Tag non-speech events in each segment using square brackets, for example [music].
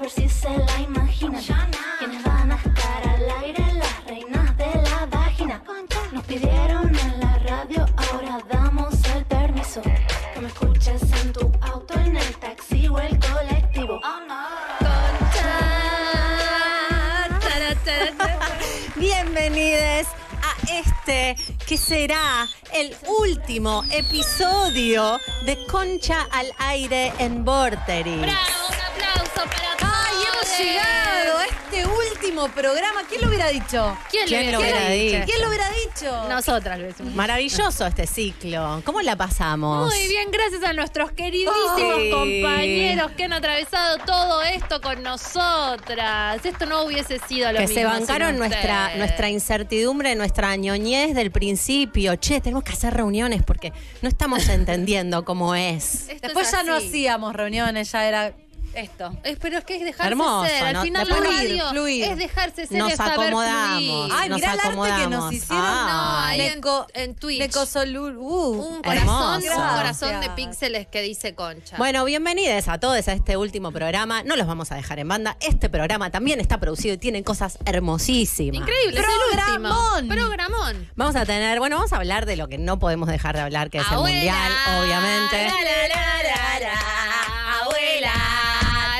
ver si se la imaginan. Quienes van a estar al aire, las reinas de la vagina. Nos pidieron en la radio, ahora damos el permiso. Que me escuches en tu auto, en el taxi o el colectivo. Concha. Bienvenidos a este que será el último episodio de Concha al Aire en Vorterix. ¡Bravo! ¡Un aplauso para todos! ¡Ay, hemos llegado a este último programa! ¿Quién lo hubiera dicho? ¿Quién, ¿Quién lo lo hubiera hubiera dicho? dicho? ¿Quién lo hubiera dicho? Nosotras lo decimos. Maravilloso este ciclo. ¿Cómo la pasamos? Muy bien, gracias a nuestros queridísimos Sí. compañeros que han atravesado todo esto con nosotras. Esto no hubiese sido lo Que mismo. se sin bancaron nuestra, ustedes. nuestra incertidumbre, nuestra ñoñez del principio. Che, tenemos que hacer reuniones porque no estamos [laughs] entendiendo cómo es. Esto Después es ya no así. hacíamos reuniones, ya era esto. Es- pero es que es dejarse Hermoso, ser. Al ¿no? final la Después- Fluir, radio fluir. es dejarse ser Nos es saber acomodamos. fluir. Ay, Nos mirá el arte que acomodamos. nos hicieron. Ah. No, ahí en- Neco- en Twitch. Necosolul- uh, un corazón, hermoso. un corazón de Gracias. píxeles que dice concha. Bueno, bienvenidos a todos a este último programa. No los vamos a dejar en banda. Este programa también está producido y tiene cosas hermosísimas. Increíble, es el último. Programón. Programón. Vamos a tener, bueno, vamos a hablar de lo que no podemos dejar de hablar, que es el mundial, obviamente. abuela.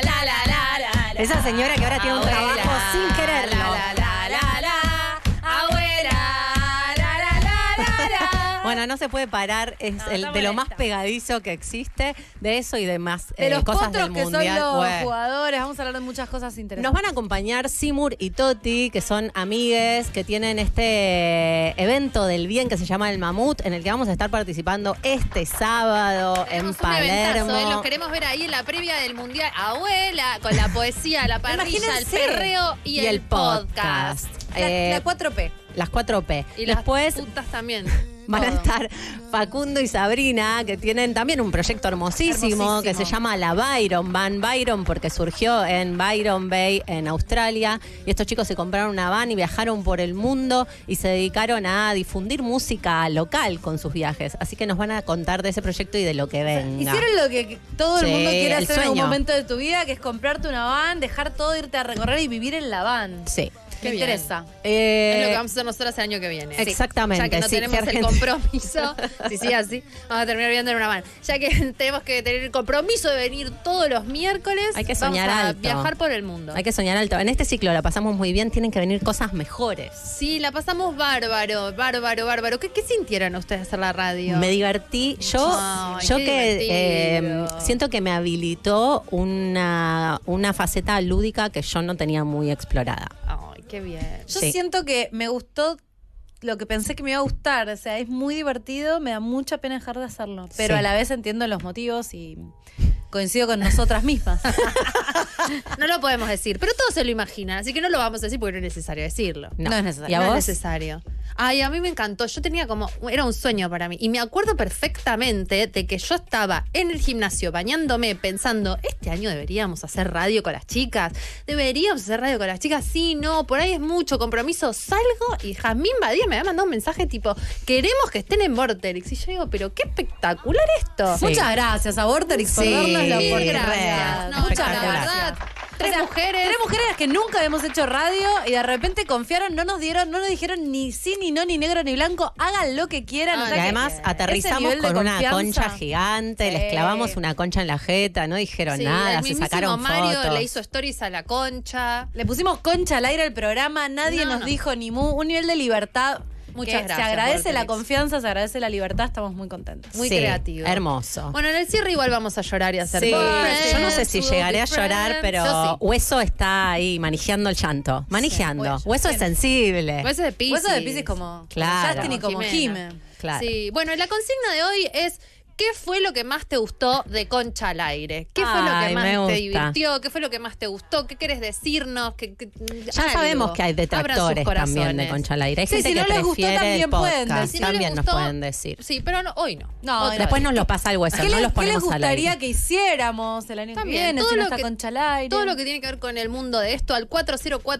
La, la, la, la, la. Esa señora que ahora tiene un Abuela, trabajo sin quererlo. la, la, la, la, abuela. Eh, La, la, la, la, la. Bueno, no se puede parar, es el, de lo más pegadizo que existe, de eso y de más De eh, los cosas potros del que mundial. son los Bueno. jugadores, vamos a hablar de muchas cosas Nos interesantes. van a acompañar Simur y Toti, que son amigues, que tienen este evento del bien que se llama El Mamut, en el que vamos a estar participando este sábado en Tenemos un Palermo. eventazo, ¿eh? Los queremos ver ahí en la previa del Mundial. Abuela, con la [laughs] poesía, la parrilla, el Imagínense. perreo y, el podcast. La- Eh, la 4P. las 4P. Y Después las putas [laughs] también. van a Todo. estar Facundo y Sabrina, que tienen también un proyecto hermosísimo, Hermosísimo. que se llama La Byron Van Byron, porque surgió en Byron Bay, en Australia. Y estos chicos se compraron una van y viajaron por el mundo y se dedicaron a difundir música local con sus viajes. Así que nos van a contar de ese proyecto y de lo que venga. Hicieron lo que todo el Sí, mundo quiere el hacer en algún sueño. momento de tu vida, que es comprarte una van, dejar todo, irte a recorrer y vivir en la van. Sí. Qué Me bien. interesa. Eh, es lo que vamos a hacer nosotras el año que viene. Sí. Exactamente, Ya que no sí, tenemos que el Argentina- [laughs] compromiso, si sigue así, vamos a terminar viendo en una van. Ya que [laughs] tenemos que tener el compromiso de venir todos los miércoles, Hay que soñar vamos a alto. viajar por el mundo. Hay que soñar alto. En este ciclo la pasamos muy bien, tienen que venir cosas mejores. Sí, la pasamos bárbaro, bárbaro, bárbaro. ¿Qué, qué sintieron ustedes hacer la radio? Me divertí. Yo, Ay, yo qué que eh, divertido. siento que me habilitó una, una faceta lúdica que yo no tenía muy explorada. Ay, qué bien. Yo Sí. siento que me gustó lo que pensé que me iba a gustar. O sea, es muy divertido, me da mucha pena dejar de hacerlo. Pero Sí. a la vez entiendo los motivos y coincido con [laughs] nosotras mismas. No lo podemos decir, pero todos se lo imaginan, así que no lo vamos a decir porque no es necesario decirlo. No es necesario. ¿Y a No vos? es necesario. Ay, a mí me encantó. Yo tenía como. Era un sueño para mí. Y me acuerdo perfectamente de que yo estaba en el gimnasio bañándome pensando: este año deberíamos hacer radio con las chicas. Deberíamos hacer radio con las chicas. Sí, no, por ahí es mucho compromiso. Salgo y Jazmín Badía me había mandado un mensaje tipo: queremos que estén en Vorterix. Y yo digo: pero qué espectacular esto. Sí. Muchas gracias a Vorterix por Sí, darnos la mil oportunidad. gracias. No, Muchas la gracias. verdad, Tres O sea, mujeres. Tres mujeres que nunca habíamos hecho radio y de repente confiaron, no nos dieron, no nos dijeron ni sí, ni no, ni negro, ni blanco. Hagan lo que quieran. Ah, o sea Y que- además ese aterrizamos nivel de con una confianza. concha gigante, les Sí. clavamos una concha en la jeta, no dijeron Sí, nada, el se mismísimo sacaron Mario fotos. le hizo stories a la concha. Le pusimos concha al aire al programa, nadie No, nos no. dijo ni mu, un nivel de libertad. Muchas que gracias, Se agradece la Vorterix. confianza, se agradece la libertad, estamos muy contentos. muy Sí, creativo. Hermoso. Bueno, en el cierre igual vamos a llorar y a hacer Sí, cosas. yo no sé si Friends, llegaré a we'll be llorar, friends. pero Yo sí. Hueso está ahí manejando el llanto. Manejando. bueno, yo Hueso es también. sensible. Hueso de Pisces. Hueso de Pisces como, Eh, Claro. como Justin y como Jimena. Jime. Claro. Sí. Bueno, y la consigna de hoy es. ¿Qué fue lo que más te gustó de Concha al aire? ¿Qué fue lo que Ay, me más te gusta. divirtió? ¿Qué fue lo que más te gustó? ¿Qué querés decirnos? ¿Qué- qué- Ya algo? sabemos que hay Abran sus detractores corazones. también de Concha al aire. Hay Sí, gente si que no les gustó, prefiere el también podcast, pueden decir. Si no les también nos gustó- pueden decir. Sí, pero no- hoy no. No, Otra Después vez. nos lo pasa el hueso, ¿Qué, no les, los qué les ponemos al aire. gustaría que hiciéramos el año que También, viene? todo si no lo está que- concha al aire? Todo lo que tiene que ver con el mundo de esto, al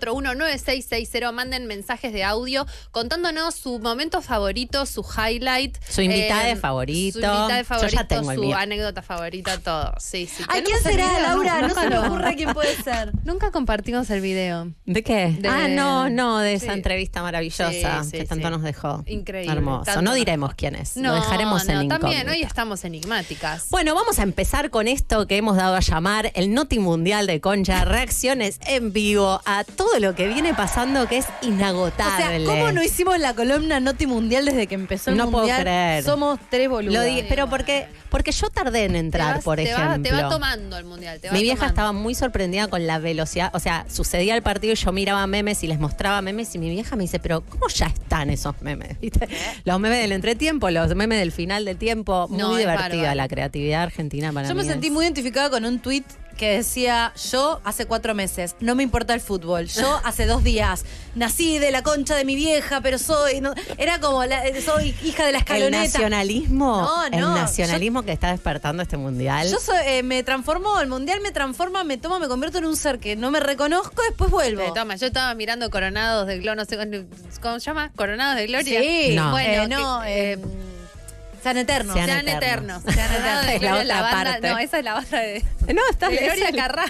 40419660, manden mensajes de audio contándonos su momento favorito, su highlight. eh, Su invitada favorito. Su invitada favorito, ya tengo el su mío. anécdota favorita, todo. Sí, sí. ¿A quién Tenemos el será, video, Laura? No se Bájalo. me ocurre quién puede ser. Nunca compartimos el video. ¿De qué? De- ah, no, no, de esa sí. entrevista maravillosa Sí, sí, que tanto sí. nos dejó. Increíble, Hermoso. tanto no nos diremos quién es. lo dejaremos en no, también incógnito. hoy estamos enigmáticas. Bueno, vamos a empezar con esto que hemos dado a llamar el Noti Mundial de Concha, reacciones en vivo a todo lo que viene pasando que es O sea, inagotable. ¿cómo no hicimos la columna Noti Mundial desde que empezó el No puedo mundial? creer. Somos tres boludos. Lo di- pero porque, porque yo tardé en Te entrar, vas- por te va- ejemplo. te va tomando el mundial. te va Mi vieja tomando. estaba muy sorprendida con la velocidad. O sea, sucedía el partido y yo miraba memes y les mostraba memes. Y mi vieja me dice, pero ¿cómo ya están esos memes? [laughs] ¿Viste? ¿Eh? Los memes del entretiempo, los memes del final del tiempo. Muy No, es divertida bárbaro. la creatividad argentina para Yo mí. me sentí es- muy identificada con un tuit que decía, yo hace cuatro meses, no me importa el fútbol, [laughs] yo hace dos días, nací de la concha de mi vieja, pero soy, no- era como, la- eh, soy hija de la El escaloneta. nacionalismo, No, el no, nacionalismo que está despertando este mundial. Yo soy, eh, me transformo, el mundial me transforma, me toma, me convierto en un ser que no me reconozco, después vuelvo. Te toma, yo estaba mirando Coronados de Gloria, no sé cómo- cómo se llama, Coronados de Gloria. Sí, No. bueno, eh, no, que- eh, sean eternos. Sean sean eternos. [laughs] eternos. Sean Coronados de eternos. Es la Gloria es la otra banda- parte. No, esa es la [laughs] banda de, no, está de bien. Gloria Carrá.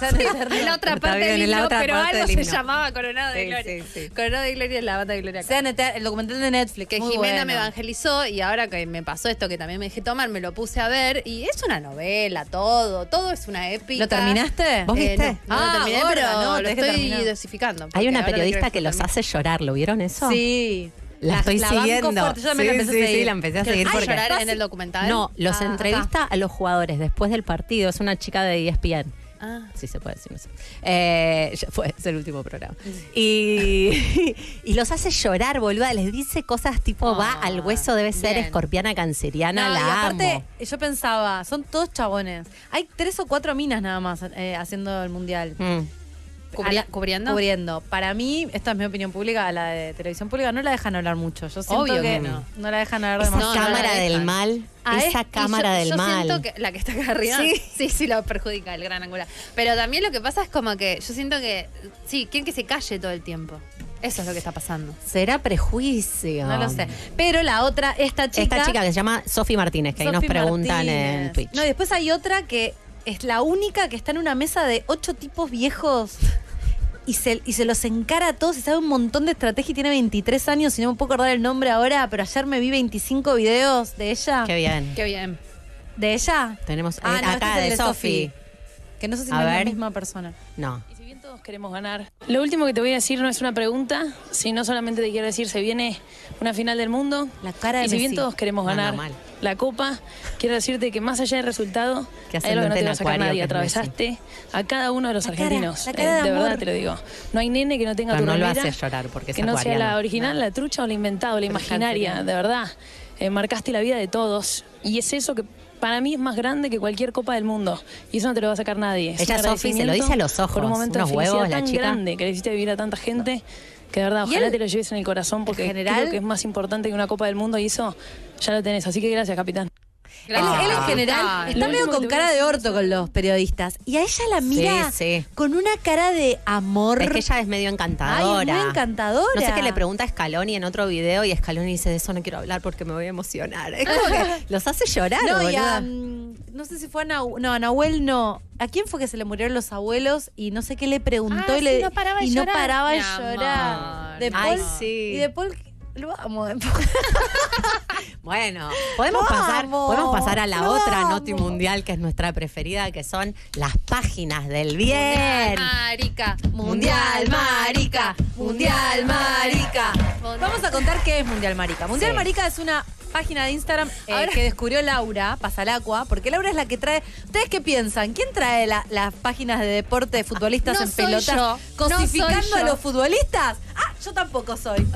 sean eternos. En la otra Está parte bien, del en la himno, otra pero parte algo del se himno. llamaba Coronado de Sí, Gloria. sí, sí. Coronado de Gloria es la banda de Gloria Carrá. Sean eter- el documental de Netflix. que muy Jimena me bueno. evangelizó y ahora que me pasó esto que también me dejé tomar, me lo puse a ver y es una novela, todo, todo es una épica. ¿Lo terminaste? ¿Vos Eh, viste? no, no Ah, lo terminé, gorda, pero no, lo tenés que estoy terminar. dosificando. Hay porque una ahora lo periodista quiero que los terminar. hace llorar, ¿lo vieron eso? Sí. La estoy la banco siguiendo. fuerte, yo también sí, la empecé sí, a seguir. sí, la empecé a seguir ¿Hay porque llorar en el documental? No, los Ah, entrevista a los jugadores después del partido. Es una chica de E ESPN. Ah. Sí, se puede decir eso. Eh, ya fue, es el último programa. Y, y [laughs] los hace llorar, boluda. Les dice cosas tipo, va Ah, al hueso, debe ser bien. escorpiana canceriana, No, la y aparte, amo. yo pensaba, son todos chabones. Hay tres o cuatro minas nada más eh, haciendo el mundial. Mm. Cubri- A la- ¿Cubriendo? Cubriendo. Para mí, esta es mi opinión pública, a la de televisión pública no la dejan hablar mucho. Yo siento Obvio que no. no. la dejan hablar Esa no, no demasiado. la cámara del dejan. mal. Ah, esa es- y cámara yo- del yo mal. siento que la que está acá arriba, Sí. sí. [laughs] sí, lo perjudica el gran angular. Pero también lo que pasa es como que yo siento que, sí, quieren que se calle todo el tiempo. Eso es lo que está pasando. Será prejuicio. No lo sé. Pero la otra, esta chica. Esta chica que se llama Sofi Martínez, que ahí nos Sophie preguntan Martínez. en Twitch. No, y después hay otra que es la única que está en una mesa de ocho tipos viejos y se, y se los encara a todos y sabe un montón de estrategia y tiene 23 años y no me puedo acordar el nombre ahora, pero ayer me vi 25 videos de ella. Qué bien. Qué bien. ¿De ella? Tenemos Ah, eh, no, acá este es el de de Sofi. Sofi. Que no sé si A no es la ver. misma persona. No. Y si bien todos queremos ganar. Lo último que te voy a decir no es una pregunta, sino solamente te quiero decir, se viene una final del mundo. La cara de Y si bien Messi. todos queremos No, no, ganar mal. la copa, quiero decirte que más allá del resultado, Que hay algo que no ascendente te va en a sacar acuario, que nadie. es Atravesaste a cada uno de los La cara, argentinos. Eh, la cara de amor. verdad te lo digo. No hay nene que no tenga Pero tu no lo remera, haces llorar porque es Que no sea acuariano. la original, la trucha o la inventada o la imaginaria, de verdad. Eh, marcaste la vida de todos. Y es eso que para mí es más grande que cualquier copa del mundo. Y eso no te lo va a sacar nadie. Es Ella, un Sofi, se lo dice a los ojos, Por un momento de unos huevos, felicidad la tan chica. grande que le hiciste vivir a tanta gente que de verdad, Y ojalá él, te lo lleves en el corazón porque general- creo que es más importante que una Copa del Mundo y eso ya lo tenés. Así que gracias, capitán. Él, él en capitán. general está Lo medio último con que te voy a cara de decir orto con los periodistas. Y a ella la mira sí. con una cara de amor. Es que ella es medio encantadora. Ay, es muy encantadora. No sé qué le pregunta a Scaloni en otro video y Scaloni dice, de eso no quiero hablar porque me voy a emocionar. Es como [laughs] que los hace llorar, No, y boluda. a, mm, no sé si fue a Nahuel, no, a Nahuel no. ¿A quién fue que se le murieron los abuelos y no sé qué le preguntó Ah, y, le- sí, no paraba de y no llorar. paraba de Mi llorar? amor, De no. Paul, Ay, sí. Y de Paul, lo amo, de Paul. Bueno, podemos Lo pasar, amo. podemos pasar a la Lo otra amo. Noti Mundial que es nuestra preferida, que son las páginas del bien. Marica. Mundial, marica. Mundial, marica. Vamos a contar qué es Mundial Marica. Mundial Sí. Marica es una página de Instagram eh, Ahora- que descubrió Laura Pasalacua, porque Laura es la que trae. ¿Ustedes qué piensan? ¿Quién trae la- las páginas de deporte de futbolistas No en soy pelotas? yo. No ¿Cosificando soy a yo. los futbolistas? Ah, yo tampoco soy.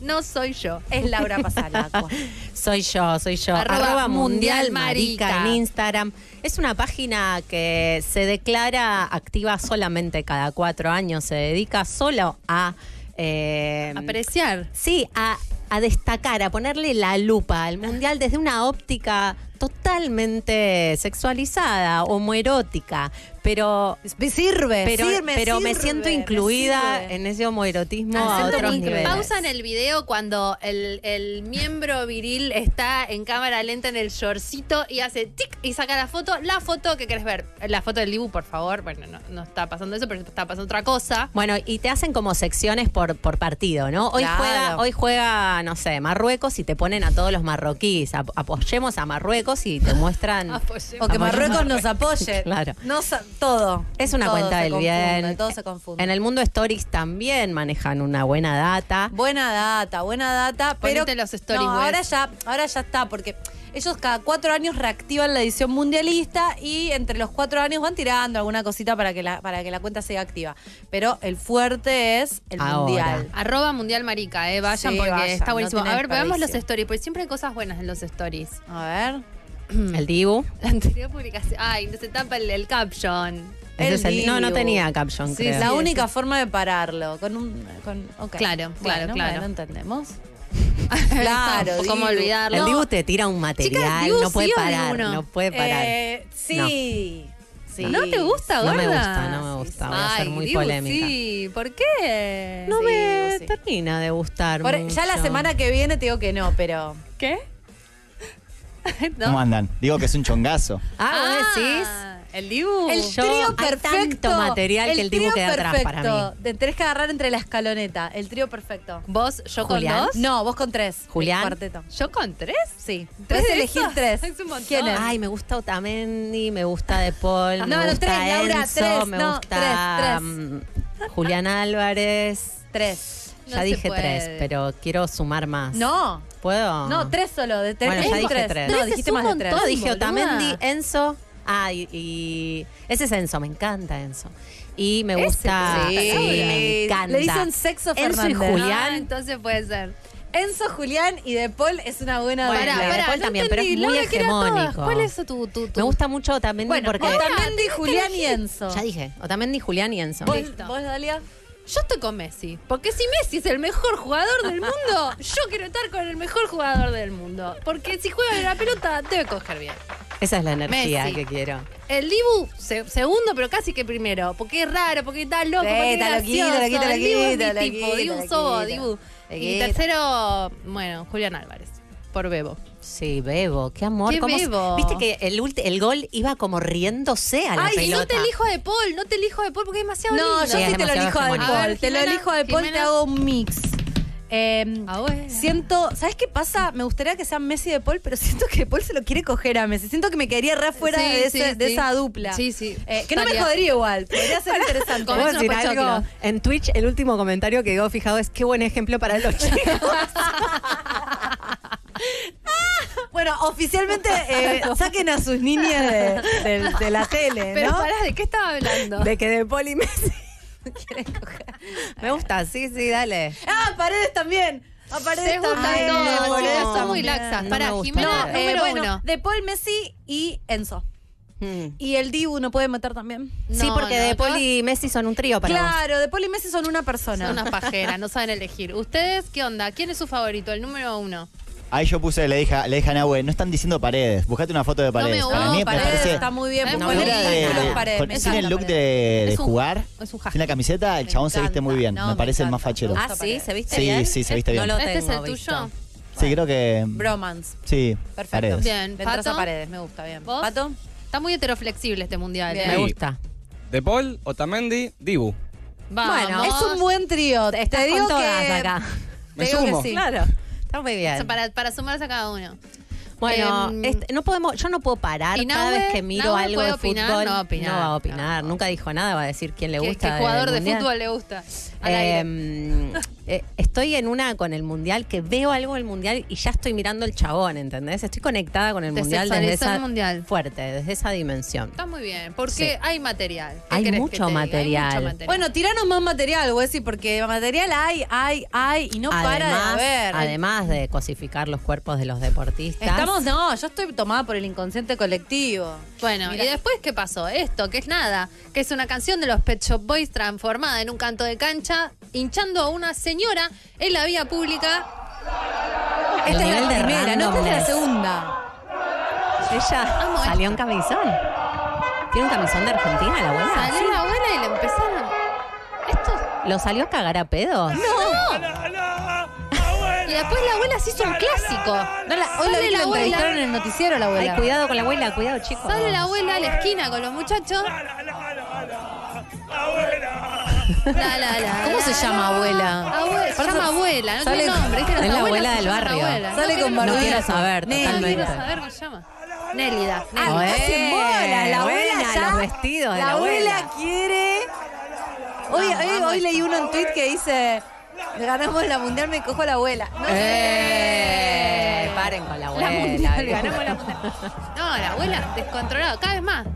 No soy yo. Es Laura [laughs] Pasalacua. Soy yo, soy yo. Arroba, Arroba Mundial Mundial Marica, Marica. en Instagram. Es una página que se declara activa solamente cada cuatro años. Se dedica solo a. eh, Apreciar. sí, a, a destacar, a ponerle la lupa al mundial desde una óptica totalmente sexualizada, homoerótica, pero Me sirve, pero, sirve, pero me sirve, siento me incluida sirve. en ese homoerotismo a Haciendo otros clic. niveles. pausa en el video cuando el, el miembro viril está en cámara lenta en el shortcito y hace tic y saca la foto. La foto que querés ver. La foto del Dibu, por favor. Bueno, no, no está pasando eso, pero está pasando otra cosa. Bueno, y te hacen como secciones por, por partido, ¿no? Hoy Claro. juega, hoy juega, no sé, Marruecos y te ponen a todos los marroquíes. Ap- apoyemos a Marruecos y te muestran. O que Apoyemos a Marruecos nos [laughs] apoye. Claro. Nos a- [laughs] todo. Es una Todo cuenta se del confunde, bien. Todo se confunde. En el mundo stories también manejan una buena data. Buena data, buena data. Pero Ponete los stories, No, Wes. ahora ya, ahora ya está, porque ellos cada cuatro años reactivan la edición mundialista y entre los cuatro años van tirando alguna cosita para que la, para que la cuenta siga activa. Pero el fuerte es el Ahora. mundial. Arroba Mundial Marica, eh, vayan Sí, porque vayan, está no buenísimo. tiene a ver, veamos los desperdicio. stories, porque siempre hay cosas buenas en los stories. A [clears throat] ver. El Dibu. La anterior publicación. Ay, no se tapa el, el caption. Ese El es el- no, no Dibu. tenía caption, Sí, creo. la única forma de pararlo. Con un. Con, ok. Claro, claro, Bueno, claro. bueno, [laughs] entendemos. Está, ¿Cómo Dibu. olvidarlo? El Dibu te tira un material, Dibu no puede sí o parar, Dibu no? no puede parar. Eh, sí. sí. ¿No te gusta, no gorda? me gusta, no me gusta, voy a ser Ay, muy Dibu, polémica. Sí, ¿por qué? No Sí, me Dibu, sí. termina de gustar. Por- ya la mucho. semana que viene te digo que no, pero. ¿Qué? ¿Cómo andan? Digo que es un chongazo. Ah, ¿vos decís. El Dibu. El Yo- hay trío perfecto. tanto material que el Dibu trío queda atrás para perfecto. mí. Te tenés que agarrar entre la escaloneta. El trío perfecto. ¿Vos, yo Julián. con dos? No, vos con tres. Julián. Cuarteto. ¿Yo con tres? Sí. ¿Tres Puedes de elegir esos? tres. Es un montón. ¿Quién es? Ah, Ay, me gusta Otamendi, me gusta De [laughs] Paul, me No, no, gusta tres, Laura, Enzo, tres, me no, gusta tres, tres. mm, Julián Álvarez. Tres. Ya No se dije puede. tres, pero quiero sumar más. No. ¿Puedo? No, tres solo. De tres, Bueno, ya tres con dije tres. No, Tres dijiste es un más de tres. No, montón, dije boluda. Otamendi, Enzo. Ah, y, y- Ese es Enzo, me encanta Enzo. Y me Ese, gusta. sí. Sí, me encanta. Le dicen sexo Enzo y Fernández. Julián. Ah, entonces puede ser. Enzo, Julián y De Paul es una buena Bueno, Pará, dupla. la de pará, Paul no también, pero es entendí, muy Laura, que era todas. hegemónico. ¿Cuál es tu, tu, tu? Me gusta mucho Otamendi Bueno, porque. Otamendi, Julián y Enzo. Ya dije, Otamendi, Julián y Enzo. ¿Vos, Listo. vos, Dalia? Yo estoy con Messi. Porque si Messi es el mejor jugador del mundo, [laughs] yo quiero estar con el mejor jugador del mundo. Porque si juega bien la pelota, debe coger bien. Esa es la energía Messi. que quiero. El Dibu, se- segundo, pero casi que primero. Porque es raro, porque está loco, Sí, porque está es loquito, gracioso. loquito, el Dibu es mi loquito, tipo, loquito, Dibu loquito. Sobo, Dibu. Y Loquito. tercero, bueno, Julián Álvarez, por Bebo. Sí, Bebo, qué amor. Qué cómo se- Bebo. Viste que el, ulti- el gol iba como riéndose a la Ay, pelota. no te elijo de Paul, no te elijo de Paul porque es demasiado No, lindo. yo sí es te lo demasiado elijo a De hegemónico. A Paul. ver, Te lo Jimena, elijo a De Paul, te Jimena. hago un mix. Eh, Ah, bueno. Siento, ¿sabes qué pasa? Me gustaría que sean Messi y De Paul, pero [laughs] siento que De Paul se lo quiere coger a Messi. Siento que me quedaría re fuera Sí, de, ese- sí, de sí. esa dupla. Sí, sí. Eh, que no me Estaría- jodería igual. Podría [laughs] ser interesante. ¿Puedo Comés unos decir algo? pochoclos. En Twitch el último comentario que quedó fijado es qué buen ejemplo para [laughs] los chicos. Bueno, oficialmente [laughs] eh, saquen a sus niñas de, de- de la tele, Pero ¿no? pará, ¿de qué estaba hablando? De que de Poli [laughs] Messi. Me gusta, sí, sí, dale. Ah, paredes también. A paredes Se juntan también. todas, Ay, chicas, no, son muy laxas. no Pará, me gusta Jimena, nada. eh, número bueno, uno. De Paul, Messi y Enzo. Y el Dibu no puede matar también. sí, Mm. No, porque no, de acá Paul y Messi son un trío para vos. claro, de Paul y Messi son una persona. [laughs] Son unas pajeras, no saben elegir. ¿Ustedes qué onda? ¿Quién es su favorito? El número uno. Ahí yo puse, le dije, a- le dije a Nahue, no están diciendo paredes, buscate una foto de paredes. me Para gusta, mí Paredes me parece... está muy bien. No me una Ponele figura gusta de- título en nada. pared, con- me sin encanta el look de, pared. de Es un- jugar, es un husky. sin la camiseta, el Me chabón se viste muy encanta. bien. No, me me parece el encanta. más fachero. Ah, Ah, sí, se viste Sí, bien. sí, se viste bien. No lo ¿Este es tengo el visto. tuyo? Sí, creo que... Bromance. Sí, Perfecto. paredes. Bien, Le entras Pato. a paredes, me gusta bien. ¿Vos? ¿Pato? Está muy heteroflexible este mundial. Bien. ¿eh? Me Sí. gusta. De Paul, Otamendi, Dibu. Vamos. Bueno, Es un buen trío. Estás Te digo con todas que... acá. Me Te digo que sumo. sí. Claro. Está muy O sea, bien. para, para sumarse a cada uno. Bueno, Em, este, no podemos, yo no puedo parar y cada Nahue- vez que miro Nahue algo puede de opinar, fútbol. no va a opinar. no va a opinar. Nunca dijo nada, va a decir quién le ¿Qué- gusta. ¿Qué del jugador de mundial. fútbol le gusta? Al aire. Em, eh, estoy en una con el mundial que veo algo del mundial y ya estoy mirando el chabón, ¿entendés? Estoy conectada con el Te mundial desde sexualizó el esa mundial. fuerte, desde esa dimensión. Está muy bien, porque Sí. hay material. ¿Qué Hay querés que mucho te diga? material. Hay mucho material. Bueno, tiranos más material, Wessy, porque material hay, hay, hay, y no para de haber. además de cosificar los cuerpos de los deportistas. Ah, Estamos, no, yo estoy tomada por el inconsciente colectivo. Bueno, Mira. y después, ¿qué pasó? Esto, que es nada, que es una canción de los Pet Shop Boys transformada en un canto de cancha, hinchando a una señora en la vía pública. El Esta es nivel la de primera, no esta es la randomness. segunda. Ella Amo salió en camisón. Tiene un camisón de Argentina, la abuela. Salió la abuela y le empezaron. Esto. ¿Lo salió a cagar a pedos? Ah, Ah, Y después la abuela se hizo un clásico. No, la- hoy la, vi Sale que la la entrevistaron abuela. en el noticiero, la abuela. Ay, cuidado con la abuela, cuidado, chicos. Sale la abuela a la esquina con los muchachos. Ah, La, la, la, ¿Cómo la, se la. llama abuela? Abue- se llama abuela, no sale- tiene nombre. ¿viste? Las es la abuelas abuela se del llaman barrio. abuela. Sale quiero- con No Barbie. quiero saber, Nelly. No quiero totalmente. saber cómo se llama. Nélida. Ah, Bueno, estás en bola, la abuela buena, ya- los vestidos de la la abuela. abuela. quiere. Hoy, Vamos, hoy, vamos. hoy leí uno en tweet que dice: Ganamos la mundial, me cojo a la abuela. No Eh, paren con la abuela. mundial, viejo. ganamos la mundial. No, la abuela descontrolada, cada vez más.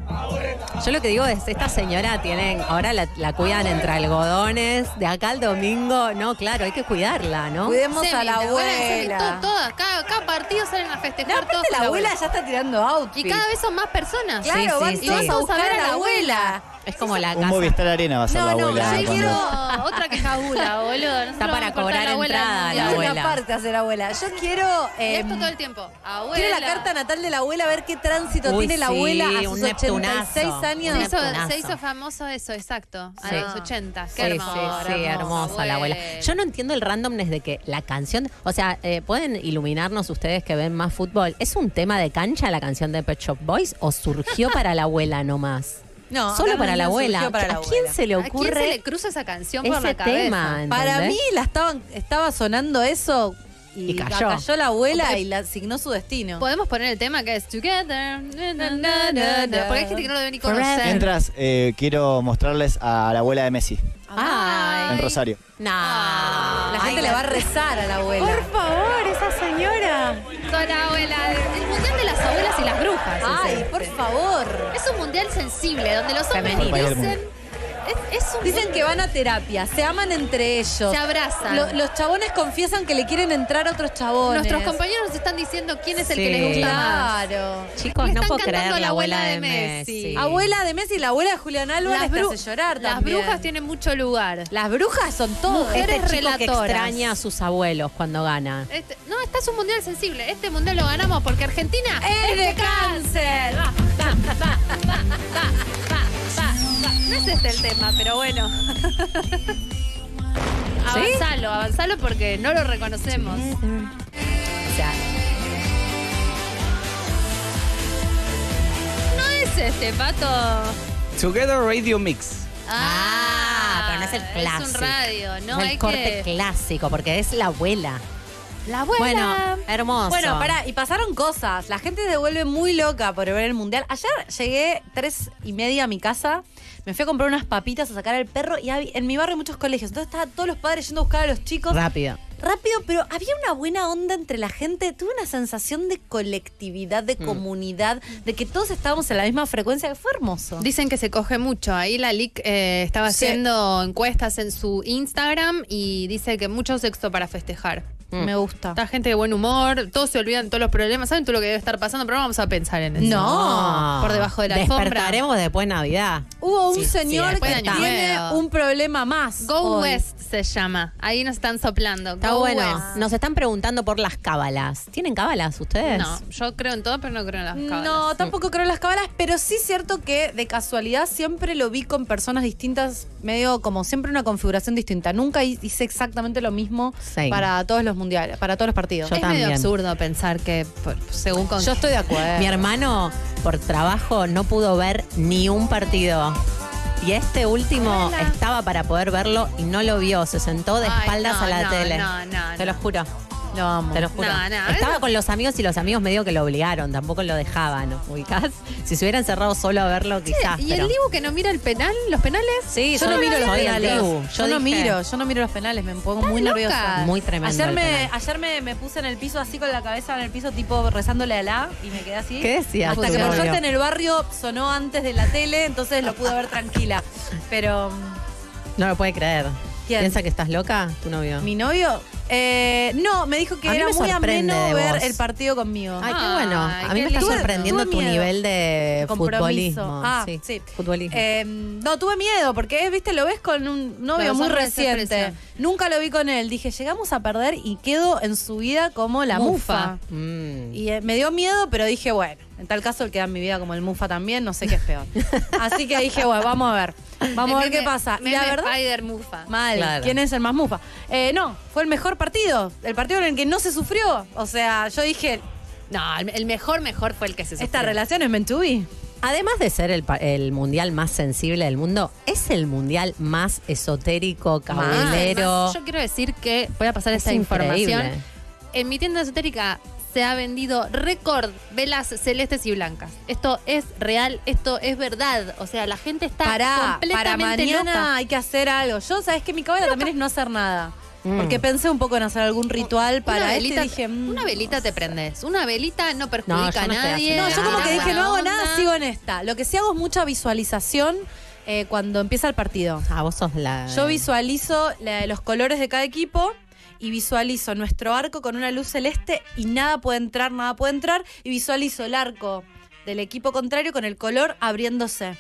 Yo lo que digo es, esta señora tienen, ahora la, la cuidan entre algodones, de acá al domingo, no, claro, hay que cuidarla, ¿no? Cuidemos Semi, a la la abuela en semi, abuela. to- todas, cada, cada partido salen a No, festejar todos aparte con la abuela ya está tirando outfit. Y cada vez son más personas. Sí, Claro, van sí, todos sí. a buscar a la abuela. Es como la Un casa. Movistar Arena va a ser No, la no, abuela. yo cuando- quiero- No, otra [laughs] que jabula, boludo. Nosotros Está para vamos a cortar cobrar la abuela entrada, del la Es mundial. abuela. una parte hacer abuela. Yo quiero. Y eh, esto todo el tiempo. Abuela. quiero la carta natal de la abuela, a ver qué tránsito Uy, tiene la sí, abuela a un sus neptunazo. 86 años. se hizo, Cartonazo. se hizo famoso eso, exacto. A Sí. los 80. Qué Sí, hermoso. eh. sí, sí, hermosa la abuela. Yo no entiendo el randomness de que la canción, o sea, eh, pueden iluminarnos ustedes que ven más fútbol. ¿Es un tema de cancha la canción de Pet Shop Boys o surgió [laughs] para la abuela nomás? No, solo acá para no la abuela. surgió para la ¿A quién abuela. se le ¿A quién se le ocurre cruza esa canción por ese la cabeza? tema? Para mí ¿entendés? la estaban, estaba sonando eso y, Y cayó. la abuela y la asignó su destino. Podemos poner el tema que es Together. na, na, na, na, na, porque hay gente que no lo debe ni conocer. Mientras, eh, quiero mostrarles a la abuela de Messi Ay. en Rosario. No. Ah. La gente Ay, le va a rezar a la abuela. Por favor, esa señora. Toda la abuela. El mundial de las abuelas y las brujas. Ay, ese. por favor. Es un mundial sensible, donde los hombres Femenino. Por dicen. Bayern. Es, es un Dicen que van a terapia, se aman entre ellos. se abrazan. Lo- los chabones confiesan que le quieren entrar a otros chabones. Nuestros compañeros nos están diciendo quién es el Sí. que les gusta más. Claro. Chicos, Le no están puedo cantando creer a la abuela de Messi. Abuela de Messi y la abuela de Julián Álvarez Las, te bru- hace llorar las también. brujas tienen mucho lugar. Las brujas son todas. Mujeres Este chico Chico que relatoras. extraña a sus abuelos cuando gana. Este- no, este es un mundial sensible. Este mundial lo ganamos porque Argentina ¡Es de cáncer. Va, va, va, va, va, va, va, va. No es este el tema, pero [laughs] bueno. Avanzalo, avanzalo porque no lo reconocemos. O sea, No es este, pato. Together Radio Mix. Ah, pero no es el clásico. Es un radio, es ¿no? el hay corte que... clásico, porque es la abuela. La abuela. Bueno, hermoso. Bueno, pará, y pasaron cosas. La gente se vuelve muy loca por ver el mundial. Ayer llegué tres y media a mi casa, me fui a comprar unas papitas a sacar al perro y hab- en mi barrio hay muchos colegios. Entonces estaban todos los padres yendo a buscar a los chicos. Rápido. Rápido, pero había una buena onda entre la gente. Tuve una sensación de colectividad, Mm. de comunidad, de que todos estábamos en la misma frecuencia. Fue hermoso. Dicen que se coge mucho. Ahí la LIC eh, estaba Sí. haciendo encuestas en su Instagram y dice que mucho sexo para festejar. Mm. Me gusta. Está gente de buen humor, todos se olvidan de todos los problemas, saben todo lo que debe estar pasando, pero no vamos a pensar en eso. No. Por debajo de la alfombra. Despertaremos después Navidad. Hubo un Sí, sí, señor después que de Año tiene Nuevo. un problema más. Go hoy. West se llama. Ahí nos están soplando. Está Go bueno. West. Nos están preguntando por las cábalas. ¿Tienen cábalas ustedes? No, yo creo en todo, pero no creo en las cábalas. No, Mm. tampoco creo en las cábalas, pero sí es cierto que de casualidad siempre lo vi con personas distintas, medio como siempre una configuración distinta. Nunca hi- hice exactamente lo mismo Sí. para todos los mundiales, para todos los partidos. Yo es también. medio absurdo pensar que pues, por- según con Yo estoy de acuerdo. Mi hermano, por trabajo, no pudo ver ni un partido. Y este último estaba para poder verlo y no lo vio. Se sentó de Ay, espaldas no, a la no, tele. no, no, Te lo no. juro. Lo amo. Te lo juro. No, no, Estaba eso- con los amigos y los amigos medio que lo obligaron, tampoco lo dejaban, ¿no? ¿ubicás? Si se hubieran cerrado solo a verlo, quizás. ¿Y el pero- Dibu que no mira el penal, los penales? Sí, Yo no miro los soy el penales. Dibu. Yo, dije, no miro, yo no miro los penales, me pongo ¿Estás muy loca? nerviosa. Muy tremendo. Ayer el me, penal. ayer me, me puse en el piso así con la cabeza en el piso, tipo rezándole a la y me quedé así. ¿Qué decía Hasta tu que por novio? suerte en el barrio sonó antes de la tele, entonces lo pude ver tranquila. Pero. mm, No lo puede creer. ¿Quién? ¿Piensa que estás loca, tu novio? ¿Mi novio? Eh, no, me dijo que A mí era me muy sorprende ameno de ver vos. el partido conmigo. Ay, qué Ay, bueno. A mí qué me está lindo. sorprendiendo Tuve tu miedo. nivel de Compromiso. futbolismo. Ah, sí. Futbolismo. Eh, no, tuve miedo porque, eh, viste, lo ves con un novio Los muy hombres se reciente. aprecian. Nunca lo vi con él. Dije, llegamos a perder y quedo en su vida como la mufa. Mufa. Mm. Y eh, me dio miedo, pero dije, bueno, En tal caso, el que da en mi vida como el Mufa también, no sé qué es [laughs] peor. Así que dije, bueno, vamos a ver. Vamos a ver qué Meme- pasa. Y meme la verdad, Spider Mufa. mal. Claro. ¿Quién es el más Mufa? Eh, no, fue el mejor partido. El partido en el que no se sufrió. O sea, yo dije, No, el, el mejor, mejor fue el que se sufrió. esta relación es meant to be. Además de ser el, pa- el mundial más sensible del mundo, es el mundial más esotérico, Más, cabulero. más. Yo quiero decir que voy a pasar Es esta información. increíble. En mi tienda esotérica se ha vendido récord velas celestes y blancas. Esto es real, esto es verdad. O sea, la gente está Pará, para completamente mañana loca. hay que hacer algo. Yo, sabes que mi cabeza también es no hacer nada. Mm. Porque Mm. pensé un poco en hacer algún ritual para una este y velita, dije, mm, una velita te prendes. Una velita No, no yo perjudica no estoy a nadie. haciendo No, yo como Ah, que dije, buena no hago onda. nada, sigo en esta. Lo que sí hago es mucha visualización eh, cuando empieza el partido. Ah, vos sos la. Yo visualizo la- los colores de cada equipo y visualizo nuestro arco con una luz celeste y nada puede entrar, nada puede entrar. Y visualizo el arco del equipo contrario con el color abriéndose.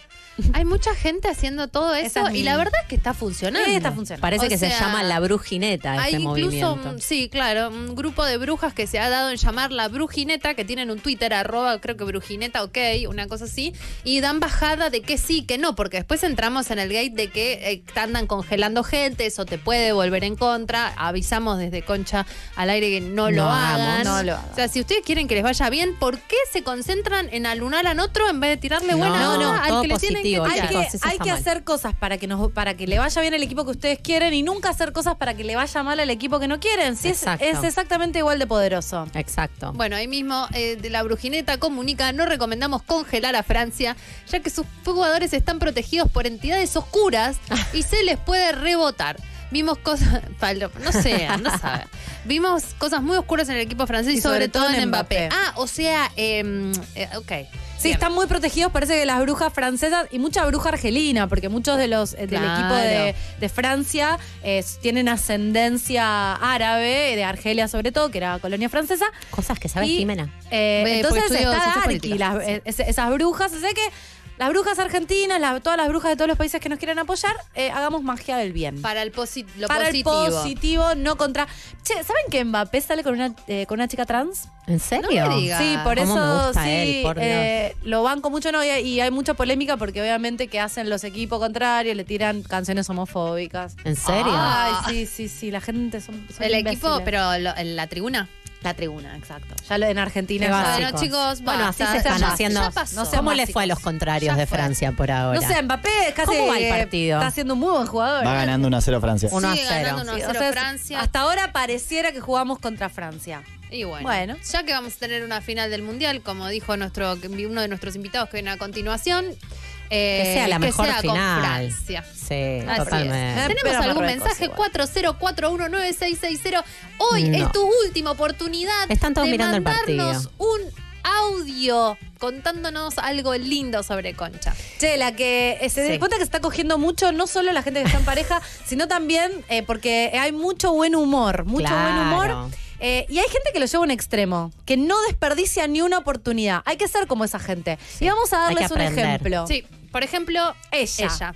Hay mucha gente haciendo todo Esa eso es y mi- la verdad es que está funcionando. Eh, está funcionando. Parece o que se sea, llama la brujineta este Hay incluso, movimiento. un- sí, claro, un grupo de brujas que se ha dado en llamar la brujineta, que tienen un Twitter, arroba, creo que brujineta, ok, una cosa así, y dan bajada de que sí, que no, porque después entramos en el gate de que eh, te andan congelando gente, eso te puede volver en contra, avisamos desde Concha al aire que no, lo No hagan. hagamos. No lo O sea, si ustedes quieren que les vaya bien, ¿por qué se concentran en alunar al otro en vez de tirarle buena No, onda no, al todo que le tienen que positivo, Hay tirar? que, chicos, eso hay está que mal. hacer cosas para que nos para que le vaya bien al equipo que ustedes quieren y nunca hacer cosas para que le vaya mal al equipo que no quieren. Sí, es, Exacto. es exactamente igual de poderoso. Exacto. Bueno, ahí mismo eh, de la Brujineta comunica, no recomendamos congelar a Francia, ya que sus jugadores están protegidos por entidades oscuras y se les puede rebotar. Vimos cosas, [laughs] Pablo, no sé, no sabe. Vimos cosas muy oscuras en el equipo francés y, sobre, todo, en Mbappé. Mbappé. Ah, o sea, em, eh, ok. Sí, Bien. están muy protegidos, parece que las brujas francesas y mucha bruja argelina, porque muchos de los eh, del Claro. equipo de, de Francia eh, tienen ascendencia árabe, de Argelia sobre todo, que era colonia francesa. Cosas que sabes, Y, Jimena. eh, Ve, entonces porque estudió está ciencias Darky, políticas. las- eh, es- esas brujas, o sea que las brujas argentinas, las- todas las brujas de todos los países que nos quieran apoyar, eh, hagamos magia del bien. Para el, posi- lo Para positivo. el positivo, no contra. Che, ¿saben que Mbappé sale con una, eh, con una chica trans? ¿En serio? me digas. Sí, por ¿Cómo eso me gusta sí, él, por Dios. eh, lo banco mucho no, y, hay- y hay mucha polémica porque obviamente que hacen los equipos contrarios, le tiran canciones homofóbicas. ¿En serio? Ah. Ay, sí, sí, sí, la gente son, son el equipo, imbéciles. pero lo- en la tribuna. la tribuna, exacto. Ya lo en Argentina Qué ya- básico. Bueno, chicos, Bueno, así basta, se están ya- haciendo. ya pasó. No sé cómo le fue a los contrarios Ya de fue. Francia por ahora. No sé, Mbappé es casi ¿Cómo va el eh, partido? está siendo un muy buen jugador. Va ganando 1-0 Francia. Uno a Sigue cero. ganando uno a Sí, o cero sea, Francia. Hasta ahora pareciera que jugamos contra Francia. Y bueno, Bueno. ya que vamos a tener una final del mundial, como dijo nuestro uno de nuestros invitados que viene a continuación, eh, que sea la mejor sea final. Con Francia. Sí, Así totalmente. es. Eh, pero Tenemos algún Marruecos mensaje igual. 40419660. Hoy No. es tu última oportunidad Están todos de mirando el mandarnos un audio contándonos algo lindo sobre Concha. Che, la que eh, se Sí. da cuenta que se está cogiendo mucho, no solo la gente que está en pareja, sino también eh, porque hay mucho buen humor, mucho buen Claro. humor. Eh, y hay gente que lo lleva a un extremo, que no desperdicia ni una oportunidad. Hay que ser como esa gente. Y vamos a hay que darles un aprender. ejemplo. Sí, por ejemplo, Ella. ella.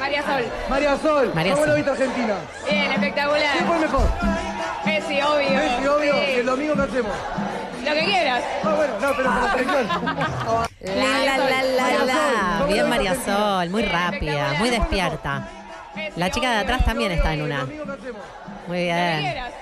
María Sol. María Sol, María ¿cómo Sol. lo viste Argentina? Bien, espectacular. ¿Quién fue el mejor? Messi, obvio. Messi, obvio. Sí. ¿Y el domingo qué hacemos? Lo que quieras. Ah, bueno, no, pero con la selección. La, la, la, la, la. Bien, María Sol. Muy rápida, muy despierta. Messi, La chica de obvio. atrás también está en ¿Y una. ¿El domingo qué hacemos? Muy Lo que bien. quieras.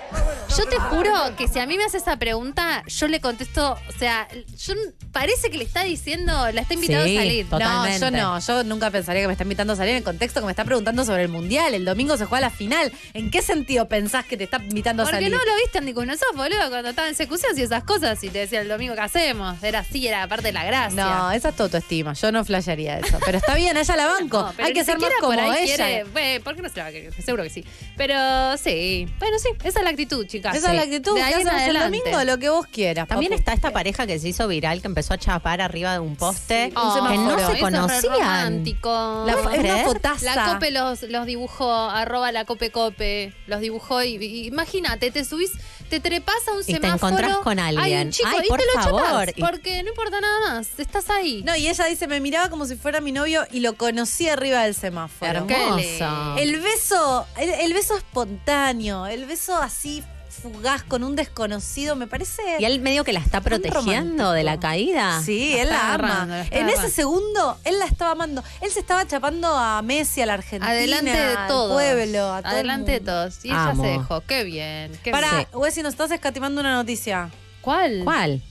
Yo te juro que si a mí me hace esa pregunta, yo le contesto, o sea, yo parece que le está diciendo, la está invitando Sí, a salir. total. Totalmente. No, yo no, yo nunca pensaría que me está invitando a salir en el contexto que me está preguntando sobre el mundial. El domingo se juega la final. ¿En qué sentido pensás que te está invitando a Porque salir? no lo viste Andy no sos boludo, cuando estaba en secución y esas cosas, y te decía el domingo que hacemos. Era así, era parte de la gracia. No, esa es tu autoestima. Yo no flashearía eso. Pero está bien, ella la [laughs] banco. No, pero Hay que ni ser más siquiera como por ahí ella. quiere- Bueno, ¿Por qué no se la va a querer? Seguro que sí. Pero sí, bueno, sí, esa es la actitud, chicas. Esa Sí. es la actitud. De que ahí en hacemos el adelante. domingo lo que vos quieras. También papu. está esta pareja que se hizo viral, que empezó a chapar arriba de un poste, Oh, que no eso es se re conocían. romántico. La, ¿Puedes es una creer? fotaza. La Cope los, los dibujó, arroba la Cope Cope, los dibujó y, y imagínate, te subís, te trepas a un te semáforo. encontrás con Hay alguien. un chico Ay, y por te lo favor. chapás, Y- porque no importa nada más, estás ahí. No, y ella dice, me miraba como si fuera mi novio y lo conocí arriba del semáforo. Qué Hermoso. El beso, el, el beso espontáneo, el beso así fugaz con un desconocido, me parece. Y él medio que la está protegiendo de la romántico. caída. Sí, él está la agarrando, la ama. está En ese agarrando. segundo, él la estaba amando. Él se estaba chapando a Messi, a la Argentina, Adelante de al todos. pueblo, a todo el Adelante de mundo. todos. Y ella Amo. se dejó. Qué bien. Qué Pará, bien. Wessy, nos estás escatimando una noticia. ¿Cuál? ¿Cuál?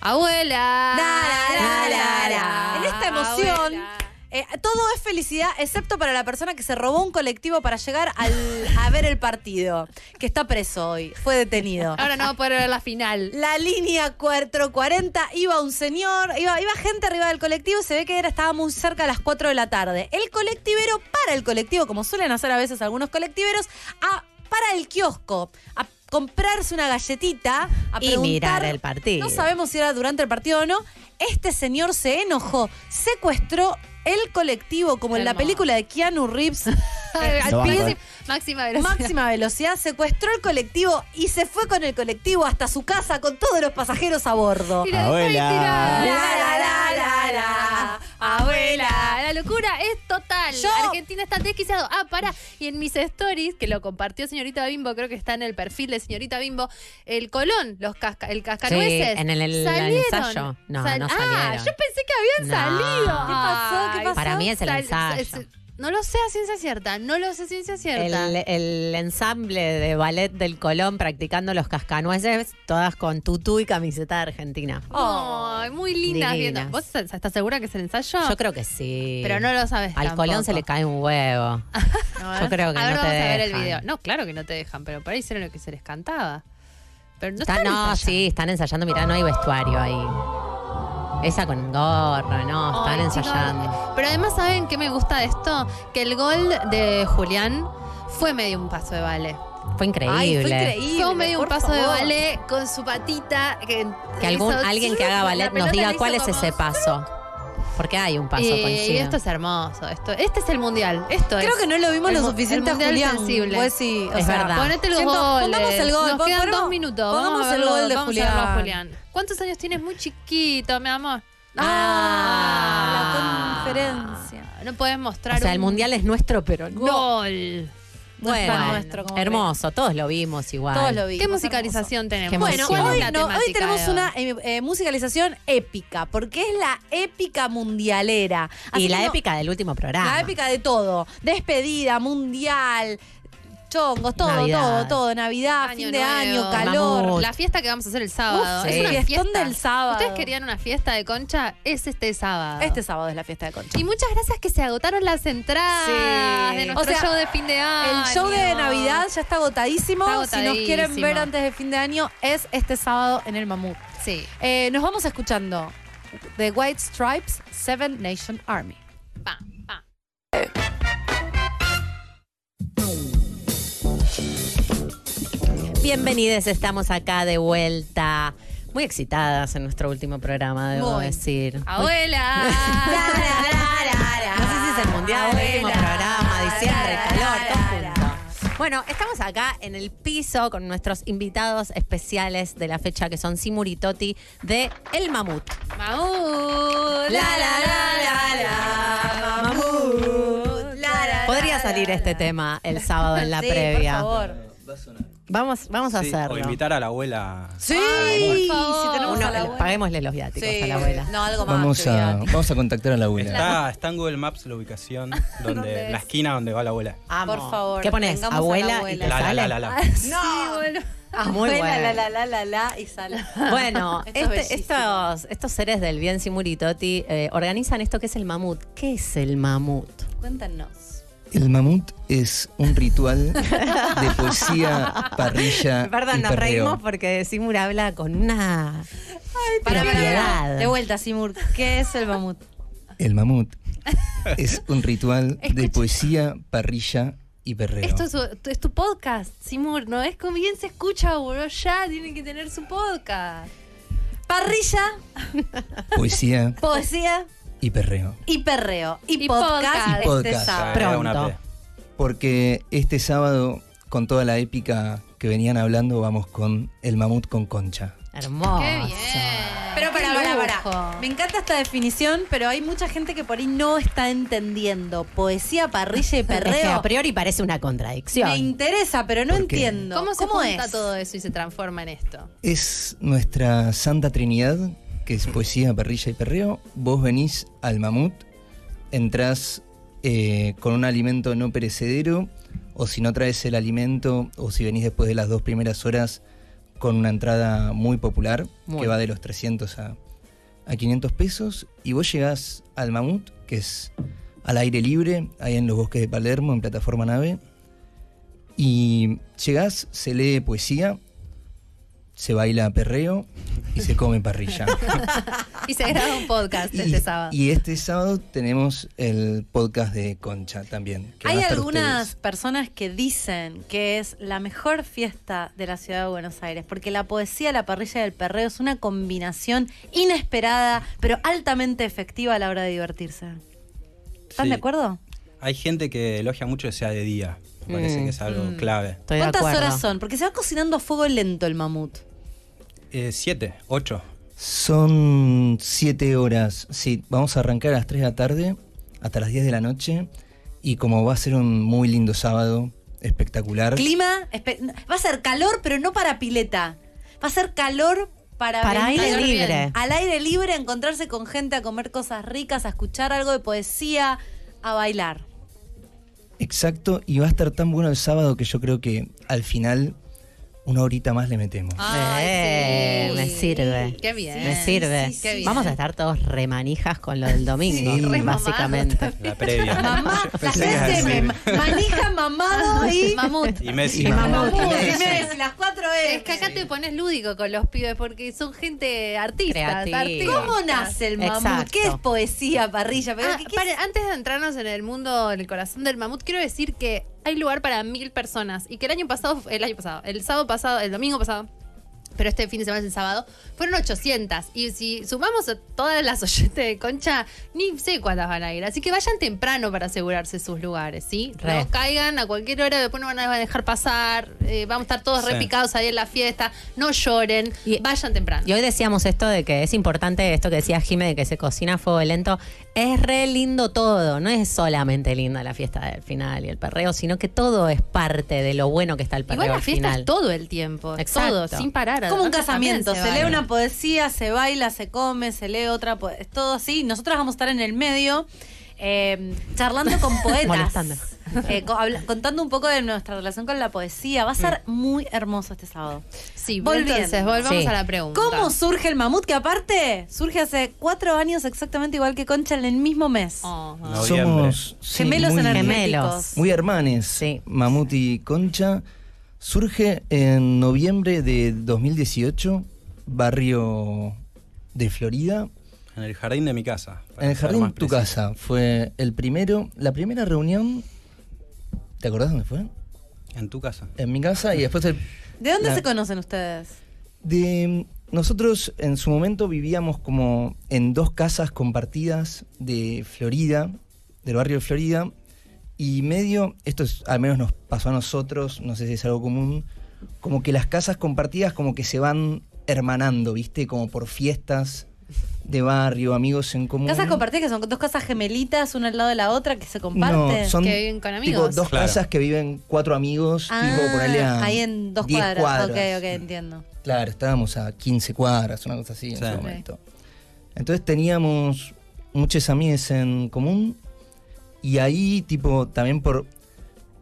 Abuela. La, la, la, la. En esta emoción, Abuela. eh, todo es felicidad, excepto para la persona que se robó un colectivo para llegar al- a ver el partido, que está preso hoy, fue detenido. Ahora no va a poder ver la final. La línea 440 iba un señor, iba, iba gente arriba del colectivo y se ve que era, estaba muy cerca a las 4 de la tarde. El colectivero para el colectivo, como suelen hacer a veces algunos colectiveros, a, para el kiosco, a comprarse una galletita, a Y mirar preguntar- el partido. No sabemos si era durante el partido o no. Este señor se enojó, secuestró el colectivo, como en la Hermoso. película de Keanu [laughs] Reeves, Al No van a piso, poder. máxima velocidad. Máxima velocidad, secuestró el colectivo y se fue con el colectivo hasta su casa con todos los pasajeros a bordo. Tira, Abuela. La, tira. la, la, la, la. Abuela. La locura es total. Yo- Argentina está desquiciado. Ah, para. Y en mis stories, que lo compartió señorita Bimbo, creo que está en el perfil de señorita Bimbo, el Colón, los casca, el cascanueces. Sí, en el- el salieron. ensayo. No, no Ah, salieron. yo pensé que habían No. salido. ¿Qué pasó? ¿Qué Ay, pasó? Para mí es el sal- ensayo. s- No lo sé a ciencia cierta, no lo sé a ciencia cierta. El, el ensamble de ballet del Colón practicando los cascanueces, todas con tutú y camiseta de Argentina. Oh, Ay, muy lindas Divinas. viendo. ¿Vos estás segura que es el ensayo? Yo creo que sí. Pero no lo sabes. Ah, Al Colón se le cae un huevo. Yo creo que a ver, no te vamos a ver el dejan. video. No, claro que no te dejan, pero por ahí hicieron lo que se les cantaba. Pero no Está- están no, ensayando. sí, están ensayando. Mirá, no hay vestuario ahí. Esa con gorro, no, están Ay, chicos, ensayando. Pero además, ¿saben qué me gusta de esto? Que el gol de Julián fue medio un paso de vale. Fue increíble. Ay, fue increíble. Fue medio un por paso de favor. vale con su patita. Que, Que algún, hizo- alguien que haga la ballet nos pelota diga le cuál es hizo ese como- paso. Porque hay un paso, Eh, Y, coincido. esto es hermoso. Esto, este es el mundial. Esto Creo es. que no lo vimos El lo mu- suficiente a el mundial Julián. sensible. Pues sí, o Es sea, verdad. Ponete los Siento, goles. pongamos el gol, Nos pon- quedan pongamos- dos minutos. pongamos vamos a el verlo, gol de vamos a verlo a Julián. Julián. ¿Cuántos años tienes? Muy chiquito, mi amor. Ah, la conferencia. No puedes mostrar o sea, el un mundial es nuestro, pero no. gol. No es Bueno, tan nuestro como hermoso, todos lo vimos igual. Todos lo vimos. ¿Qué musicalización Qué tenemos? Bueno, Sí. ¿Cuál hoy, es la no, hoy temática tenemos de una eh, eh, musicalización épica, porque es la épica mundialera. Así Y la que no- épica del último programa. La épica de todo. Despedida, mundial, chongos, todo, Navidad. todo, todo. Navidad, Año fin de nuevo. año, Mamut. calor. La fiesta que vamos a hacer el sábado. Uf, es sí. una Fiestón fiesta. del sábado. ¿Ustedes querían una fiesta de concha? Es este sábado. Este sábado es la fiesta de Concha. y muchas gracias que se agotaron las entradas Sí. de nuestro O sea, show de fin de año. El show de Navidad ya está agotadísimo. Si Está agotadísimo. nos quieren ver antes de fin de año, es este sábado en el Mamut. Sí. Eh, nos vamos escuchando The White Stripes, Seven Nation Army. Pa, pa. Bienvenidos, estamos acá de vuelta. Muy excitadas en nuestro último programa, debo Muy. decir. [laughs] Abuela. No sé si es el mundial, el último programa, diciembre, calor, todo junto. Bueno, estamos acá en el piso con nuestros invitados especiales de la fecha que son Simuritoti de El Mamut. Maú. Podría salir este tema el sábado en la Sí, previa. Por favor. Vamos, vamos a Sí, o hacerlo. invitar a la abuela. Sí, Ay, por favor. si tenemos Uno- a la abuela. paguémosle los viáticos a la abuela. No, algo más. Vamos que a, gratis. vamos a contactar a la abuela. Está, está en Google Maps la ubicación, donde, es? la esquina donde va la abuela. Amo. Por favor, ¿Qué pones? tengamos a la Abuela, y abuela. te La, la, sale? la, la, la. No, Ah, muy bueno. la, la, la, la, la, y sale. [laughs] Bueno, [laughs] Esto es este- bellísimo. estos, estos seres del bien Simuritoti eh, organizan esto que es el mamut. ¿Qué es el mamut? Cuéntanos. El mamut es un ritual [laughs] de poesía, parrilla. [laughs] Perdón, y nos perreo. reímos porque Simur habla con una Para, para, para. propiedad. De vuelta, Simur. ¿Qué es el mamut? El mamut es un ritual de poesía, parrilla y perreo. Esto es, tu- es tu podcast, Simur, ¿no? Es como bien se escucha, boludo. Ya tienen que tener su podcast. Parrilla, Poesía poesía y perreo. y perreo. Y, Y podcast. podcast, Y podcast. este sábado. Era una Pronto. P. Porque este sábado, con toda la épica que venían hablando, vamos con el mamut con concha. Hermoso. Qué bien. Pero para, Qué para, lujo. para. Me encanta esta definición, pero hay mucha gente que por ahí no está entendiendo. Poesía, parrilla y Es que a perreo. priori parece una contradicción. Me interesa, pero no ¿Por qué? entiendo. ¿Cómo se junta es? todo eso y se transforma en esto? [laughs] Es nuestra Santa Trinidad, que es poesía, parrilla y perreo. Vos venís al mamut, entrás eh, con un alimento no perecedero, o si no traes el alimento, o si venís después de las dos primeras horas con una entrada muy popular, Muy. que va de los 300 a, a 500 pesos, y vos llegás al mamut, que es al aire libre, ahí en los bosques de Palermo, en plataforma nave, y llegás, se lee poesía, se baila perreo y se come parrilla. Y se graba un podcast este sábado. y este sábado tenemos el podcast de Concha también. que Hay van a estar algunas ustedes. personas que dicen que es la mejor fiesta de la ciudad de Buenos Aires, porque la poesía, la parrilla y el perreo es una combinación inesperada, pero altamente efectiva a la hora de divertirse. ¿Están Sí. de acuerdo? Hay gente que elogia mucho que sea de día. Me parece Mm. que es algo clave. Estoy de ¿Cuántas acuerdo. horas son? Porque se va cocinando a fuego lento el mamut. Eh, siete, ocho. Son siete horas. Sí, vamos a arrancar a las 3 de la tarde hasta las 10 de la noche. Y como va a ser un muy lindo sábado, espectacular. Clima, espe- va a ser calor, pero no para pileta. Va a ser calor para, Para venir- aire Calor bien. libre. Al aire libre, a encontrarse con gente, a comer cosas ricas, a escuchar algo de poesía, a bailar. Exacto. Y va a estar tan bueno el sábado que yo creo que al final una horita más le metemos. Eh, sí. me sirve. Qué bien. Me sirve. Sí, sí, sí. Vamos a estar todos remanijas con lo del domingo, Sí, re mamados [laughs] básicamente. La previa. Mamá, Yo la pensé que ibas a gente me decir- ma- manija mamado Ah, y Mamut. Y Messi. Y mamá. mamut. Mamut. Y Messi, las cuatro Es es. que acá te pones lúdico con los pibes porque son gente artista. Creativa. ¿Cómo nace el mamut? Exacto. ¿Qué es poesía, parrilla? Pero Ah, ¿qué- qué pare- antes de entrarnos en el mundo, en el corazón del mamut, quiero decir que hay lugar para mil personas y que el año pasado, el año pasado, el sábado pasado, el domingo pasado, pero este fin de semana es el sábado, fueron 800. Y si sumamos a todas las [laughs] oyentes de concha, ni sé cuántas van a ir. Así que vayan temprano para asegurarse sus lugares, ¿sí? Re. No caigan a cualquier hora, después no van a dejar pasar, eh, vamos a estar todos Sí. repicados ahí en la fiesta, no lloren, Y- vayan temprano. Y hoy decíamos esto de que es importante esto que decía Jime de que se cocina a fuego lento. Es re lindo todo, no es solamente linda la fiesta del final y el perreo, sino que todo es parte de lo bueno que está el perreo Igual la al fiesta final. es todo el tiempo, es Exacto. todo, sin parar. Es como un Además, casamiento, se, también lee vale. una poesía, se baila, se come, se lee otra, po- es todo así. Nosotras vamos a estar en el medio eh, charlando [laughs] con poetas, Molestando. eh, co- habla- contando un poco de nuestra relación con la poesía. Va a ser muy hermoso este sábado. Mm. Sí, Volviendo. entonces volvamos Sí. a la pregunta. ¿Cómo surge el mamut? Que aparte surge hace cuatro años exactamente igual que Concha en el mismo mes. Ah. Ajá. Noviembre. Somos sí, Gemelos muy- energéticos. Gemelos. Muy hermanes, Sí. Mamut y Concha. Surge en noviembre de 2018, barrio de Florida. En el jardín de mi casa. para En el ser jardín más tu preciso. casa. Fue el primero, la primera reunión. ¿Te acordás dónde fue? En tu casa. En mi casa y después el. ¿De dónde La- se conocen ustedes? De, nosotros en su momento vivíamos como en dos casas compartidas de Florida, del barrio de Florida, y medio, esto es, al menos nos pasó a nosotros, no sé si es algo común, como que las casas compartidas como que se van hermanando, ¿viste? Como por fiestas de barrio, amigos en común. Casas compartidas que son dos casas gemelitas, una al lado de la otra, que se comparten. Mm. No, son Que viven con tipo, amigos. dos Claro. casas que viven cuatro amigos, Ah, tipo ponele a ahí en dos 10 cuadras. Ok, ok, entiendo. Claro, estábamos a 15 cuadras, una cosa así en Sí. ese Ok. momento. Entonces teníamos muchas amigas en común y ahí, tipo, también por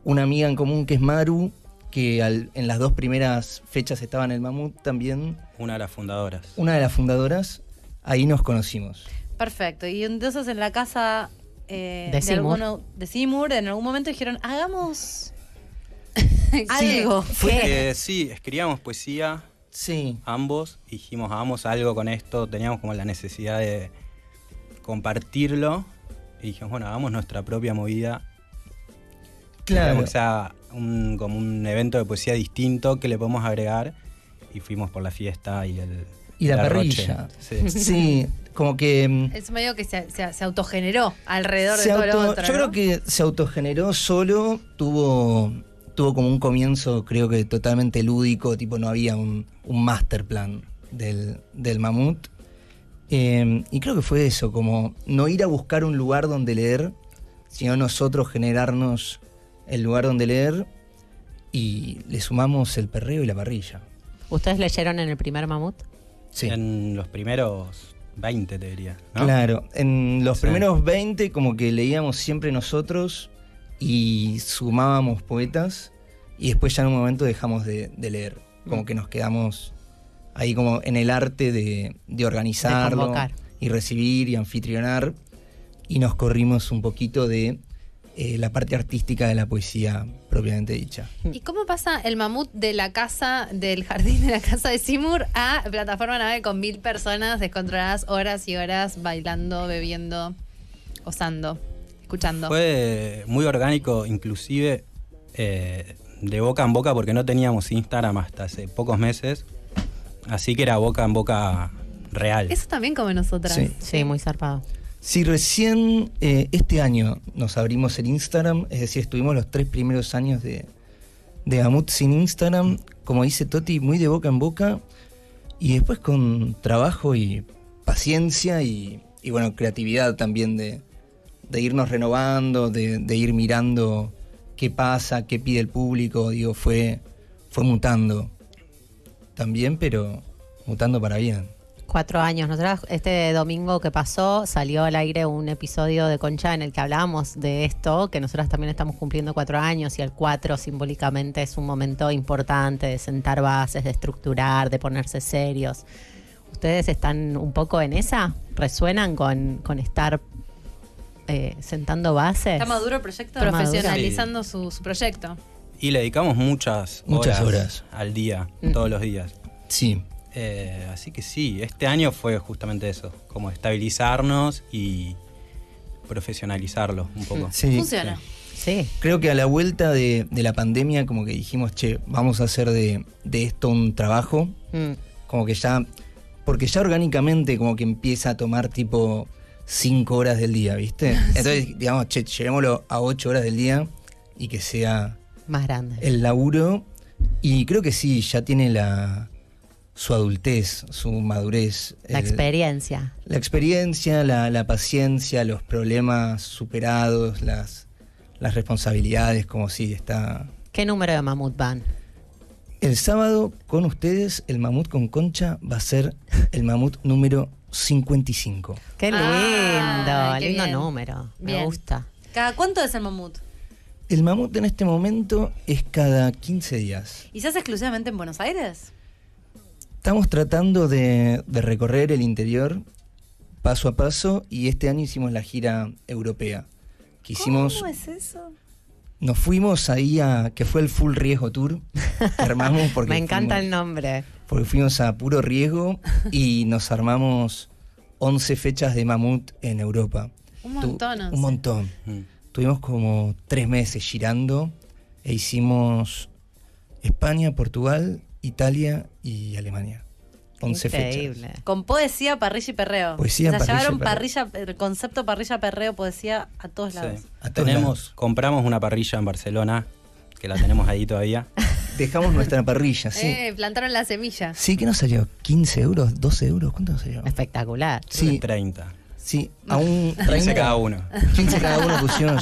una amiga en común que es Maru, que al- en las dos primeras fechas estaba en el Mamut también, Una de las fundadoras. una de las fundadoras, ahí nos conocimos. Perfecto. Y entonces en la casa eh, De de, Seymour. alguno- de Seymour, en algún momento dijeron, [laughs] hagamos Sí. algo. Fue eh, sí, escribíamos poesía Sí. ambos. Dijimos, hagamos algo con esto. Teníamos como la necesidad de compartirlo. Y dijimos, bueno, hagamos nuestra propia movida. Claro. Queremos que sea un- como un evento de poesía distinto que le podemos agregar. Y fuimos por la fiesta y el. Y la el arroche. parrilla. Sí. Sí, como que... mm, Es medio que se, se- se autogeneró alrededor Se de todo auto- lo otro. Yo creo ¿no? que se autogeneró solo, tuvo, tuvo como un comienzo, creo que totalmente lúdico, tipo no había un, un master plan. del, del mamut. Eh, y creo que fue eso, como no ir a buscar un lugar donde leer, sino nosotros generarnos el lugar donde leer y le sumamos el perreo y la parrilla. ¿Ustedes leyeron en el primer mamut? Sí. En los primeros 20, te diría. ¿no? Claro, en los Sí. primeros 20 como que leíamos siempre nosotros y sumábamos poetas y después ya en un momento dejamos de, de leer, como que nos quedamos ahí como en el arte de, de organizarlo convocar. y recibir y anfitrionar y nos corrimos un poquito de eh, la parte artística de la poesía propiamente dicha. ¿Y cómo pasa el mamut de la casa, del jardín de la casa de Seymour a plataforma nave con mil personas descontroladas horas y horas bailando, bebiendo, osando, escuchando? Fue muy orgánico, inclusive eh, de boca en boca, porque no teníamos Instagram hasta hace pocos meses. Así que era boca en boca real. Eso también como nosotras. Sí. Sí, muy zarpado. Sí, recién eh, este año nos abrimos el Instagram, es decir, estuvimos los tres primeros años de, de Amut sin Instagram, como dice Toti, muy de boca en boca, y después con trabajo y paciencia y, y, bueno, creatividad también de, de irnos renovando, de, de ir mirando qué pasa, qué pide el público, digo, fue, fue mutando también, pero mutando para bien. Cuatro años. Nosotras, este domingo que pasó, salió al aire un episodio de Concha en el que hablábamos de esto, que nosotras también estamos cumpliendo cuatro años y el cuatro simbólicamente es un momento importante de sentar bases, de estructurar, de ponerse serios. ¿Ustedes están un poco en esa? ¿Resuenan con, con estar eh, sentando bases? Está maduro el proyecto, Está maduro. profesionalizando su, su proyecto. Y le dedicamos muchas, Muchas horas. al día, todos los días. Sí, Eh, así que sí, este año fue justamente eso, como estabilizarnos y profesionalizarlo un poco. sí. Funciona. Sí. Creo que a la vuelta de, de la pandemia, como que dijimos, che, vamos a hacer de, de esto un trabajo. Mm. Como que ya. Porque ya orgánicamente, como que empieza a tomar tipo cinco horas del día, ¿viste? Entonces, digamos, che, llevémoslo a ocho horas del día y que sea Más grande. el laburo. Y creo que sí, ya tiene la. su adultez, su madurez. La el- experiencia. la experiencia, la, la paciencia, los problemas superados, las, las responsabilidades, como si está. ¿Qué número de mamut van? El sábado con ustedes, el mamut con concha va a ser el mamut número 55. Qué lindo, Ah, qué lindo bien. número. Me Bien. gusta. ¿Cada cuánto es el mamut? El mamut en este momento es cada 15 días. ¿Y se hace exclusivamente en Buenos Aires? Estamos tratando de, de recorrer el interior paso a paso y este año hicimos la gira europea. Que hicimos ¿Cómo es eso? Nos fuimos ahí a. que fue el Full Riesgo [laughs] Tour. Armamos porque. Me encanta el fuimos, nombre. Porque fuimos a puro riesgo y nos armamos 11 fechas de mamut en Europa. Un Tu- montón. un montón. Mm. Tuvimos como tres meses girando e hicimos España, Portugal, Italia y Alemania. 11 Increíble. fechas. Con poesía, parrilla y perreo. o Poesía, sea, parrilla y llevaron perreo. parrilla, el concepto parrilla, perreo, poesía a todos Sí. lados. A todos Tenemos, lados. compramos una parrilla en Barcelona, que la tenemos ahí todavía. Dejamos nuestra parrilla, Ah, sí. Eh, plantaron la semilla. Sí, ¿qué nos salió? ¿15 euros? ¿12 euros? ¿Cuánto nos salió? Espectacular. Sí, 30. sí, a un 15 cada uno. 15 cada uno pusieron.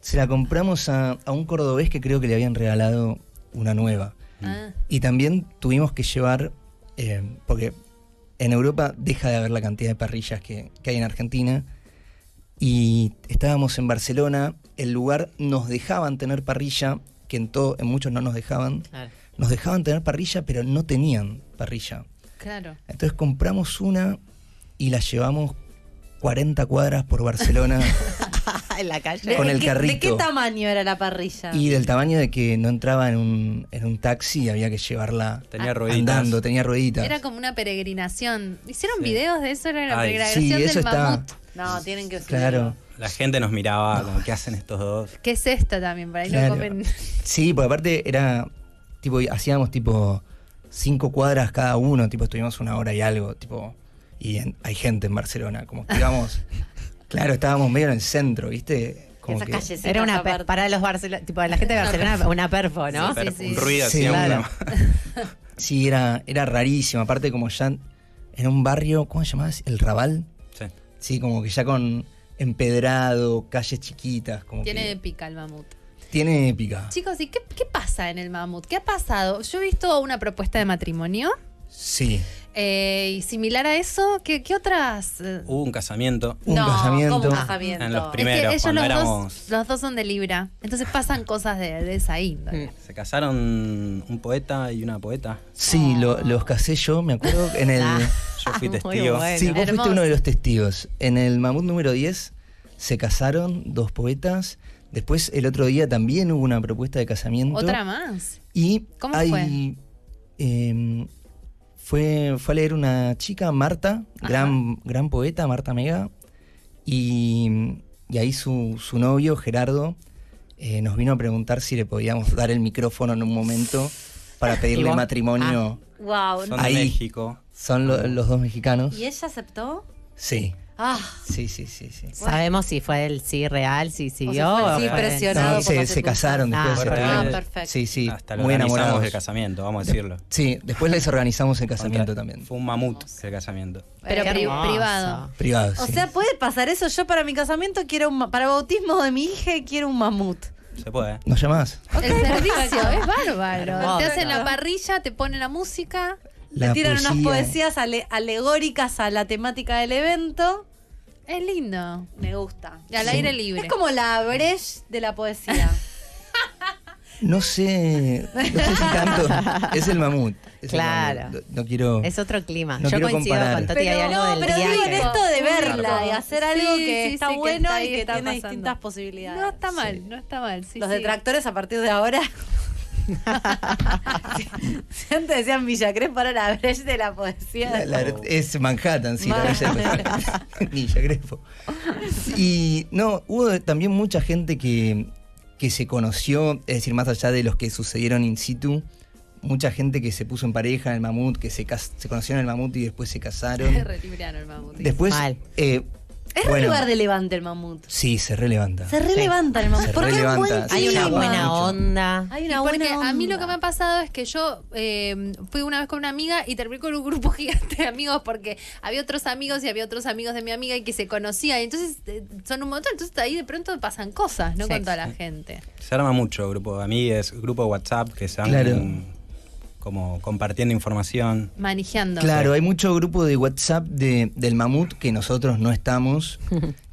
Se la compramos a, a un cordobés que creo que le habían regalado una nueva. Ah. Y también tuvimos que llevar, eh, porque en Europa deja de haber la cantidad de parrillas que, que hay en Argentina. Y estábamos en Barcelona, el lugar nos dejaban tener parrilla, que en, todo, en muchos no nos dejaban. Claro. Nos dejaban tener parrilla, pero no tenían parrilla. Claro. Entonces compramos una y la llevamos 40 cuadras por Barcelona. [laughs] en la calle. ¿De- Con de el qué- carrito. ¿De qué tamaño era la parrilla? Y del tamaño de que no entraba en un, en un taxi y había que llevarla Tenía rueditas. andando, tenía rueditas. Era como una peregrinación. ¿Hicieron Sí. videos de eso? Era la Ay, peregrinación sí, eso del está. mamut. No, tienen que Claro, La gente nos miraba, como, ¿qué hacen estos dos? ¿Qué es esta también? Para ahí lo claro. comen. Sí, porque aparte era, tipo, hacíamos tipo cinco cuadras cada uno, tipo, estuvimos una hora y algo, tipo, y en- hay gente en Barcelona, como que íbamos, claro, estábamos medio en el centro, ¿viste? Como Esas que- calles. Era una per- para los Barcelona, tipo la gente de Barcelona, una perfo, ¿no? Pero sí. Un ruido Sí, así. claro. una- [laughs] Sí, era, era rarísimo. Aparte, como ya en un barrio, ¿cómo se llamaba? El Raval. Sí. Sí, como que ya con empedrado, calles chiquitas. Como Tiene que- pica el mamut. tiene épica. Chicos, ¿y qué, qué pasa en el mamut? ¿Qué ha pasado? Yo he visto una propuesta de matrimonio Sí. eh, y similar a eso, ¿qué, qué otras? eh? Hubo un casamiento Un no, casamiento. ¿cómo un casamiento? en los Es que primeros, ellos cuando los éramos... dos, los dos son de Libra, entonces pasan cosas de, de esa índole. Se casaron un poeta y una poeta. Sí, lo- los casé yo, me acuerdo, [laughs] en el... Yo fui Muy testigo. bueno. Sí, vos fuiste Ah, Hermoso. uno de los testigos. En el Mamut número 10 se casaron dos poetas. Después, el otro día también hubo una propuesta de casamiento. Otra más. Y ¿Cómo hay, fue? em, fue? Fue a leer una chica, Marta, gran, gran poeta, Marta Mega. Y, y ahí su, su novio, Gerardo, eh, nos vino a preguntar si le podíamos dar el micrófono en un momento [laughs] para pedirle vos? matrimonio. Wow. Son Ahí. de México. Ah. Son lo- los dos mexicanos. Ah. ¿Y ella aceptó? Sí, Ah, sí, sí, sí. sí. Sabemos si fue el sí real, si siguió. fue o así, fue- presionado No, por se, las se casaron circunstancias. después. se Ah, tuvieron- ah, perfecto. Sí, sí, Hasta lo muy organizamos enamorados. el casamiento, vamos a decirlo. Sí, después les organizamos el casamiento Contra- también. Fue un mamut el casamiento. Pero Qué pri- hermoso. privado. Privado, Ah, O Ah, sí. sea, puede pasar eso. Yo para mi casamiento quiero un ma- para el bautismo de mi hija quiero un mamut. Se puede. ¿eh? ¿Nos llamás? El [laughs] servicio es bárbaro. Hermoso. Te hacen la parrilla, te ponen la música. Le tiran unas poesías ale- alegóricas a la temática del evento. Es lindo. Me gusta. Y al aire libre. Es como la breche de la poesía. No sé, no sé si tanto. [laughs] Es el mamut. es el Claro. mamut. No, no quiero. Es otro clima. No Yo quiero coincido comparar. con Tati, hay algo no, del pero día digo en que- esto de verla, Claro. de hacer algo Sí, que sí, está sí, que bueno está y ahí, que está tiene pasando. distintas posibilidades. No está mal, no está mal. sí, Los sí. detractores a partir de [laughs] ahora. Si Antes decían Villacrés para la breche de la poesía. La- la- es Manhattan, sí, la Man- bella de- [laughs] Ninja Crespo. Y no, hubo también mucha gente que, que se conoció, es decir, más allá de los que sucedieron in situ, mucha gente que se puso en pareja en el mamut, que se, cas- se conocieron en el mamut y después [laughs] se Es casaron. re libriano el mamut. Después. Mal. eh, Es un bueno, lugar de levante el mamut. Sí, se relevanta. Se relevanta el mamut. Se porque es relevanta, buen sí. Hay una clima. buena onda. Hay Y una porque buena a mí lo onda. que me ha pasado es que yo eh, fui una vez con una amiga y terminé con un grupo [laughs] gigante de amigos porque había otros amigos y había otros amigos de mi amiga y que se conocían. Y entonces eh, son un montón. Entonces ahí de pronto pasan cosas, ¿no? Sí. Con toda la gente. Se arma mucho grupo de amigues, grupo de WhatsApp que se van Claro. con- como compartiendo información. Manejando. Claro, hay mucho grupo de WhatsApp de- del mamut que nosotros no estamos,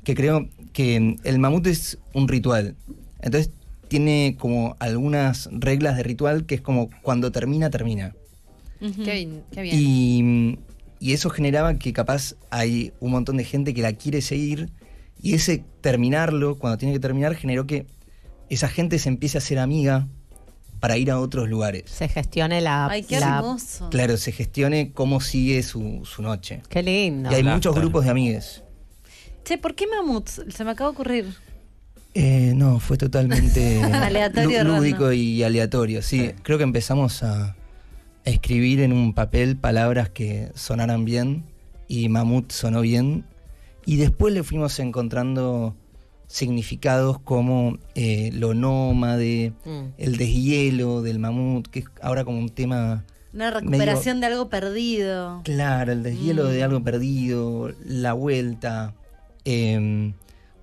que creo que mm, el mamut es un ritual. Entonces tiene como algunas reglas de ritual que es como cuando termina, termina. [laughs] Qué bien. Qué bien. Y, mm, y eso generaba que capaz hay un montón de gente que la quiere seguir y ese terminarlo, cuando tiene que terminar, generó que esa gente se empiece a ser amiga para ir a otros lugares. Se gestione la. Ay, qué la- hermoso. Claro, se gestione cómo sigue su, su noche. Qué lindo. Y hay Claro, muchos claro. grupos de amigues. Che, ¿por qué mamut? Se me acaba de ocurrir. Eh, no, fue totalmente Aleatorio, lú- random. lúdico y aleatorio. Sí, creo que empezamos a, a escribir en un papel palabras que sonaran bien y Mamut sonó bien. Y después le fuimos encontrando significados como eh, lo nómade, Mm. el deshielo del mamut, que es ahora como un tema Una Medio- recuperación de algo perdido. Claro, el deshielo de algo perdido, la vuelta, em,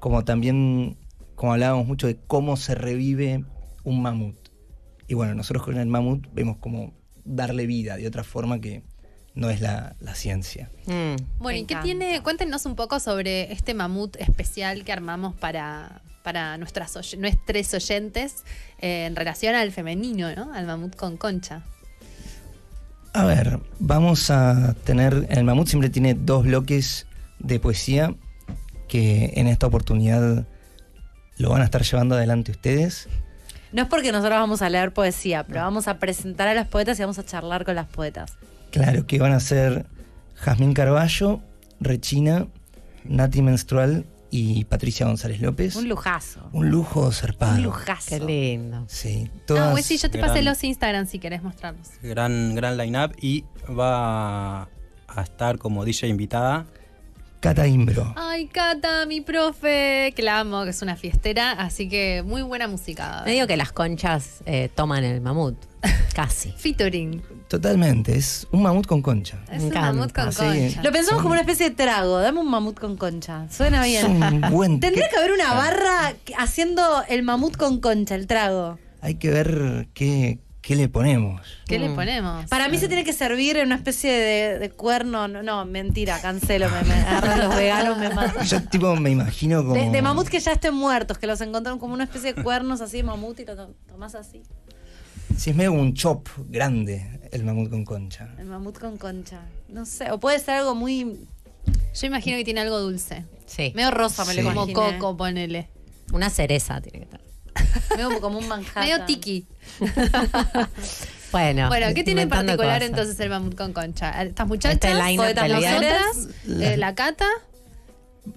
como también, como hablábamos mucho de cómo se revive un mamut. Y bueno, nosotros con el mamut vemos como darle vida de otra forma que no es la, la ciencia. Mm. Bueno, Me ¿y qué encanta. tiene? Cuéntenos un poco sobre este mamut especial que armamos para, para nuestras oy- nuestros oyentes eh, en relación al femenino, ¿no? Al mamut con concha. A ver, vamos a tener, el mamut siempre tiene dos bloques de poesía que en esta oportunidad lo van a estar llevando adelante ustedes. No es porque nosotros vamos a leer poesía, pero vamos a presentar a los poetas y vamos a charlar con las poetas. Claro, que van a ser Jazmín Carballo, Rechina, Nati Menstrual y Patricia González López. Un lujazo. Un lujo zarpado. Un lujazo. Qué lindo. Sí, Ah, todas. güey, sí, yo te pasé Grande. los Instagram si querés mostrarnos. Gran, gran line-up y va a estar como DJ invitada Cata Imbro. Ay, Cata, mi profe, que la amo, que es una fiestera, así que muy buena música. Medio que las conchas eh, toman el [laughs] mamut. Casi. Featuring. Totalmente, es un mamut con concha. Es Me un mamut encanta, con sí. concha. Lo pensamos como una especie de trago. Dame un mamut con concha. Suena Es [laughs] bien. un buen Tendría qué- que haber una barra que- haciendo el mamut con concha, el trago. Hay que ver qué, qué le ponemos. ¿Qué le ponemos? Para mí se tiene que servir en una especie de, de cuerno. No, no, mentira, cancelo. Me, me agarran los veganos, me [laughs] matan. Yo tipo me imagino como... De, de mamut que ya estén muertos, que los encontraron como una especie de cuernos así de mamut y lo to- tomás así. Sí, es medio un chop grande el mamut con concha. El mamut con concha. No sé, o puede ser algo muy. Yo imagino que tiene algo dulce. Sí. medio rosa, me Sí. lo Como imaginé. coco, ponele. Una cereza tiene que estar. Medio como un manjar. Medio tiki. Bueno, Bueno, ¿qué tiene en inventando particular cosas. entonces el mamut con concha? Estas Este muchachas, line-up poetas del día. nosotras, eh, la cata.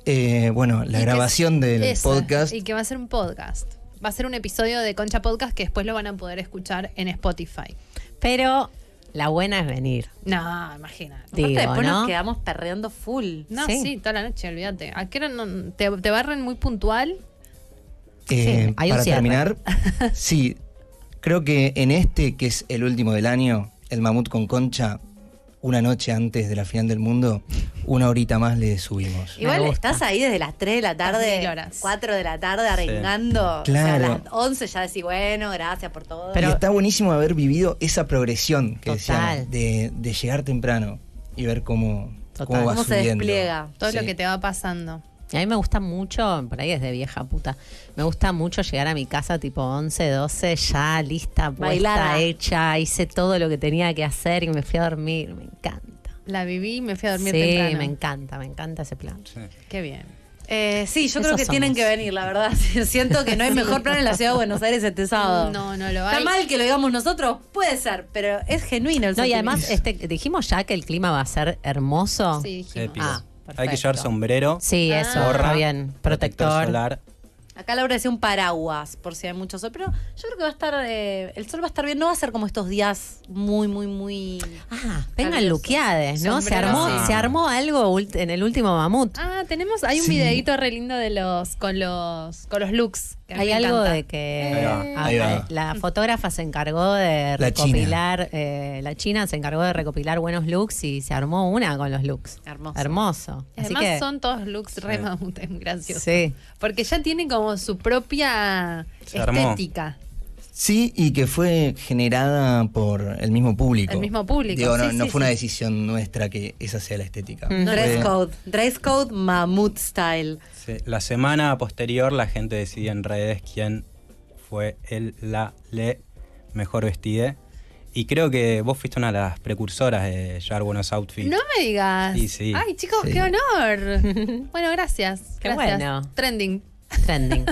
Eh, bueno, y la que- grabación del esa, podcast. Y que va a ser un podcast. Va a ser un episodio de Concha Podcast que después lo van a poder escuchar en Spotify. Pero la buena es venir. No, imagina. Aparte, Digo, después ¿no? nos quedamos perreando full. No, Sí. sí. toda la noche, olvídate. ¿A qué hora no- te, te barren muy puntual? Eh, Sí, hay un para cierre. terminar, sí, creo que en este, que es el último del año, el mamut con concha, una noche antes de la final del mundo, una horita más le subimos. Igual Me gusta. estás ahí desde las 3 de la Las mil tarde, horas. 4 de la tarde arengando. O sea, Claro. a las 11 ya decís, bueno, gracias por todo. y está buenísimo haber vivido esa progresión que Total. decíamos, de, de llegar temprano y ver cómo, Total. cómo va ¿Cómo se subiendo. despliega? Todo lo Sí. que te va pasando. A mí me gusta mucho, por ahí es de vieja puta, me gusta mucho llegar a mi casa tipo 11, 12, ya lista, puesta, Bailada. hecha, hice todo lo que tenía que hacer y me fui a dormir, me encanta. La viví y me fui a dormir sí, temprano. me encanta, me encanta ese plan. Qué bien. Eh, sí, yo creo Esos que tienen somos. que venir, la verdad. [laughs] Sí, Siento que no hay mejor plan en la ciudad de Buenos Aires este sábado. No, no lo Está hay. mal que lo digamos nosotros, puede ser, pero es genuino el No, y además sentimiento. este, dijimos ya que el clima va a ser hermoso. Sí, dijimos. Épico. Ah, Hay perfecto. que llevar sombrero, Sí, Ah. eso, gorra, está bien, protector. solar. Acá Laura decía un paraguas, por si hay mucho sol, pero yo creo que va a estar, eh, el sol va a estar bien, no va a ser como estos días muy, muy, muy... Ah, vengan Calioso. luqueades, ¿no? Se Sombrero, armó, sí. se armó algo ult- en el último mamut. Ah, tenemos, hay un Sí. videíto re lindo de los, con los, con los looks. que a mí Hay me algo encanta. de que Ahí va, ahí ah, va. la fotógrafa se encargó de La recopilar, eh, la China se encargó de recopilar buenos looks y se armó una con los looks. Hermoso. Hermoso. Así Además que, son todos looks re mamut, es muy gracioso. sí. Porque ya tiene como su propia Se armó. estética. Sí, y que fue generada por el mismo público. El mismo público, Digo, no, sí, no sí, fue una sí. decisión nuestra que esa sea la estética. Mm. Dress Fue- code, dress code mamut style. Sí, La semana posterior la gente decidía en redes quién fue el, la, le mejor vestida. Y creo que vos fuiste una de las precursoras de llevar buenos outfits. No me digas. Sí, sí. Ay, chicos, Sí. [laughs] qué honor. bueno, gracias. Qué gracias. bueno. Trending. Trending.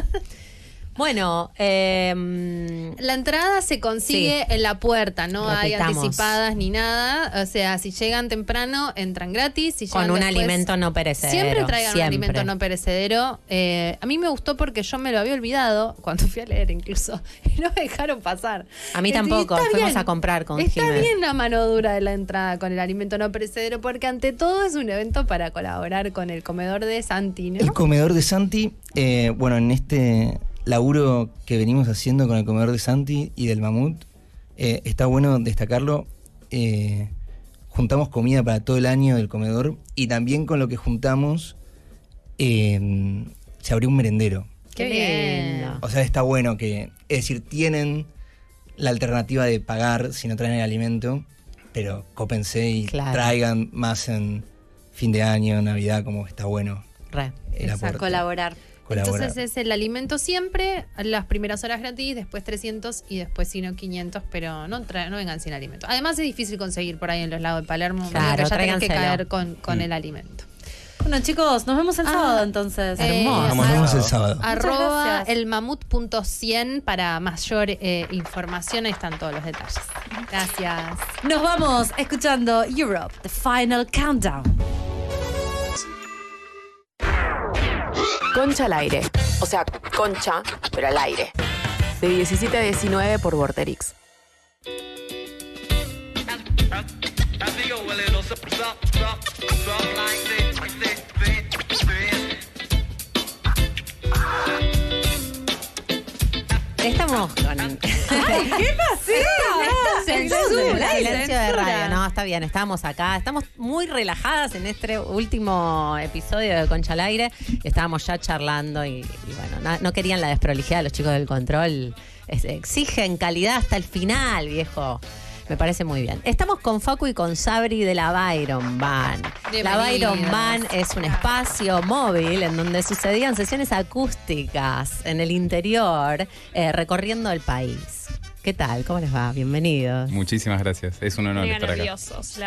bueno, eh, La entrada se consigue en la puerta, no hay Repitamos. anticipadas ni nada. O sea, si llegan temprano, entran gratis. Si con llegan un después- alimento no perecedero. Siempre traigan un siempre. alimento no perecedero. Eh, a mí me gustó porque yo me lo había olvidado cuando fui a leer incluso. [laughs] Y no me dejaron pasar. A mí Este, tampoco, está fuimos bien. a comprar con Está Jimé. bien la mano dura de la entrada con el alimento no perecedero porque ante todo es un evento para colaborar con el comedor de Santi, ¿no? El comedor de Santi, eh, bueno, en este laburo que venimos haciendo con el comedor de Santi y del mamut, eh, está bueno destacarlo. eh, juntamos comida para todo el año del comedor y también con lo que juntamos eh, se abrió un merendero. Qué lindo. O sea, está bueno que, es decir, tienen la alternativa de pagar si no traen el alimento, pero cópense y Claro. traigan más en fin de año, Navidad, como está bueno. Re. el aporte. colaborar. Colaborar. Entonces es el alimento siempre, las primeras horas gratis, después 300 y después si no 500, pero no, tra- no vengan sin alimento. Además es difícil conseguir por ahí en los lados de Palermo, medio Claro, que ya tenés que tráiganselo. caer con, con el alimento. Bueno, chicos, nos vemos el Ah, sábado entonces. eh, Hermoso. Nos vemos el sábado. [laughs] Arroba gracias. el mamut.100 para mayor eh, información, ahí están todos los detalles. Gracias. Nos vamos escuchando Europe, The Final Countdown. Concha al aire. O sea, concha, pero al aire. De 17 a 19 por Vorterix. I feel a little so- so- so- so like this, like this, bitch. Estamos con. ¿Qué [laughs] pasó? Censura, silencio de radio. No, está bien, estamos acá. Estamos muy relajadas en este último episodio de Concha al Aire. Estábamos ya charlando y, y bueno, na- no querían la desprolijidad los chicos del control. Es- exigen calidad hasta el final, viejo. Me parece muy bien. Estamos con Facu y con Sabri de la Byron Van. La Bienvenidos. Byron Van es un espacio móvil en donde sucedían sesiones acústicas en el interior, eh, recorriendo el país. ¿Qué tal? ¿Cómo les va? Bienvenidos. Muchísimas gracias. Es un honor Mega estar acá.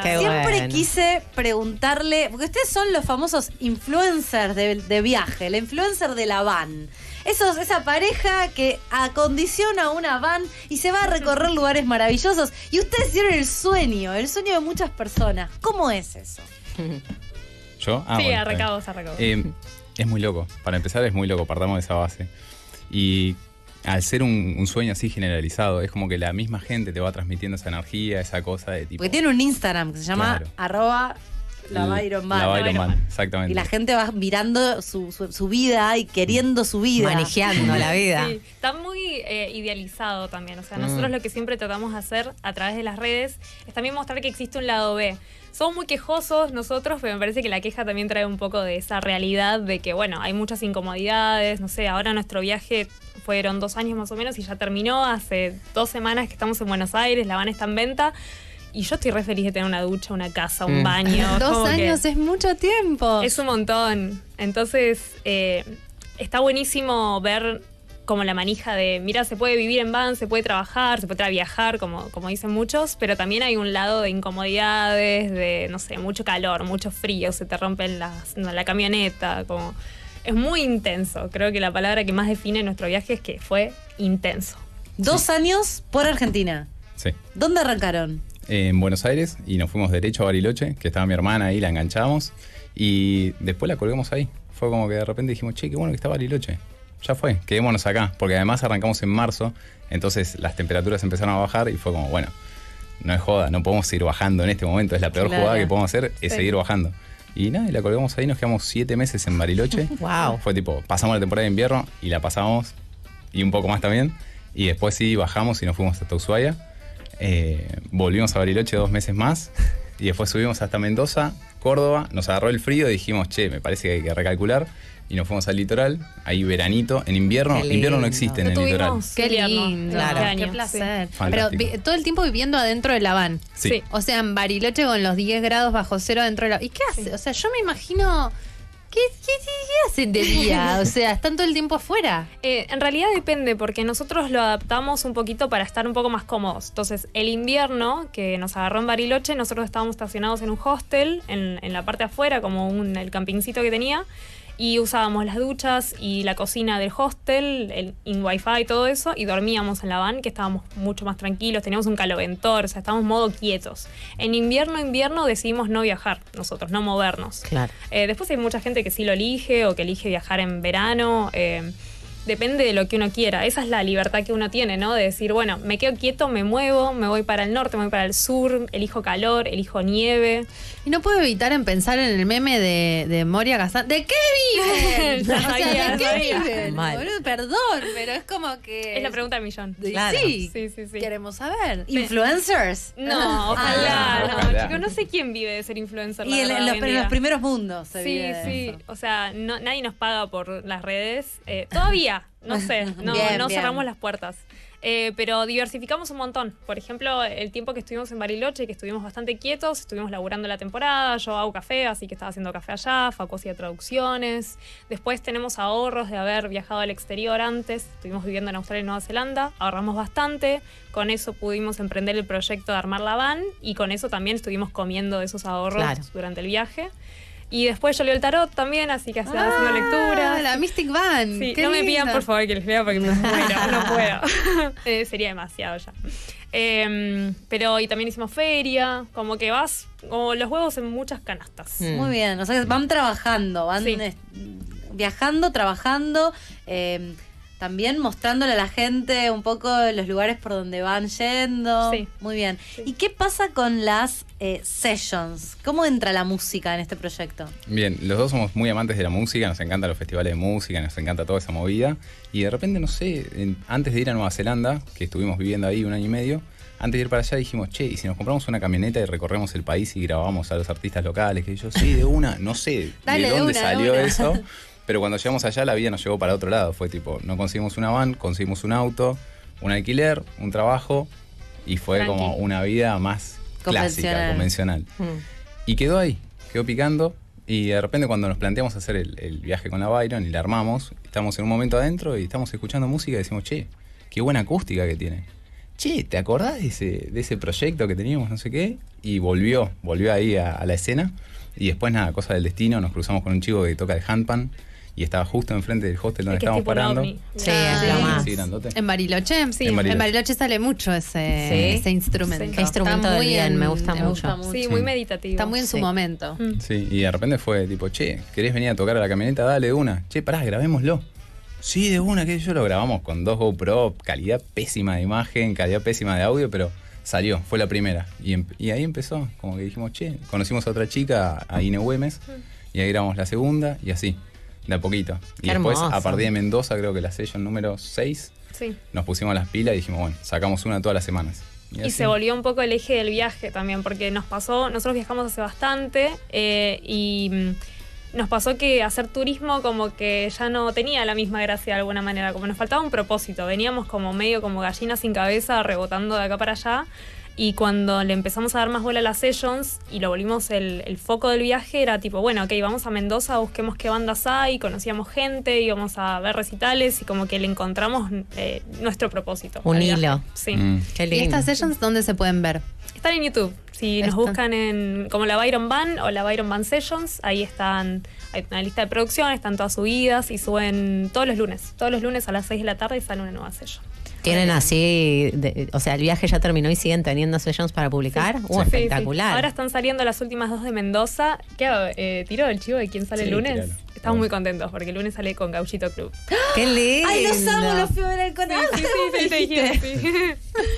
Qué Siempre bueno. quise preguntarle, porque ustedes son los famosos influencers de, de viaje, el influencer de la van. Esos, esa pareja que acondiciona una van y se va a recorrer lugares maravillosos. Y ustedes hicieron el sueño, el sueño de muchas personas. ¿Cómo es eso? ¿Yo? ah, Sí, bueno, arranca está vos, bien. arranca vos. Eh, es muy loco. Para empezar, es muy loco. Partamos de esa base. Y al ser un, un sueño así generalizado, es como que la misma gente te va transmitiendo esa energía, esa cosa de tipo. Porque tiene un Instagram que se llama Claro. arroba la Byron Van. La Byron Man, exactamente. Y la gente va mirando su, su- su vida y queriendo su vida. Manejando la vida. Sí, está muy eh, idealizado también. O sea, Mm. nosotros lo que siempre tratamos de hacer a través de las redes es también mostrar que existe un lado B. Somos muy quejosos nosotros, pero me parece que la queja también trae un poco de esa realidad de que, bueno, hay muchas incomodidades. No sé, ahora nuestro viaje fueron dos años más o menos y ya terminó. Hace dos semanas que estamos en Buenos Aires, la van está en venta. Y yo estoy re feliz de tener una ducha, una casa, un Mm. [laughs] [laughs] baño. Dos como que- años es mucho tiempo. es un montón. Entonces, eh, está buenísimo ver como la manija de, mira, se puede vivir en van, se puede trabajar, se puede tra- viajar, como, como dicen muchos, pero también hay un lado de incomodidades, de, no sé, mucho calor, mucho frío, se te rompen las, no, la camioneta, como... Es muy intenso. Creo que la palabra que más define nuestro viaje es que fue intenso. Dos años por Argentina. Sí. ¿Dónde arrancaron? en Buenos Aires y nos fuimos derecho a Bariloche, que estaba mi hermana ahí, la enganchamos y después la colgamos ahí. Fue como que de repente dijimos, che, qué bueno que está Bariloche. Ya fue, quedémonos acá, porque además arrancamos en marzo, entonces las temperaturas empezaron a bajar y fue como, bueno, no es joda, no podemos seguir bajando en este momento, es la peor Claro. jugada que podemos hacer, es Sí. seguir bajando. Y nada, y la colgamos ahí, nos quedamos siete meses en [laughs] Bariloche. wow. Fue tipo, pasamos la temporada de invierno y la pasamos, y un poco más también, y después sí bajamos y nos fuimos hasta Ushuaia. Eh, volvimos a Bariloche dos meses más y después subimos hasta Mendoza, Córdoba, nos agarró el frío, dijimos, che, me parece que hay que recalcular y nos fuimos al litoral, ahí veranito, en invierno, Qué lindo. invierno no existe en el litoral. Qué Invierno, lindo, claro. qué este Sí. placer. Pero Fantástico. vi- todo el tiempo viviendo adentro de la van. Sí. Sí. O sea, en Bariloche con los 10 grados bajo cero adentro de la ¿Y qué hace? O sea, yo me imagino. ¿Qué, qué, qué, qué hacen de [laughs] día? O sea, están todo el tiempo afuera. Eh, en realidad depende, porque nosotros lo adaptamos un poquito para estar un poco más cómodos. Entonces, el invierno que nos agarró en Bariloche, nosotros estábamos estacionados en un hostel, en, en la parte afuera, como un, el campincito que tenía, y usábamos las duchas y la cocina del hostel, el in wifi y todo eso, y dormíamos en la van, que estábamos mucho más tranquilos, teníamos un caloventor, o sea, estábamos modo quietos. En invierno, invierno decidimos no viajar nosotros, no movernos. Claro. Eh, después hay mucha gente que sí lo elige o que elige viajar en verano. eh, depende de lo que uno quiera. Esa es la libertad que uno tiene, ¿no? De decir, bueno, me quedo quieto, me muevo, me voy para el norte, me voy para el sur, elijo calor, elijo nieve. Y no puedo evitar en pensar en el meme de, de Moria Gazán. ¿De qué [laughs] viven? [laughs] Ya O sea, sabía, ¿de qué ya sabía. viven? Mal. Boludo, perdón, pero es como que. Es la pregunta del millón. Sí, sí, Queremos saber. ¿Influencers? [laughs] No, Ah, ojalá, no, ojalá. chicos, no sé quién vive de ser influencer. la Y en, en verdad, los, hoy en en los día. primeros mundos. se Sí, vive de sí, eso. o sea, no- nadie nos paga por las redes. eh, todavía, [laughs] no sé, no, Bien, no bien. cerramos las puertas. Eh, pero diversificamos un montón. Por ejemplo, el tiempo que estuvimos en Bariloche, que estuvimos bastante quietos, estuvimos laburando la temporada, yo hago café, así que estaba haciendo café allá, Facu hacía traducciones. Después tenemos ahorros de haber viajado al exterior antes, estuvimos viviendo en Australia y Nueva Zelanda, ahorramos bastante, con eso pudimos emprender el proyecto de armar la van y con eso también estuvimos comiendo de esos ahorros Claro. durante el viaje. Y después yo leo el tarot también, así que estaba haciendo Ah, lecturas. La Mystic Van. Sí, qué no me lindo. pidan por favor que les vea porque me muero, [laughs] no [laughs] puedo. [laughs] Eh, sería demasiado ya. Eh, pero y también hicimos feria, como que vas como los huevos en muchas canastas. Hmm. Mm. Muy bien, o sea, que van trabajando, van eh, viajando, trabajando. eh, también mostrándole a la gente un poco los lugares por donde van yendo. Sí. Muy bien. ¿Y qué pasa con las eh, sessions? ¿Cómo entra la música en este proyecto? Bien, los dos somos muy amantes de la música, nos encantan los festivales de música, nos encanta toda esa movida. Y de repente, no sé, en- antes de ir a Nueva Zelanda, que estuvimos viviendo ahí un año y medio, antes de ir para allá dijimos, che, ¿y si nos compramos una camioneta y recorremos el país y grabamos a los artistas locales? Que yo, sí, de una, no sé [laughs] Dale, de de dónde una, de salió una. [laughs] eso. Pero cuando llegamos allá, la vida nos llevó para otro lado. Fue tipo, no conseguimos una van, conseguimos un auto, un alquiler, un trabajo. Y fue Tranqui. como una vida más clásica, Convencional. convencional. Y quedó ahí, quedó picando. Y de repente cuando nos planteamos hacer el, el viaje con la Byron y la armamos, estamos en un momento adentro y estamos escuchando música y decimos, che, qué buena acústica que tiene. Che, ¿te acordás de ese, de ese proyecto que teníamos, no sé qué? Y volvió, volvió ahí a, a la escena. Y después, nada, cosa del destino, nos cruzamos con un chico que toca el handpan y estaba justo enfrente del hostel donde Es que es estábamos tipo un parando. ovni. Ah, Sí, Ah, es lo más. sí, grandote. ¿En Bariloche? Sí, En en Bariloche. Bariloche, sale mucho ese, Sí. ese instrumento. Qué instrumento Está de muy bien, en- me gusta mucho. Sí, muy meditativo. Mm, Está muy en su Sí. momento. Sí, y de repente fue tipo, che, ¿querés venir a tocar a la camioneta? Dale de una. Che, pará, grabémoslo. Sí, de una, que yo lo grabamos con dos GoPro, calidad pésima de imagen, calidad pésima de audio, pero salió, fue la primera. Y, em- y ahí empezó, como que dijimos, che, conocimos a otra chica, a Ine Güemes, y ahí grabamos la segunda, y así, de a poquito. Y Qué después, a hermoso. partir de Mendoza, creo que la session número 6, Sí. nos pusimos las pilas y dijimos, bueno, sacamos una todas las semanas. Y así. se volvió un poco el eje del viaje también, porque nos pasó, nosotros viajamos hace bastante eh, y mm, nos pasó que hacer turismo como que ya no tenía la misma gracia de alguna manera, como nos faltaba un propósito, veníamos como medio como gallinas sin cabeza, rebotando de acá para allá. Y cuando le empezamos a dar más bola a las sessions y lo volvimos el, el foco del viaje, era tipo, bueno, ok, vamos a Mendoza, busquemos qué bandas hay, conocíamos gente, íbamos a ver recitales y como que le encontramos eh, nuestro propósito. Un al viaje. hilo. Sí. Qué ¿Y lindo. estas sessions dónde se pueden ver? Están en YouTube. Si nos Están. buscan en como la Byron Band o la Byron Band Sessions, ahí están, hay una lista de producción, están todas subidas y suben todos los lunes. Todos los lunes a las 6 de la tarde sale una nueva session. Tienen así, de- o sea, el viaje ya terminó y siguen teniendo sessions para publicar. Uh, Sí, sí. espectacular. Ahora están saliendo las últimas dos de Mendoza. ¿Qué hago? Eh, ¿Tiro el chivo de quién sale Sí, el lunes? tíralo. Estamos muy contentos porque el lunes sale con Gauchito Club. Qué lindo. Ay, los amo, los fui a ver al conejo. sí, te dije,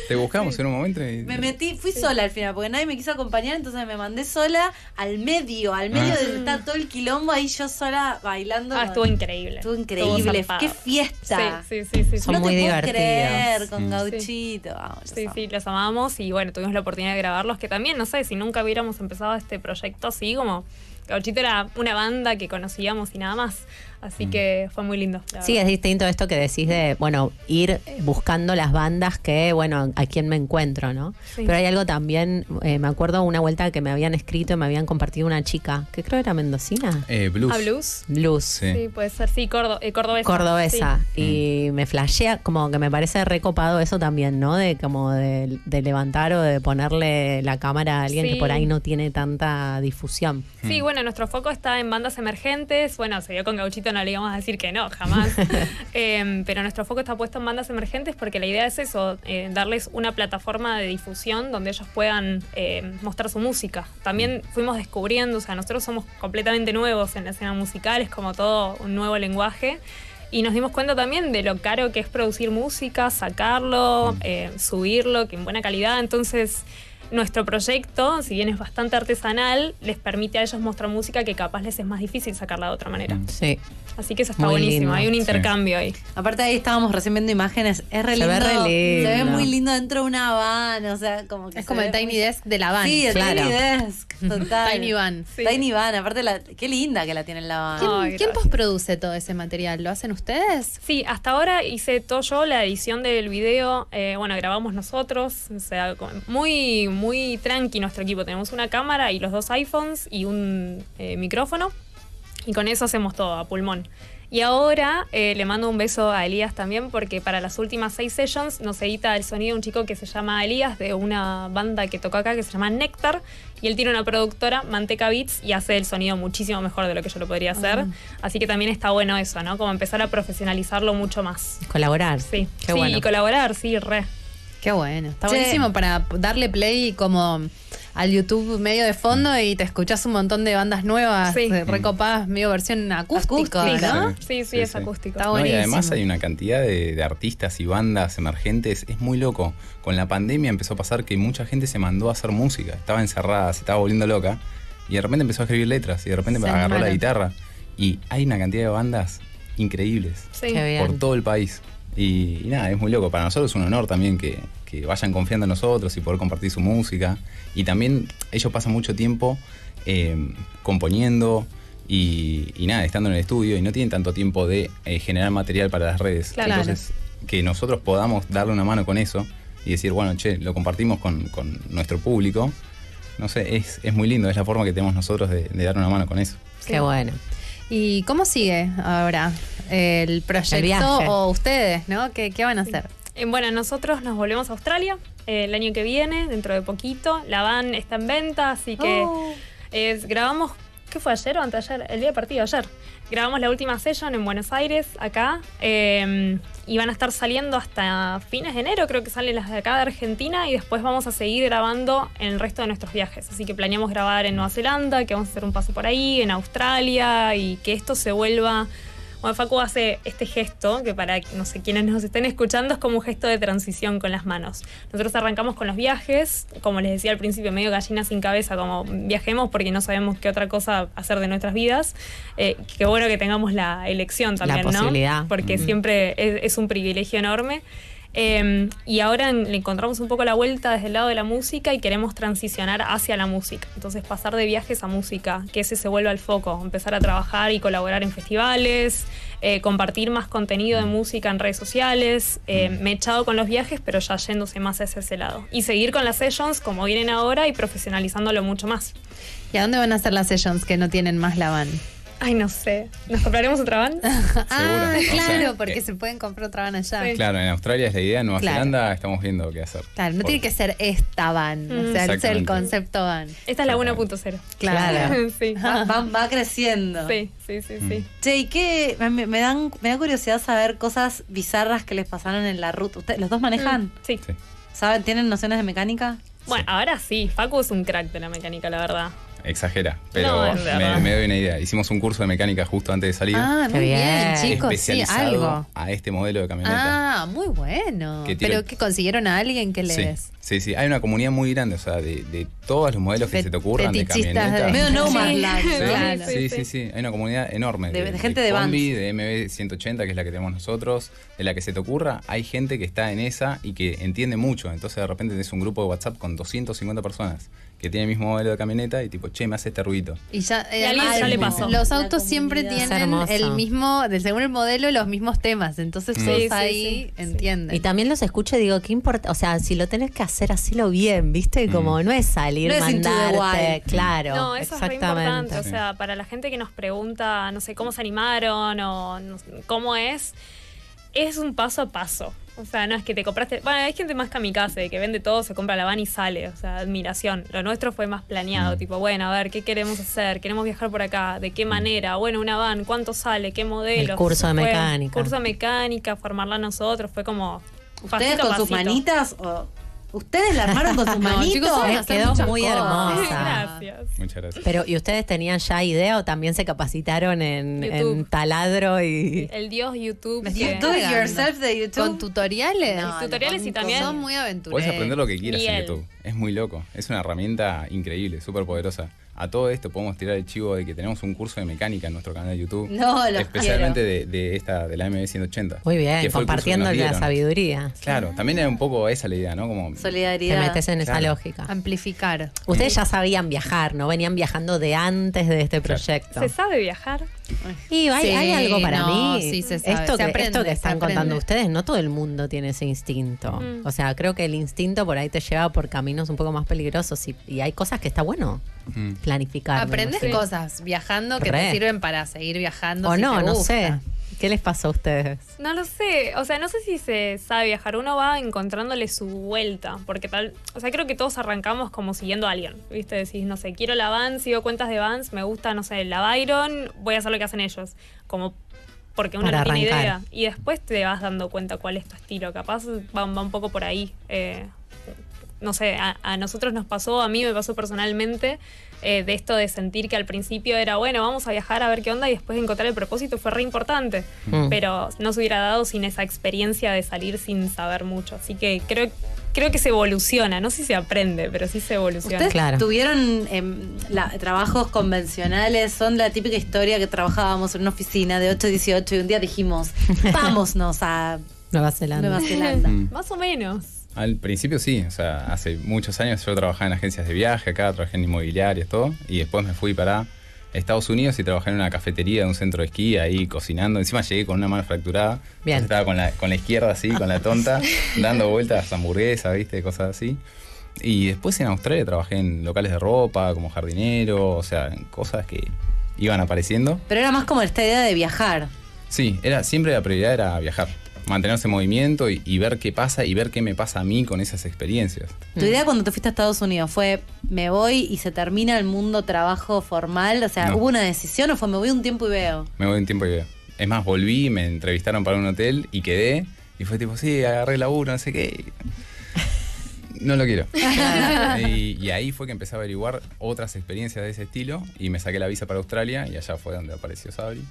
Te buscamos en un momento y... Me metí, fui sola al final, porque nadie me quiso acompañar, entonces me mandé sola al medio, al medio Ah. donde está todo el quilombo, ahí yo sola bailando. Ah, estuvo increíble. Estuvo increíble, Estuvo qué zarpado. fiesta. Sí, sí, sí, sí. no te puedo Creer, con Mm. gauchito. Ah, vamos, los Sí, amo. sí, los amábamos y bueno, tuvimos la oportunidad de grabarlos, que también, no sé, si nunca hubiéramos empezado este proyecto así, como Gauchito era una banda que conocíamos y nada más. Así que fue muy lindo. la Mm. Sí, es verdad. distinto esto que decís de, bueno, ir buscando las bandas que, bueno, a quién me encuentro, ¿no? Sí. Pero hay algo también, eh, me acuerdo una vuelta que me habían escrito y me habían compartido una chica, que creo era mendocina. Eh, blues. ¿A blues? Blues. Sí, puede ser, sí, cordo, eh, cordobesa. Cordobesa. Sí. Y me flashea, como que me parece recopado eso también, ¿no? De como de, de levantar o de ponerle la cámara a alguien que Sí. por ahí no tiene tanta difusión. Sí, bueno, nuestro foco está en bandas emergentes. Bueno, se vio con Gauchito, no le íbamos a decir que no, jamás. Eh, pero nuestro foco está puesto en bandas emergentes porque la idea es eso, eh, darles una plataforma de difusión donde ellos puedan eh, mostrar su música. También fuimos descubriendo, o sea, nosotros somos completamente nuevos en la escena musical, es como todo un nuevo lenguaje. Y nos dimos cuenta también de lo caro que es producir música, sacarlo, eh, subirlo, que en buena calidad. Entonces, nuestro proyecto, si bien es bastante artesanal, les permite a ellos mostrar música que capaz les es más difícil sacarla de otra manera. Sí. Así que eso está Muy buenísimo, lindo. hay un Sí. intercambio ahí. Aparte ahí estábamos recién viendo imágenes, es re Se ve lindo. re Se ve lindo. muy lindo dentro de una van, o sea, como que Es como el Tiny Desk de la van. Sí, el Claro. Tiny Desk, total. [laughs] Tiny van. Tiny van, aparte la, qué linda que la tiene la van. ¿Quién, ¿quién postproduce todo ese material? ¿Lo hacen ustedes? Sí, hasta ahora hice todo yo, la edición del video, eh, bueno, grabamos nosotros, o sea, con- muy, muy tranqui nuestro equipo. Tenemos una cámara y los dos iPhones y un eh, micrófono y con eso hacemos todo, a pulmón. Y ahora eh, le mando un beso a Elías también porque para las últimas seis sessions nos edita el sonido de un chico que se llama Elías de una banda que toca acá que se llama Néctar y él tiene una productora, Manteca Beats, y hace el sonido muchísimo mejor de lo que yo lo podría hacer. Así que también está bueno eso, ¿no? Como empezar a profesionalizarlo mucho más. Colaborar. Sí, Qué sí, bueno. y colaborar, sí, re. Qué bueno. Está Che. buenísimo para darle play y como al YouTube medio de fondo y te escuchás un montón de bandas nuevas, Sí. eh, recopadas, medio versión acústica, ¿no? Sí, sí, es acústico. Está No, y buenísimo. además hay una cantidad de, de artistas y bandas emergentes, es muy loco. Con la pandemia empezó a pasar que mucha gente se mandó a hacer música, estaba encerrada, se estaba volviendo loca, y de repente empezó a escribir letras, y de repente Se agarró la animaron. guitarra. Y hay una cantidad de bandas increíbles Sí. Qué bien. por todo el país. Y, y nada, es muy loco. Para nosotros es un honor también que, que vayan confiando en nosotros y poder compartir su música. Y también ellos pasan mucho tiempo eh, componiendo y, y nada, estando en el estudio y no tienen tanto tiempo de eh, generar material para las redes. Claro. Entonces, que nosotros podamos darle una mano con eso y decir, bueno, che, lo compartimos con, con nuestro público. No sé, es, es muy lindo, es la forma que tenemos nosotros de, de dar una mano con eso. Qué Sí. bueno. ¿Y cómo sigue ahora el proyecto El viaje. o ustedes, ¿no? ¿Qué, qué van a hacer? Eh, Bueno, nosotros nos volvemos a Australia eh, el año que viene, dentro de poquito. La van está en venta, así que Oh. es- grabamos, ¿qué fue ayer o anteayer? El día de partido, ayer. Grabamos la última session en Buenos Aires, acá, eh, y van a estar saliendo hasta fines de enero, creo que salen las de acá de Argentina, y después vamos a seguir grabando en el resto de nuestros viajes. Así que planeamos grabar en Nueva Zelanda, que vamos a hacer un paso por ahí, en Australia, y que esto se vuelva... Bueno, Facu hace este gesto, que para no sé quienes nos estén escuchando es como un gesto de transición con las manos. Nosotros arrancamos con los viajes, como les decía al principio, medio gallina sin cabeza, como viajemos porque no sabemos qué otra cosa hacer de nuestras vidas. Eh, qué bueno que tengamos la elección también, posibilidad. ¿no? Porque Mm. siempre es, es un privilegio enorme. Eh, y ahora en- le encontramos un poco la vuelta desde el lado de la música y queremos transicionar hacia la música. Entonces pasar de viajes a música, que ese se vuelva al foco, empezar a trabajar y colaborar en festivales, eh, compartir más contenido de música en redes sociales, eh, me he echado con los viajes, pero ya yéndose más hacia ese lado. Y seguir con las sessions como vienen ahora y profesionalizándolo mucho más. ¿Y a dónde van a hacer las sessions que no tienen más la van? Ay, no sé. ¿Nos compraremos otra van? [laughs] ah, Seguro. O claro, sea, porque que- se pueden comprar otra van allá. Claro, en Australia es la idea, en Nueva Claro. Zelanda estamos viendo qué hacer. Claro, no tiene que ser esta van, o Mm. sea, es el Exactamente. concepto van. Esta es la 1.0. Claro. [laughs] sí. Va, va- va creciendo. Ah. Sí, sí, sí, sí. Che, ¿y qué? Me, me dan, me da curiosidad saber cosas bizarras que les pasaron en la ruta. ¿Ustedes, ¿Los dos manejan? Mm, sí. ¿Saben? ¿Tienen nociones de mecánica? Bueno, ahora sí, Facu es un crack de la mecánica, la verdad. Exagera, pero No, es verdad. me, me doy una idea. Hicimos un curso de mecánica justo antes de salir. Ah, muy Qué bien, bien. chicos, sí, Especializado algo. a este modelo de camioneta. Ah, muy bueno. Que tiene- Pero que consiguieron a alguien que sí, les... sí, sí. Hay una comunidad muy grande, o sea, de, de todos los modelos que se te ocurran de fetichistas de- camionetas. Medio no man's Sí, land, sí, claro. sí, sí, sí. Hay una comunidad enorme. De- de gente de combi, de MB180, que es la que tenemos nosotros, de la que se te ocurra. Hay gente que está en esa y que entiende mucho. Entonces, de repente, tenés un grupo de WhatsApp con 250 personas que tiene el mismo modelo de camioneta y tipo, che, me hace este ruido. Y ya, eh, Y a alguien ya además, le pasó. Los La autos siempre comunidad. Es tienen hermoso. el mismo, de- según el modelo, los mismos temas. Entonces Mm. todos Sí, sí, ahí entienden. Y también los escucho y digo, ¿qué importa? O sea, si lo tenés que hacer, hacelo bien, ¿viste? Como Mm. no es salir, No es into the mandarte. wild. Claro, No, eso es re exactamente. importante. O sea, para la gente que nos pregunta, no sé, cómo se animaron o no sé, cómo es, es un paso a paso. O sea, no es que te compraste. Bueno, hay gente más kamikaze que vende todo, se compra la van y sale. O sea, admiración. Lo nuestro fue más Mm. planeado. Tipo, bueno, a ver, ¿qué queremos hacer? ¿Queremos viajar por acá? ¿De qué manera? Bueno, una van, ¿cuánto sale? ¿Qué modelo? El curso de Fue mecánica. Curso de mecánica, formarla nosotros. Fue como. ¿Ustedes pasito a con sus pasito. manitas? o- ¿Ustedes la [laughs] armaron con sus No, manitos? chicos, saben hacer Quedó muchas muy cosas. hermosa. Gracias. Muchas gracias. Pero, ¿y ustedes tenían ya idea o también se capacitaron en, YouTube. en taladro y...? El dios YouTube. Me que- estoy Do it yourself de YouTube. Con tutoriales. No, tutoriales y también- Son muy Puedes aventureros. aprender lo que quieras Miguel. en YouTube. Es muy loco. Es una herramienta increíble, súper poderosa. A todo esto podemos tirar el chivo de que tenemos un curso de mecánica en nuestro canal de YouTube. No, los Especialmente de, de esta, de la MB180. Muy bien, que fue el curso que compartiendo nos la dieron. sabiduría. Claro, también era un poco esa la idea, ¿no? Como Solidaridad. Te metes en esa Claro. Eh. lógica. Amplificar. Ustedes ya sabían viajar, ¿no? Venían viajando de antes de este proyecto. ¿Se sabe viajar? Y hay, Sí, hay algo para no, mí. sí, se sabe. Esto, Se que, aprende, esto que se están aprende. contando ustedes, no todo el mundo tiene ese instinto. Mm. O sea, creo que el instinto por ahí te lleva por caminos un poco más peligrosos y, y hay cosas que está bueno planificar. me Aprendes imagino. cosas viajando que Re. te sirven para seguir viajando. O si no, te no gusta. sé. ¿Qué les pasó a ustedes? No lo sé, o sea, no sé si se sabe viajar, uno va encontrándole su vuelta, porque tal, o sea, creo que todos arrancamos como siguiendo a alguien, ¿viste? Decís, no sé, quiero la Vans, sigo cuentas de Vans, me gusta, no sé, la Byron, voy a hacer lo que hacen ellos, como porque uno Para no tiene arrancar. idea. Y después te vas dando cuenta cuál es tu estilo, capaz va, va un poco por ahí. eh, no sé, a, a nosotros nos pasó, a mí me pasó personalmente, eh, de esto de sentir que al principio era, bueno, vamos a viajar a ver qué onda y después encontrar el propósito fue re importante, Mm. pero no se hubiera dado sin esa experiencia de salir sin saber mucho. Así que creo, creo que se evoluciona, no sé si se aprende, pero sí se evoluciona. ¿Ustedes tuvieron em, la- trabajos convencionales? Son la típica historia que trabajábamos en una oficina de 8 a 18 y un día dijimos, vámonos a Nueva Zelanda. [laughs] Nueva Zelanda. Mm. Más o menos. Al principio sí, o sea, hace muchos años yo trabajaba en agencias de viaje acá, trabajé en inmobiliarias, todo, y después me fui para Estados Unidos y trabajé en una cafetería de un centro de esquí ahí cocinando. Encima llegué con una mano fracturada, Bien. Entonces estaba con la, con la izquierda así, con la tonta, dando vueltas a hamburguesas, viste, cosas así. Y después en Australia trabajé en locales de ropa, como jardinero, o sea, en cosas que iban apareciendo. Pero era más como esta idea de viajar. Sí, era, siempre la prioridad era viajar, mantenerse en movimiento y, y ver qué pasa y ver qué me pasa a mí con esas experiencias. Tu idea cuando te fuiste a Estados Unidos fue, me voy y se termina el mundo trabajo formal, o sea, No. ¿hubo una decisión o fue, me voy un tiempo y veo? Me voy un tiempo y veo. Es más, volví, me entrevistaron para un hotel y quedé. Y fue tipo, sí, agarré laburo, no sé qué. [laughs] No lo quiero. y, y ahí fue que empecé a averiguar otras experiencias de ese estilo y me saqué la visa para Australia y allá fue donde apareció Sabri.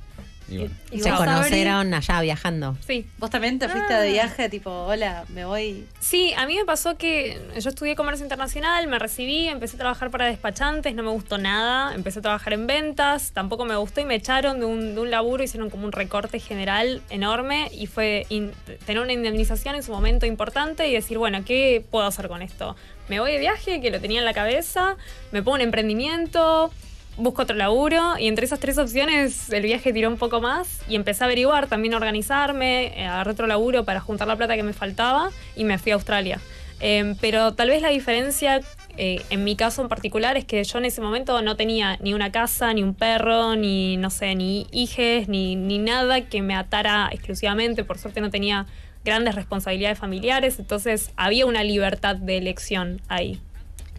Y bueno. Y se vos, conocieron allá viajando. Sí. ¿Vos también te fuiste Ah. de viaje tipo, hola, me voy? Sí, a mí me pasó que yo estudié comercio internacional, me recibí, empecé a trabajar para despachantes, no me gustó nada, empecé a trabajar en ventas, tampoco me gustó y me echaron de un, de un laburo, hicieron como un recorte general enorme y fue in- tener una indemnización en su momento importante y decir, bueno, ¿qué puedo hacer con esto? Me voy de viaje, que lo tenía en la cabeza, me pongo un emprendimiento, busco otro laburo y entre esas tres opciones el viaje tiró un poco más y empecé a averiguar, también a organizarme, eh, agarré otro laburo para juntar la plata que me faltaba y me fui a Australia. Eh, pero tal vez la diferencia eh, en mi caso en particular es que yo en ese momento no tenía ni una casa, ni un perro, ni no sé, ni hijes, ni, ni nada que me atara exclusivamente, por suerte no tenía grandes responsabilidades familiares, entonces había una libertad de elección ahí.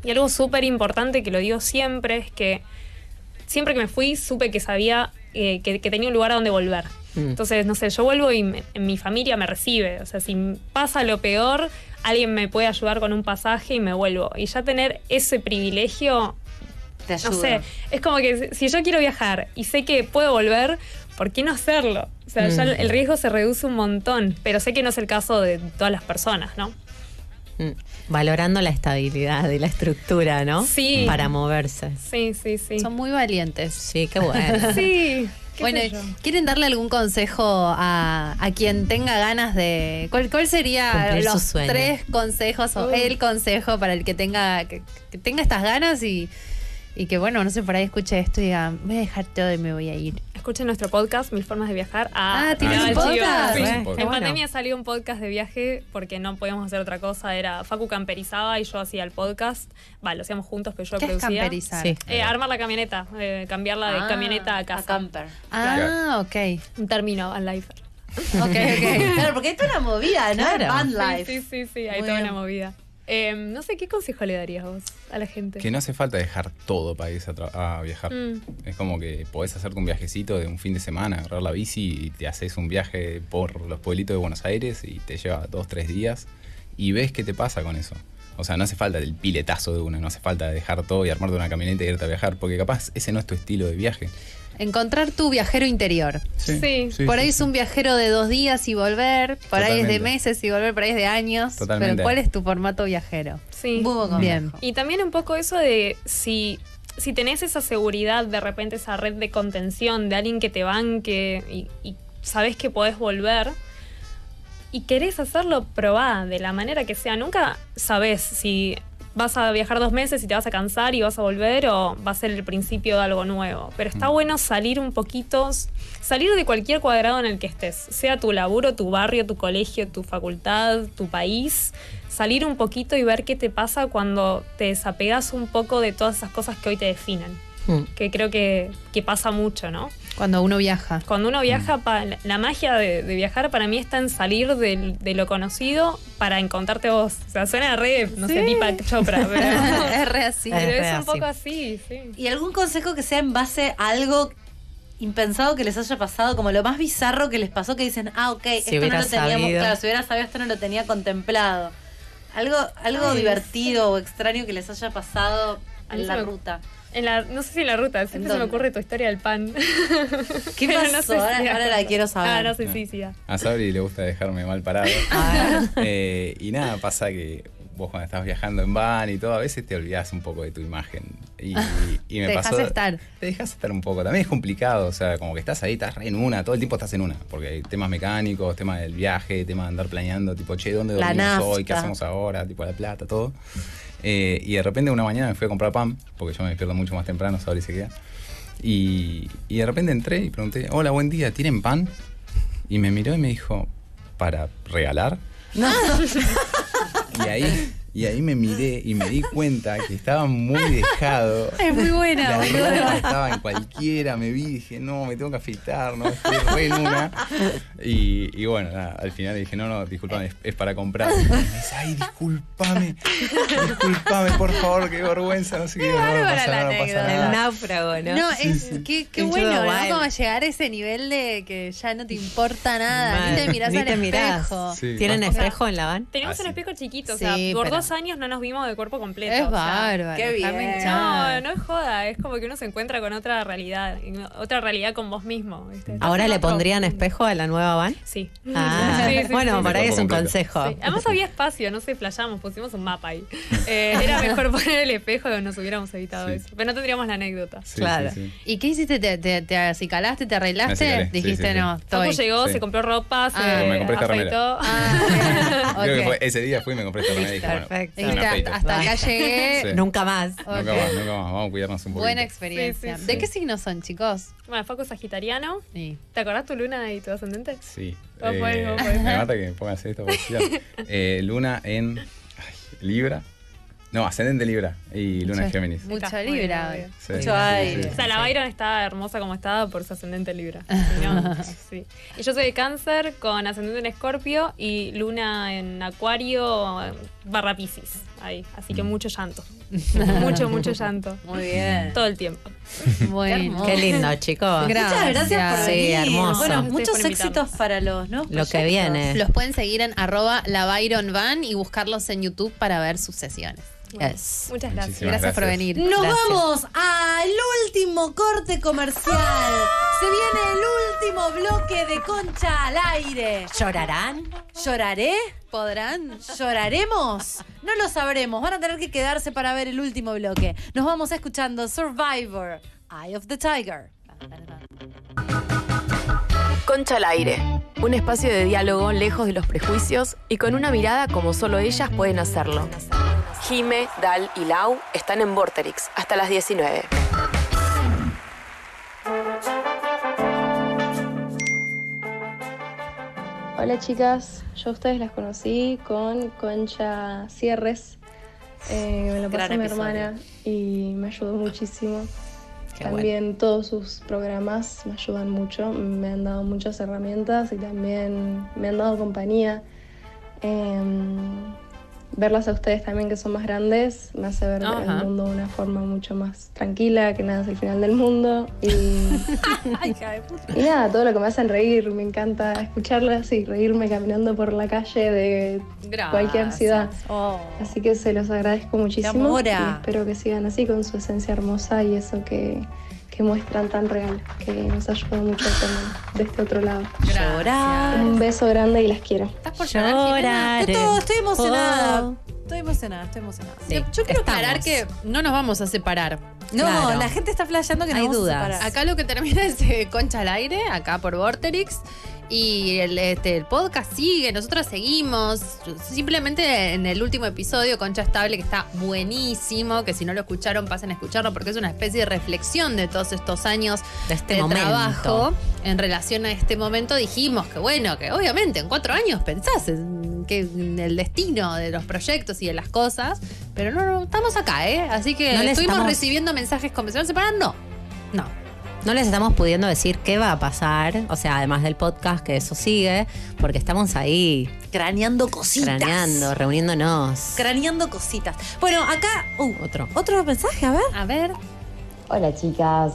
Y algo súper importante que lo digo siempre es que siempre que me fui supe que sabía eh, que, que tenía un lugar a donde volver. Mm. Entonces, no sé, yo vuelvo y me- mi familia me recibe. O sea, si pasa lo peor, alguien me puede ayudar con un pasaje y me vuelvo. Y ya tener ese privilegio, Te ayuda. no sé, es como que si yo quiero viajar y sé que puedo volver, ¿por qué no hacerlo? O sea, ya Mm. el- el riesgo se reduce un montón, pero sé que no es el caso de todas las personas, ¿no? Mm. Valorando la estabilidad y la estructura, ¿no? Sí. Para moverse. Sí, sí, sí. Son muy valientes. Sí, qué [laughs] bueno. Sí. qué Bueno, sé yo. ¿quieren darle algún consejo a, a quien tenga ganas de... ¿Cuál, cuál sería Cumplir los su sueño. tres consejos o Uh. el consejo para el que tenga, que, que tenga estas ganas y, y que, bueno, no sé, por ahí escuche esto y diga, voy a dejar todo y me voy a ir? Escuchen nuestro podcast, Mil Formas de Viajar. Ah, ¿tienen tiraba un el chivo. podcast? Sí, Sí, En bueno. pandemia salió un podcast de viaje porque no podíamos hacer otra cosa. Era Facu camperizaba y yo hacía el podcast. Va, lo hacíamos juntos, pero yo ¿Qué es producía. camperizar? Sí. Eh, armar la camioneta, eh, cambiarla de Ah, camioneta a casa. camper. Ah, ok. Un término al life. Ok, [laughs] ok. Claro, porque esto es una movida, ¿no? Claro. Van Sí, life. sí, sí, sí, hay Muy toda bien. una movida. Eh, no sé, ¿qué consejo le darías vos a la gente? Que no hace falta dejar todo para irse a, tra- a viajar. Mm. Es como que podés hacerte un viajecito de un fin de semana, agarrar la bici y te haces un viaje por los pueblitos de Buenos Aires y te lleva dos, tres días y ves qué te pasa con eso. O sea, no hace falta el piletazo de una, no hace falta dejar todo y armarte una camioneta y irte a viajar, porque capaz ese no es tu estilo de viaje. Encontrar tu viajero interior. Sí, Sí. sí, por ahí sí, es un viajero de dos días y volver, por ahí es de Totalmente. meses y volver, por ahí es de años. Totalmente. Pero ¿cuál es tu formato viajero? Sí. Muy buen Bien. consejo. Y también un poco eso de si, si tenés esa seguridad, de repente esa red de contención, de alguien que te banque y, y sabés que podés volver y querés hacerlo, probá de la manera que sea. Nunca sabés si vas a viajar dos meses y te vas a cansar y vas a volver o va a ser el principio de algo nuevo. Pero está bueno salir un poquito, s- salir de cualquier cuadrado en el que estés, sea tu laburo, tu barrio, tu colegio, tu facultad, tu país, salir un poquito y ver qué te pasa cuando te desapegas un poco de todas esas cosas que hoy te definen, que creo que, que pasa mucho, ¿no? Cuando uno viaja. Cuando uno viaja, Mm. pa- la- la magia de, de viajar para mí está en salir del- de, lo conocido para encontrarte vos. O sea, suena re, no Sí. sé, Deepak Chopra, [laughs] pero... es re así. Pero es, un poco así, sí. ¿Y algún consejo que sea en base a algo impensado que les haya pasado, como lo más bizarro que les pasó, que dicen, ah, ok, esto no hubiera lo teníamos, sabido. claro, si hubiera sabido, esto no lo tenía contemplado? Algo, algo Ay, divertido o extraño que les haya pasado A mí en se la me- ruta. En la, no sé si en la ruta, siempre se me dónde? ocurre tu historia del pan. ¿Qué [laughs] Pero pasó? Ahora- da ahora la cuenta. quiero saber. Ah, no sé si sí, da. A Sabri le gusta dejarme mal parado. Eh, y nada, pasa que vos cuando estás viajando en van y todo, a veces te olvidás un poco de tu imagen. Y, y me Te pasó. dejas estar. Te dejas estar un poco. También es complicado, o sea, como que estás ahí, estás re en una, todo el tiempo estás en una. Porque hay temas mecánicos, temas del viaje, temas de andar planeando, tipo, che, ¿dónde La dormimos hoy? nafta. ¿Qué hacemos ahora? Tipo, la plata, todo. Eh, y de repente una mañana me fui a comprar pan, porque yo me despierto mucho más temprano, Sabri se queda. Y, y de repente entré y pregunté, hola, buen día, ¿tienen pan? Y me miró y me dijo, ¿para regalar? [laughs] Y ahí, y ahí me miré y me di cuenta que estaba muy dejado. Es muy buena, La boludo. ropa estaba en cualquiera, me vi y dije, no, me tengo que afeitar, no, estoy re en una. Y, y bueno, nada, al final dije, no, no, disculpame, es, es para comprar. Y me dice, ay, disculpame, disculpame, por favor, qué vergüenza, no sé qué, no, no pasa nada, no pasa El nada. náufrago, ¿no? No, es qué, qué El bueno, Jordan ¿no? Wild. Como llegar a ese nivel de que ya no te importa nada, Mal. ni te mirás Ni al te mirás. espejo. Sí. ¿Tienen O sea, espejo en la van? Teníamos Ah, un sí. espejo chiquito, o Sí, sea, por pero- dos años no nos vimos de cuerpo completo. Es o sea, bárbaro, Qué déjame bien. hinchar. No, no es joda, es como que uno se encuentra con otra realidad, y no- otra realidad con vos mismo. ¿viste? ¿Ahora le Otro- pondrían espejo a la nueva van? Sí. Ah, Sí, sí, bueno, sí. por ahí es un Completo. consejo. Sí, Además había espacio, no sé, flayamos, pusimos un mapa ahí. Eh, era mejor poner el espejo que nos hubiéramos evitado eso. Pero no tendríamos la anécdota. claro. ¿Y qué hiciste? ¿Te, te, te acicalaste, te Me arreglaste? acicalé, sí, Dijiste, sí, sí. no, Paco estoy. llegó, Sí. se compró ropa, se Ah. Me compré esta afeitó. [laughs] Creo que Ok. fue ese día fui y me compré esta remera y dije, bueno, Perfecto. me Dijiste, afeito. hasta acá llegué. Sí. Nunca más. Nunca Ok. más, nunca más, vamos a cuidarnos un poquito. Buena experiencia. Sí, sí, ¿De sí. qué signos son, chicos? Bueno, Paco es sagitariano. Sí. ¿Te acordás tu luna y tu ascendente? Sí. Vos podés, Eh, vos podés. [laughs] me mata que me pongas esto. porque sí, no. Eh, luna en ay, Libra. No, ascendente Libra y Luna en Géminis. Mucha Está muy libra. bien, obvio. Sí, Mucho sí, aire. sí, O sea, la Byron está hermosa como estaba por su ascendente en Libra. Si no, sí. Y yo soy de cáncer con ascendente en escorpio y luna en acuario eh, barra piscis. Ahí. Así Mm. que mucho llanto. mucho, mucho llanto. Muy bien. Todo el tiempo. Bueno. Qué lindo, chicos. Muchas gracias por Sí, venir. hermoso. Bueno, Ustedes muchos por éxitos para los, ¿no? Lo que viene. Los pueden seguir en arroba la Byron Van y buscarlos en YouTube para ver sus sesiones. Muchas gracias. Muchísimas Gracias por gracias. venir. Nos Gracias. vamos Ah, al último corte comercial. Se viene el último bloque de Concha al aire. ¿Llorarán? ¿Lloraré? ¿Podrán? ¿Lloraremos? No lo sabremos. Van a tener que quedarse para ver el último bloque. Nos vamos escuchando Survivor, Eye of the Tiger. Concha al aire. Un espacio de diálogo lejos de los prejuicios y con una mirada como solo ellas pueden hacerlo. Jime, Dal y Lau están en Vorterix hasta las 19. Hola chicas, yo a ustedes las conocí con Concha Cierres. Eh, me lo Gran pasó mi episodio. hermana y me ayudó muchísimo. Qué también todos sus programas me ayudan mucho, me han dado muchas herramientas y también me han dado compañía. Em, verlas a ustedes también que son más grandes me hace ver Ajá. el mundo de una forma mucho más tranquila, que nada es el final del mundo. Y [laughs] y nada, todo lo que me hacen reír, me encanta escucharlas y reírme caminando por la calle de cualquier ciudad. Así que se los agradezco muchísimo. Y Oh. amora. espero que sigan así con su esencia hermosa y eso que, que muestran tan real, que nos ayuda mucho también de este otro lado. Llorar. Un beso grande y las quiero. Llorar. Estoy, estoy emocionada. Estoy emocionada, estoy emocionada. Yo quiero aclarar que no nos vamos a separar. No, la gente está flasheando que no hay vamos a dudas. separar. Acá lo que termina [laughs] es eh, Concha al aire, acá por Vorterix. Y el, este, el podcast sigue, nosotros seguimos. Simplemente en el último episodio, Concha Estable, que está buenísimo, que si no lo escucharon, pasen a escucharlo, porque es una especie de reflexión de todos estos años de, este momento. trabajo en relación a este momento. Dijimos que, bueno, que obviamente en cuatro años pensás en, que, en el destino de los proyectos y de las cosas, pero no, no, estamos acá, ¿eh? Así que No les estuvimos estamos- recibiendo mensajes como, ¿se van a separar? No. No. No les estamos pudiendo decir qué va a pasar, o sea, además del podcast, que eso sigue, porque estamos ahí. Craneando cositas. Craneando, reuniéndonos. Craneando cositas. Bueno, acá. Uh, otro. Otro mensaje, a ver. A ver. Hola chicas,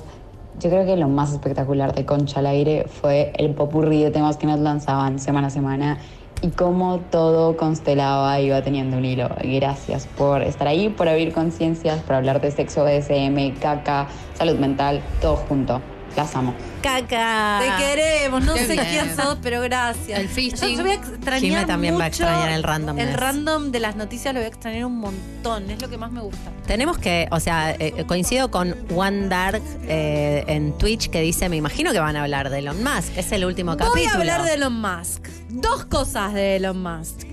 yo creo que lo más espectacular de Concha al Aire fue el popurrí de temas que nos lanzaban semana a semana y cómo todo constelaba y iba teniendo un hilo. Gracias por estar ahí, por abrir conciencias, por hablar de sexo, BDSM, caca, salud mental, todo junto. Las amo. Caca. Te queremos, no Qué sé bien. quién sos, pero gracias. El Yo, phishing. yo voy a extrañar Jimé también va a mucho extrañar el randomness. El random de las noticias lo voy a extrañar un montón, es lo que más me gusta. Tenemos que, o sea, eh, coincido con One Dark eh, en Twitch que dice, me imagino que van a hablar de Elon Musk, es el último Voy capítulo. a hablar de Elon Musk. Dos cosas de Elon Musk.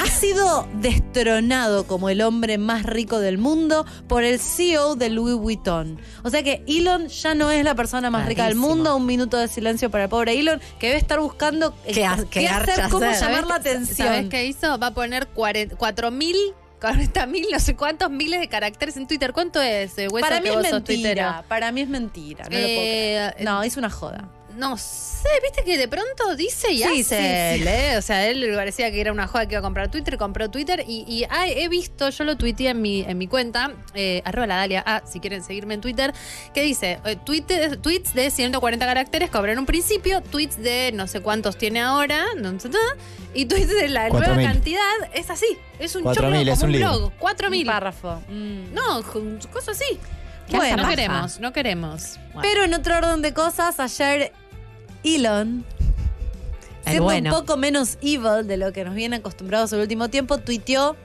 Ha sido destronado como el hombre más rico del mundo por el CEO de Louis Vuitton. O sea que Elon ya no es la persona más rica del mundo. Un minuto de silencio para el pobre Elon, que debe estar buscando eh, Qué ar- qué garcha cómo hacer. llamar la ¿Sabés- ¿Sabés atención. ¿eh? qué hizo? Va a poner 4.000, 40.000, no sé cuántos miles de caracteres en Twitter. ¿Cuánto es, eh, Hueso, Para mí que es vos sos mentira. tuitero? Para mí es mentira. No, lo puedo Eh, creer. no es una joda. No sé, viste que de pronto dice y Sí, hace. sí, sí. él, ¿eh? O sea, él parecía que era una joda que iba a comprar Twitter, compró Twitter y, y, ah, he visto, yo lo tuiteé en mi, en mi cuenta, eh, arroba la Dalia, ah, si quieren seguirme en Twitter, que dice, eh, tuite- tweets de 140 caracteres cobraron un principio, tweets de no sé cuántos tiene ahora, no sé nada, y tweets de la nueva 4.000. cantidad, es así, es un 4.000, choclo es como un un mm. libro. blog, 4.000. párrafo. No, cosas así. Qué Bueno, hasta no paja. queremos, no queremos. Pero en otro orden de cosas, ayer Elon, siendo bueno. un poco menos evil de lo que nos viene acostumbrados el último tiempo, tuiteó,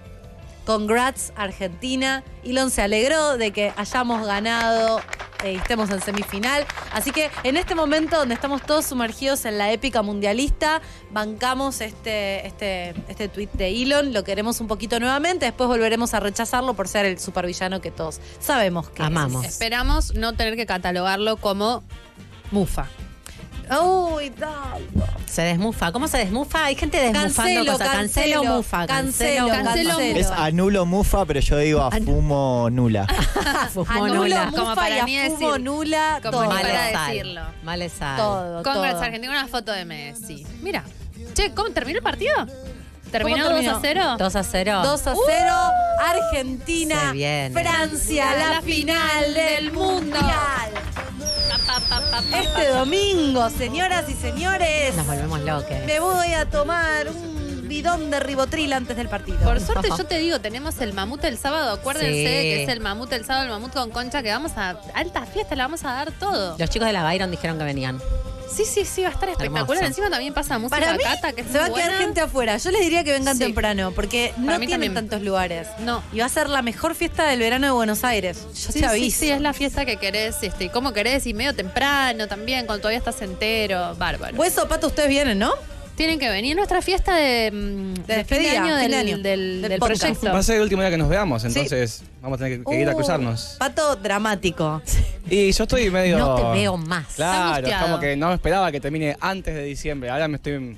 congrats Argentina. Elon se alegró de que hayamos ganado eh, y estemos en semifinal. Así que en este momento donde estamos todos sumergidos en la épica mundialista, bancamos este, este, este tuit de Elon, lo queremos un poquito nuevamente, después volveremos a rechazarlo por ser el supervillano que todos sabemos que es. Esperamos no tener que catalogarlo como mufa. Uy, Dalva. Se desmufa. ¿Cómo se desmufa? Hay gente desmufando Cancelo, cosas. Cancelo, cancelo, mufa. Cancelo, cancelo, cancelo. Es anulo mufa, pero yo digo a fumo nula. Anulo, Anula, mufa como para ni decir. decir. nula, Como todo. ni para Malestar. decirlo. Vale, sal. Todo, Congrats todo. Argentina, una foto de Messi. Mira. Che, ¿cómo terminó el partido? ¿Terminó Uh. 2 terminó? a 0? 2 a 0. 2 a 0, Se Argentina, viene. Francia, la, final del mundo. Este domingo, señoras y señores, Nos volvemos locos. me voy a tomar un bidón de ribotril antes del partido. Por suerte yo te digo, tenemos el mamut el sábado. Acuérdense Sí. que es el mamut el sábado, el mamut con concha, que vamos a alta fiesta, le vamos a dar todo. Los chicos de la Byron dijeron que venían. Sí, sí, sí, va a estar espectacular. Hermoso. Encima también pasa música Para mí, cata, que es se va muy a quedar buena. gente afuera. Yo les diría que vengan Sí. temprano, porque no Para mí tienen también. tantos lugares. No. Y va a ser la mejor fiesta del verano de Buenos Aires. Yo Sí, te sí, aviso. sí, es la fiesta que querés, este, y cómo querés, y medio temprano también, cuando todavía estás entero, bárbaro. Hueso, pato, ustedes vienen, ¿no? Tienen que venir nuestra fiesta de, mm, de fin de despedida, año fin del, de año. del- Del del podcast. proyecto. Va a ser el último día que nos veamos, Sí. entonces vamos a tener que, que ir a Oh. Uh. cruzarnos. Pato [laughs] dramático. Y yo estoy medio. No te veo más. Está Claro, angustiado. como que no esperaba que termine antes de diciembre. Ahora me estoy.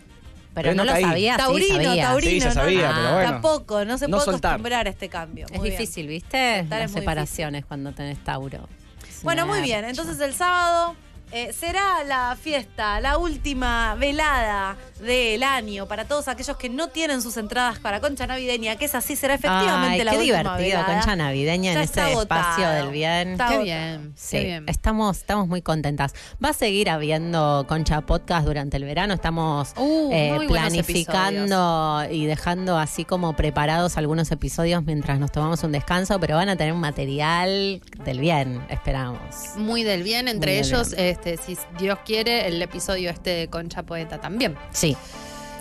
Pero estoy no lo caí. sabías, sí, Taurino, sabías. taurino. Sí, ya sabía, no, Ah, pero bueno. Tampoco, no se No puede soltar. acostumbrar a este cambio. Es Muy bien. difícil, ¿viste? Soltar Las es muy separaciones cuando tenés Tauro. Es Bueno, una muy bien. garcha. Entonces el sábado eh, será la fiesta, la última velada del año para todos aquellos que no tienen sus entradas para Concha Navideña, que es así, será efectivamente Ay, la qué última divertido, velada. concha navideña Ya en está este agotado. espacio del bien. Está Qué agotado. bien, Sí, qué bien. estamos, estamos muy contentas. Va a seguir habiendo Concha Podcast durante el verano. Estamos Uh, eh, muy buenos planificando y dejando así como preparados algunos episodios mientras nos tomamos un descanso, pero van a tener un material del bien, esperamos. Muy del bien, entre Muy del ellos, este, si Dios quiere, el episodio este de Concha Poeta también. Sí.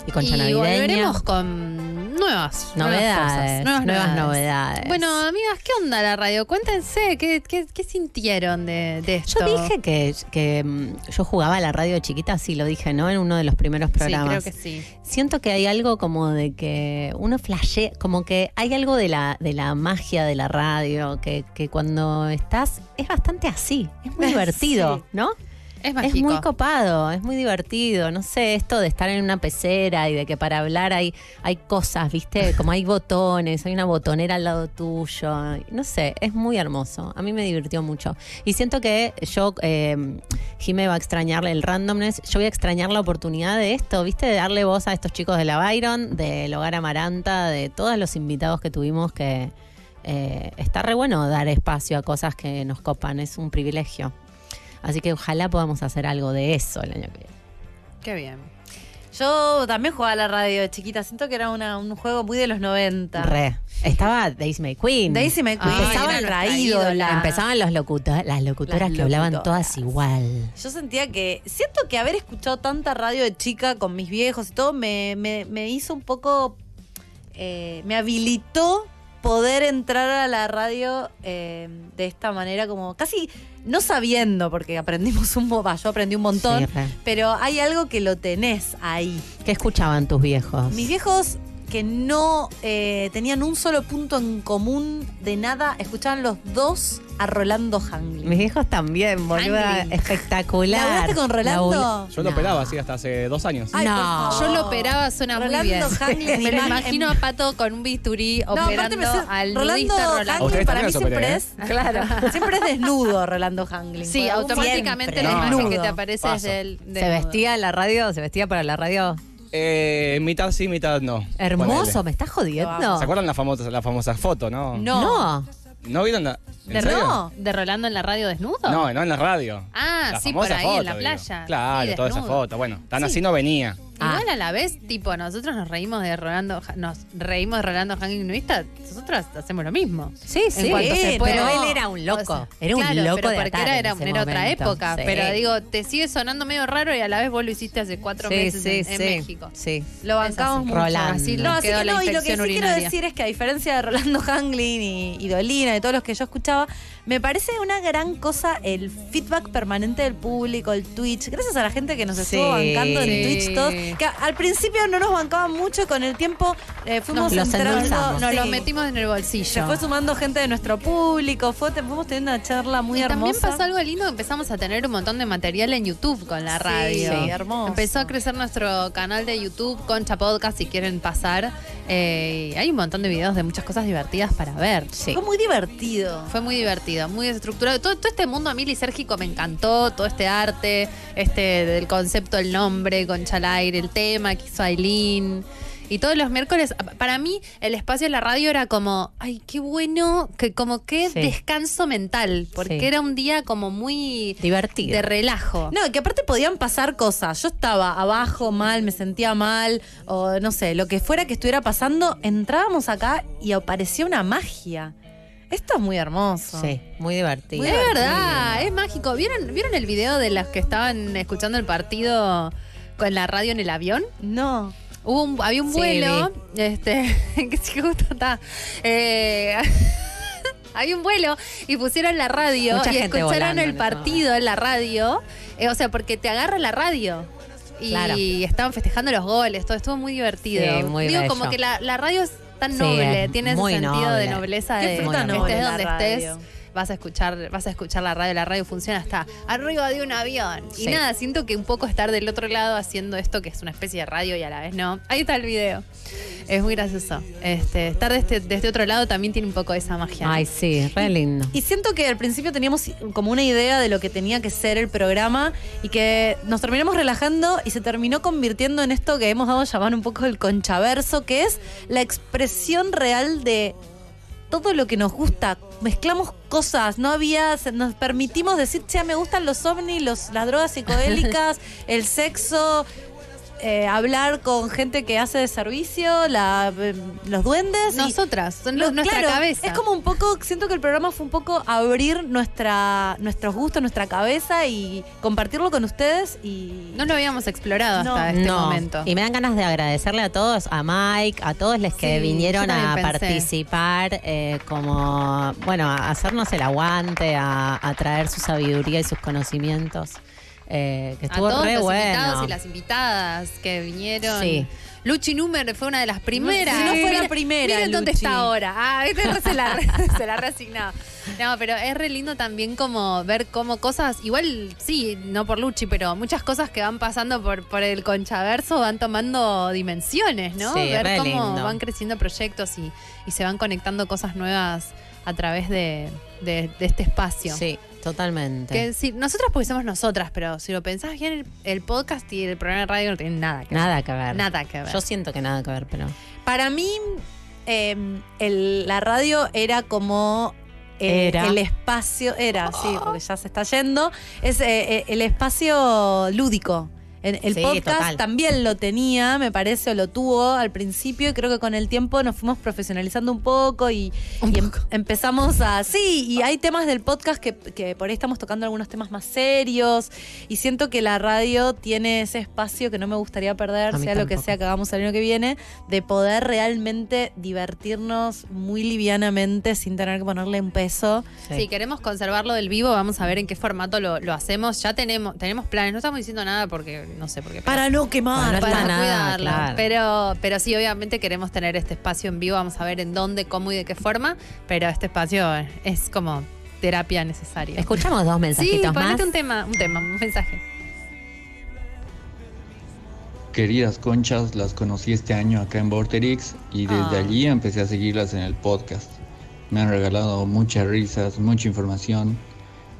Y Concha y Navideña. volveremos con nuevas nuevas Novedades, cosas, nuevas novedades. Bueno, amigas, ¿qué onda la radio? Cuéntense, ¿qué, qué, qué sintieron de, de esto? Yo dije que, que, mm, yo jugaba a la radio de chiquita, sí lo dije, ¿no? En uno de los primeros Sí, creo programas. que sí. Siento que hay algo como de que uno flashea, como que hay algo de la, de la magia de la radio, que, que cuando estás es bastante así, es muy divertido, [laughs] Sí. ¿no? Es Es mágico. muy copado, es muy divertido, no sé, esto de estar en una pecera y de que para hablar hay, hay cosas, viste, como hay botones, hay una botonera al lado tuyo, no sé, es muy hermoso, a mí me divirtió mucho. Y siento que yo, eh, Jime va a extrañarle el randomness, yo voy a extrañar la oportunidad de esto, viste, de darle voz a estos chicos de la Byron, del Hogar Amaranta, de todos los invitados que tuvimos que... eh, está re bueno dar espacio a cosas que nos copan, es un privilegio. Así que ojalá podamos hacer algo de eso el año que viene. Qué bien. Yo también jugaba a la radio de chiquita. Siento que era una- un juego muy de los 90. Re. Estaba Daisy May Queen. Ah, Daisy May Queen. Empezaba Era nuestra nuestra ídola. ídola. Empezaban los locuto- las locutoras Las que hablaban locutoras. todas igual. Yo sentía que. Siento que haber escuchado tanta radio de chica con mis viejos y todo me, me- me hizo un poco. eh, me habilitó poder entrar a la radio eh, de esta manera, como casi no sabiendo, porque aprendimos un montón. Yo aprendí un montón. Sí, re. pero hay algo que lo tenés ahí. ¿Qué escuchaban tus viejos? Mis viejos que no eh, tenían un solo punto en común de nada, escuchaban los dos a Rolando Hangli. Mis viejos también, boluda. Hangling. [laughs] Espectacular. ¿Laburaste con Rolando? Labura- Yo lo operaba así hasta hace dos años. Ay, por No. favor. Yo lo operaba, suena Rolando muy bien. Hangling, [laughs] me lo imag- imagino a Pato con un bisturí aparte operando me sé- al Rolando nudista Hangling Rolando. Ustedes para mí también se siempre operan, es, ¿eh? [laughs] claro, [laughs] siempre es desnudo Rolando Hangling. Sí, Por algún automáticamente motivo. la imagen Desnudo. que te aparece es del. ¿Se vestía en la radio? ¿Se vestía para la radio? Eh, mitad sí, mitad no. Hermoso, Ponele. me estás jodiendo. ¿Se acuerdan la famosa, la famosa foto, no? No. ¿No vieron la.? ¿en ¿De, serio? no, ¿De Rolando en la radio desnudo? No, no en la radio. Ah, La sí, por famosa ahí, foto, en la digo. playa. Claro, Sí, toda esa desnudo. foto. Bueno, tan Sí. Ah. así no venía. Igual a la vez, tipo, nosotros nos reímos de Rolando, nos reímos de Rolando Hanging Nudista, nosotros hacemos lo mismo. Sí, sí, En cuanto se puede. pero él era un loco, era un claro, loco pero de porque atar era, en era- ese era otra momento. época. Sí. Pero digo, te sigue sonando medio raro y a la vez vos lo hiciste hace cuatro Sí, meses sí, en, en sí. México. Sí. Lo bancamos mucho. Rolando. Así nos no, así quedó que la no, y lo que sí infección quiero urinaria. decir es que a diferencia de Rolando Hanglin y, y Dolina y todos los que yo escuchaba, me parece una gran cosa el feedback permanente del público, el Twitch. Gracias a la gente que nos estuvo Sí. bancando en Sí. Twitch todos. Que al principio no nos bancaban mucho y con el tiempo eh, fuimos Nos los entrando. endulzamos. Nos Sí. lo metimos en el bolsillo. Se fue sumando gente de nuestro público, fue, te- fuimos teniendo una charla muy y hermosa. también pasó algo lindo, empezamos a tener un montón de material en YouTube con la Sí, radio. sí, hermoso. Empezó a crecer nuestro canal de YouTube, Concha Podcast, si quieren pasar. Eh, y hay un montón de videos de muchas cosas divertidas para ver. Fue muy divertido. Fue muy divertido, muy desestructurado. Todo, todo este mundo a mí lisérgico me encantó, todo este arte, este del concepto, el nombre, Concha al aire, el tema que hizo Aileen. Y todos los miércoles, a- para mí, el espacio de la radio era como, ay, qué bueno, que como qué Sí. descanso mental, porque Sí. era un día como muy divertido. de relajo. No, que aparte podían pasar cosas. Yo estaba abajo mal, me sentía mal, o no sé, lo que fuera que estuviera pasando, entrábamos acá y aparecía una magia. Esto es muy hermoso. Sí, muy divertido. es verdad, es mágico. ¿Vieron, ¿Vieron el video de los que estaban escuchando el partido con la radio en el avión? No. Hubo un- había un Sí, vuelo, este, [laughs] que sí, justo está. eh, [laughs] había un vuelo y pusieron la radio Mucha y gente escucharon volando en este el ese partido en la radio. eh, o sea, porque te agarra la radio. Y Claro. estaban festejando los goles, todo estuvo muy divertido. Sí, muy Digo, bello. como que la, la radio es tan Sí, noble, es tiene ese muy sentido de noble. nobleza Qué de fruta estés noble la donde radio. estés. Vas a escuchar, vas a escuchar la radio, la radio funciona hasta arriba de un avión. Sí. Y nada, siento que un poco estar del otro lado haciendo esto que es una especie de radio y a la vez no. Ahí está el video. Es muy gracioso. Este, estar de este, de este otro lado también tiene un poco esa magia. Ay, sí, re lindo. Y siento que al principio teníamos como una idea de lo que tenía que ser el programa y que nos terminamos relajando y se terminó convirtiendo en esto que hemos dado a llamar un poco el conchaverso, que es la expresión real de todo lo que nos gusta. Mezclamos cosas, no había, se- nos permitimos decir, che, me gustan los ovnis, los, las drogas [laughs] psicodélicas, el sexo. eh, hablar con gente que hace de servicio, la- eh, los duendes. y- Nosotras, son nuestra cabeza. Es como un poco, siento que el programa fue un poco abrir nuestra, nuestros gustos, nuestra cabeza y compartirlo con ustedes y... No lo habíamos explorado No. hasta este No. momento. Y me dan ganas de agradecerle a todos, a Mike, a todos los que Sí, vinieron yo a también pensé. participar, eh, como, bueno, a hacernos el aguante, a, a traer su sabiduría y sus conocimientos. eh, que a estuvo todos re los bueno. invitados y las invitadas que vinieron. Sí. Luchi Númer fue una de las primeras. Si no fue la Miren- primera, Miren dónde Luchi. está ahora. Ah, este re- [laughs] se la, se la reasignaba. No, pero es re lindo también como ver cómo cosas, igual sí, no por Luchi, pero muchas cosas que van pasando por, por el conchaverso van tomando dimensiones, ¿no? Sí, ver re cómo lindo. van creciendo proyectos y, y se van conectando cosas nuevas a través de, de- de este espacio. Sí, totalmente. Que si, nosotras porque somos nosotras, pero si lo pensás bien, el, el podcast y el programa de radio no tienen nada que Nada que ver. Nada que ver. Yo siento que nada que ver, pero. Para mí, eh, el- la radio era como... eh, Era. Oh. El espacio era, sí, porque ya se está yendo. Es eh, eh, el espacio lúdico, En- el Sí, podcast total. también lo tenía, me parece, o lo tuvo al principio, y creo que con el tiempo nos fuimos profesionalizando un poco y, y em- empezamos a. Sí, y hay temas del podcast que, que por ahí estamos tocando algunos temas más serios, y siento que la radio tiene ese espacio que no me gustaría perder, A mí sea lo que tampoco. sea que hagamos el año que viene, de poder realmente divertirnos muy livianamente sin tener que ponerle un peso. Si queremos conservarlo del vivo, vamos a ver en qué formato lo, lo hacemos. Ya tenemos tenemos planes, no estamos diciendo nada porque no sé por qué. Para no quemar, para para nada, Ah, cuidarla. claro. Pero, pero sí, obviamente queremos tener este espacio en vivo. Vamos a ver en dónde, cómo y de qué forma. Pero este espacio es como terapia necesaria. Escuchamos dos sí, mensajitos más. ponete un tema, un tema, un mensaje. Queridas conchas, las conocí este año acá en Vorterix y desde Ah. allí empecé a seguirlas en el podcast. Me han regalado muchas risas, mucha información.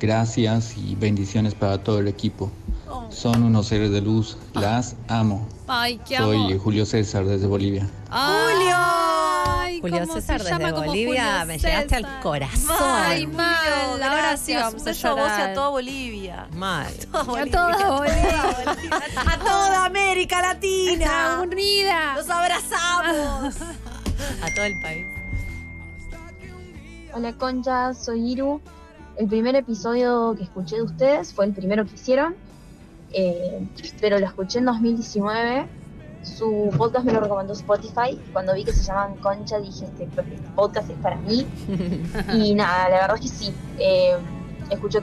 Gracias y bendiciones para todo el equipo. Son unos seres de luz, las amo. Oh. Ay, qué amor. Soy Julio César desde Bolivia. Julio. Ay, Julio ¿cómo César se desde llama como Bolivia, Julio me llegaste al César? corazón. Ay, mal. Ahora sí vamos a beso a vos y llorar. a toda Bolivia. Mal. Bolivia. toda A toda América Latina. Unida. Los [laughs] abrazamos. A todo el país. Hola Concha, soy Iru. El primer episodio que escuché de ustedes fue el primero que hicieron, eh, pero lo escuché en 2019. Su podcast me lo recomendó Spotify. Cuando vi que se llamaban Concha dije, este podcast es para mí. Y nada, la verdad es que sí. eh, escucho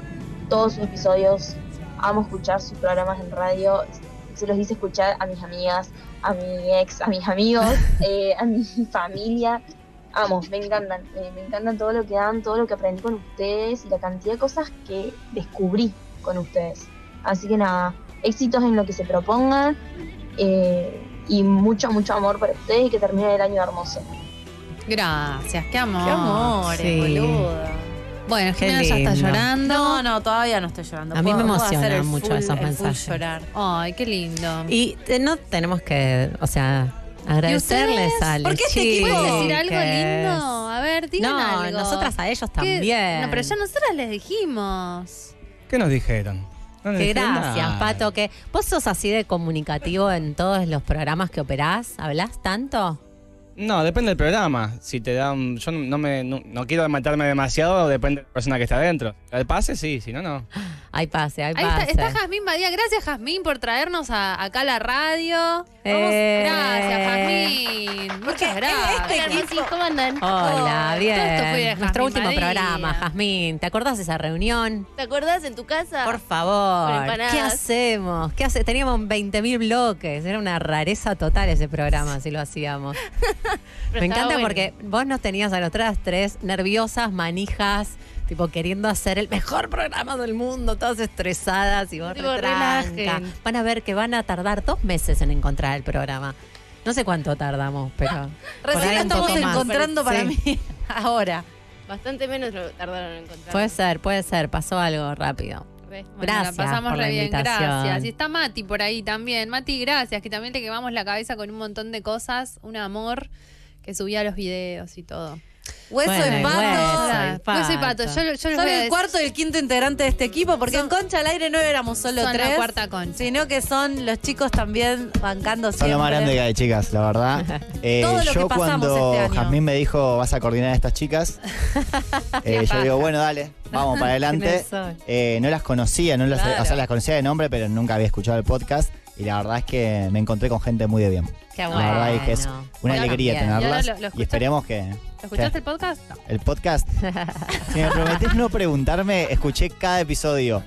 todos sus episodios, amo escuchar sus programas en radio. Se los hice escuchar a mis amigas, a mi ex, a mis amigos, eh, a mi familia. Amo, me encantan. eh, me encantan todo lo que dan, todo lo que aprendí con ustedes y la cantidad de cosas que descubrí con ustedes. Así que nada, éxitos en lo que se propongan eh, y mucho, mucho amor para ustedes y que termine el año hermoso. Gracias, qué amor. Qué eh, amores, Sí. boludo. Bueno, Qué Jimena ya está lindo. llorando. No, no, todavía no estoy llorando. A mí me Puedo- puedo emocionan hacer el mucho full- esos el full mensajes. llorar. Ay, qué lindo. Y te- no tenemos que, o sea, agradecerles ustedes? a los ¿Por qué este equipo? chicos. ¿Pueden decir algo lindo? A ver, digan No, algo. nosotras a ellos ¿Qué? también. No, pero ya nosotras les dijimos. ¿Qué nos dijeron? No nos Que dijeron gracias, nada. Pato. Que vos sos así de comunicativo en todos los programas que operás. ¿Hablás tanto? No, depende del programa. Si te dan. Yo no- no, me, no, no quiero matarme demasiado, depende de la persona que está adentro. El pase sí, si no, no. Hay pase, hay Ahí está, está Jazmín Badía. Gracias, Jazmín, por traernos a- acá a la radio. Vamos- Eh. Gracias, Jazmín. Muchas gracias. este Hola, Martín, ¿cómo andan? Hola, bien. Todo esto fue de Nuestro Jazmín último Badía. programa, Jazmín. ¿Te acordás de esa reunión? ¿Te acordás en tu casa? Por favor. empanadas. ¿Qué hacemos? ¿Qué hace? Teníamos 20.000 bloques. Era una rareza total ese programa si lo hacíamos. Pero Me estaba encanta bueno. porque vos nos tenías a las otras tres nerviosas, manijas, tipo queriendo hacer el mejor programa del mundo, todas estresadas y vos Tipo, re tranca. relajen. Van a ver que van a tardar dos meses en encontrar el programa. No sé cuánto tardamos, pero. por Recién ahí lo un poco estamos más. encontrando para [laughs] mí ahora. Bastante menos lo tardaron en encontrar. Puede ser, puede ser. Pasó algo rápido. Bueno, la gracias pasamos por re la bien, invitación. gracias. Y está Mati por ahí también. Mati, gracias, que también te quemamos la cabeza con un montón de cosas. Un amor que subía los videos y todo. Hueso Bueno, de y pato. hueso y pato. Hueso y pato. Yo- yo les Son voy a el decir- cuarto y el quinto integrante de este equipo, porque en Concha al Aire no éramos solo Son la tres. cuarta concha. Sino que son los chicos también bancando Son siempre. lo más grande que hay, chicas, la verdad. Eh, Todo lo que yo pasamos cuando este año. Jazmín me dijo, vas a coordinar a estas chicas, eh, yo digo, bueno, dale, vamos para adelante. Tiene sol. Eh, no las conocía, no las, Claro. o sea, las conocía de nombre, pero nunca había escuchado el podcast. Y la verdad es que me encontré con gente muy de bien. Qué La verdad es que es bueno. una Bueno, alegría también. tenerlas. ¿Y ahora lo- lo y escuchaste? esperemos que... ¿Lo escuchaste el podcast? No. El podcast. Si [laughs] me prometés no preguntarme, escuché cada episodio.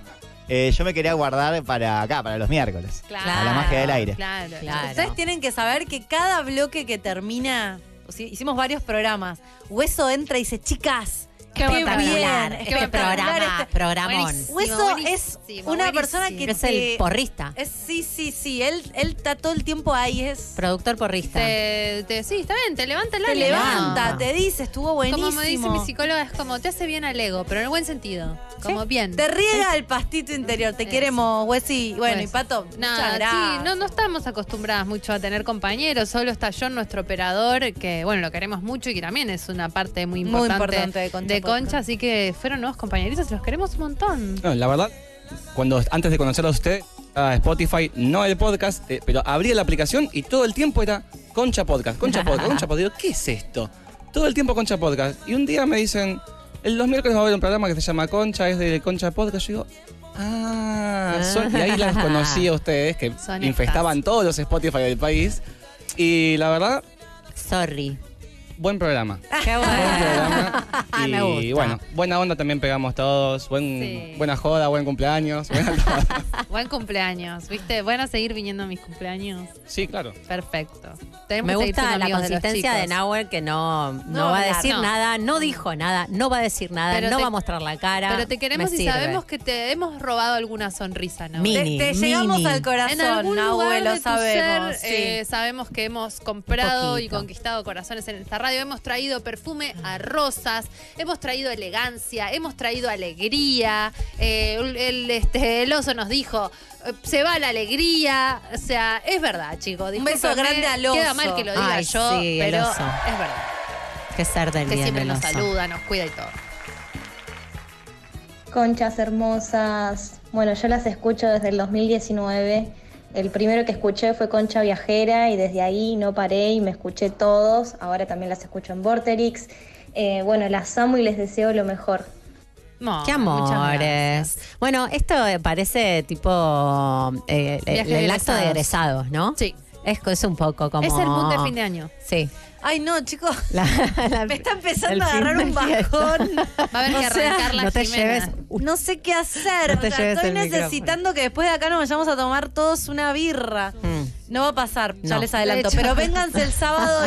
Eh, yo me quería guardar para acá, para los miércoles. Para la magia del aire. Claro, Claro. Ustedes tienen que saber que cada bloque que termina, o sea, hicimos varios programas, Hueso entra y dice, chicas, Qué espectacular, este programa, este programón. Buenísimo, Hueso es buenísimo, una buenísimo. persona que... Es el te- porrista. es- sí, sí, sí, él, él está todo el tiempo ahí, es... Productor porrista. Te, Eh, te- sí, está bien, te levanta el Te ánimo. levanta, te dice, estuvo buenísimo. Como me dice mi psicóloga, es como te hace bien al ego, pero en el buen sentido. Como bien. Te riega el pastito interior, te queremos, Huesi. Y Bueno, Huesi. y Pato, muchas Nada, gracias. sí, no, no estamos acostumbradas mucho a tener compañeros, solo está John, nuestro operador, que bueno, lo queremos mucho y que también es una parte muy Muy importante, importante de Concha Podcast. Concha, así que fueron nuevos compañeritos, los queremos un montón. No, la verdad, cuando, antes de conocerlos a ustedes, a Spotify, no el podcast, eh, pero abría la aplicación y todo el tiempo era Concha Podcast, Concha Podcast, Concha Podcast. Digo, ¿qué es esto? Todo el tiempo Concha Podcast. Y un día me dicen, el los miércoles va a haber un programa que se llama Concha, es de Concha Podcast. Yo digo, ah, son- y ahí las conocí a ustedes que Son estas. infestaban todos los Spotify del país. Y la verdad... Sorry. Buen programa. Qué bueno. y me gusta. bueno, buena onda también pegamos todos. Buen, Buena joda, buen cumpleaños. buena- Buen cumpleaños, ¿viste? Van a seguir viniendo a mis cumpleaños. sí, claro. Perfecto. Me gusta la consistencia de, Nahuel que no, no, No va a hablar, decir no. nada, no dijo nada, no va a decir nada, Pero no te- va a mostrar la cara. Pero te queremos Me y sirve. sabemos que te hemos robado alguna sonrisa, Nahuel. Mini, Te- te mini. llegamos al corazón, En algún lugar Nahuel, lo de tu sabemos, ser, eh, sabemos que hemos comprado y conquistado corazones en esta radio. Hemos traído perfume a rosas, hemos traído elegancia, hemos traído alegría. Eh, el- el, este, el oso nos dijo. eh, Se va la alegría, o sea, es verdad, chicos. Un beso discúlpenme, grande al Queda oso. mal que lo diga Ay, yo, sí, el pero oso. es verdad. Qué ser del Que bien siempre el nos oso. saluda, nos cuida y todo. Conchas hermosas. Bueno, yo las escucho desde el 2019. El primero que escuché fue Concha Viajera y desde ahí no paré y me escuché todos. Ahora también las escucho en Vorterix. Eh, bueno, las amo y les deseo lo mejor. muchas Qué amores. Bueno, esto eh, parece tipo eh, el- Viajes el, de acto de egresados, ¿no? Sí. Es, es un poco como. Es el boom de fin de año. Sí. Ay, no, [laughs] chicos. me está el empezando a fin agarrar de [laughs] un bajón. Va a haber que arrancar la no te Jimena. lleves- No sé qué hacer. No te O sea, lleves estoy el necesitando que después de acá nos vayamos a tomar todos una birra. No va a pasar, Mm. ya No. les adelanto. De hecho. Pero vénganse el sábado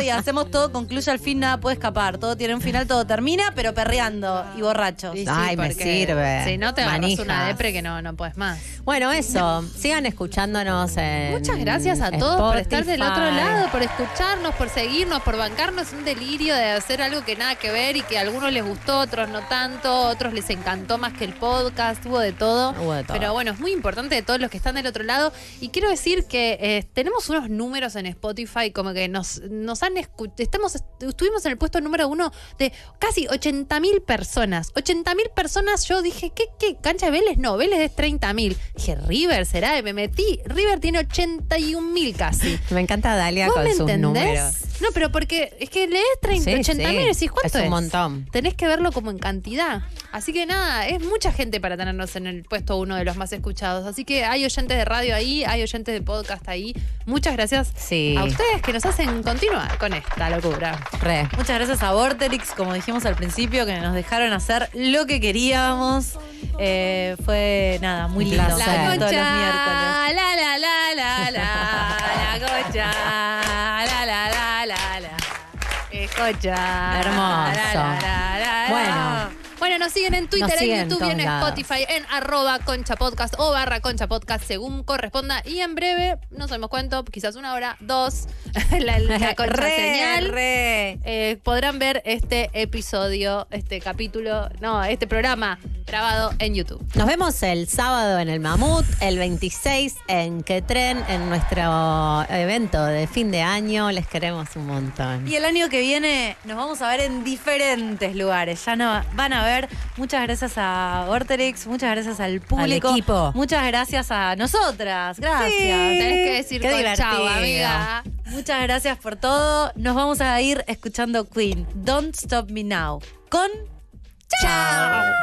[laughs] y hacemos todo, concluye al fin, nada puede escapar. Todo tiene un final, todo termina, pero perreando y borrachos. Y sí, porque Si no te agarras Manija. una depre que no, no puedes más. Bueno, eso. Sigan escuchándonos. en Muchas gracias a todos por estar del otro Spotify. lado, por escucharnos, por seguirnos, por bancarnos un delirio de hacer algo que nada que ver y que a algunos les gustó, otros no tanto, otros les encantó más que el podcast, hubo de todo. Hubo de todo. Pero bueno, es muy importante de todos los que están del otro lado. Y quiero decir que eh, tenemos unos números en Spotify, como que nos, nos han escuchado, estamos, est- estuvimos en el puesto número uno de casi 80 mil personas. 80 mil personas, yo dije, ¿qué, qué? ¿Cancha de Vélez? No, Vélez es 30 mil. Dije, River será, y me metí. River tiene 81 mil casi. [laughs] Me encanta Dalia ¿Vos con me sus entendés? números. No, pero porque es que lees 30, Sí, 80 sí. mil y decís, ¿cuánto es? Es un montón. Tenés que verlo como en cantidad. Así que nada, es mucha gente para tenernos en el puesto uno de los más escuchados. Así que hay oyentes de radio ahí, hay oyentes de podcast ahí. Muchas gracias Sí. a ustedes que nos hacen continuar con esta locura. Re. Muchas gracias a Vorterix, como dijimos al principio, que nos dejaron hacer lo que queríamos. Eh, fue nada, muy Un lindo. placer. como La todos los concha, miércoles. La la la la la la cocha. La la la la la. eh, cocha. Hermoso. Bueno. Bueno, nos siguen en Twitter, Nos siguen en en YouTube y todos en lados. Spotify, en arroba concha podcast o barra concha podcast según corresponda. Y en breve, no sabemos cuánto, quizás una hora, dos, [laughs] [laughs] la, la concha Re, señal. Eh, podrán ver este episodio, este capítulo, no, este programa grabado en YouTube. Nos vemos el sábado en el Mamut, el 26 en Quetren, en nuestro evento de fin de año. Les queremos un montón. Y el año que viene nos vamos a ver en diferentes lugares. Ya no van a ver. Muchas gracias a Vorterix, muchas gracias al público. equipo. Muchas gracias a nosotras. Gracias. Sí. Tenés que decir Qué con divertido. chau, amiga. Muchas gracias por todo. Nos vamos a ir escuchando Queen. Don't Stop Me Now. Con Chao.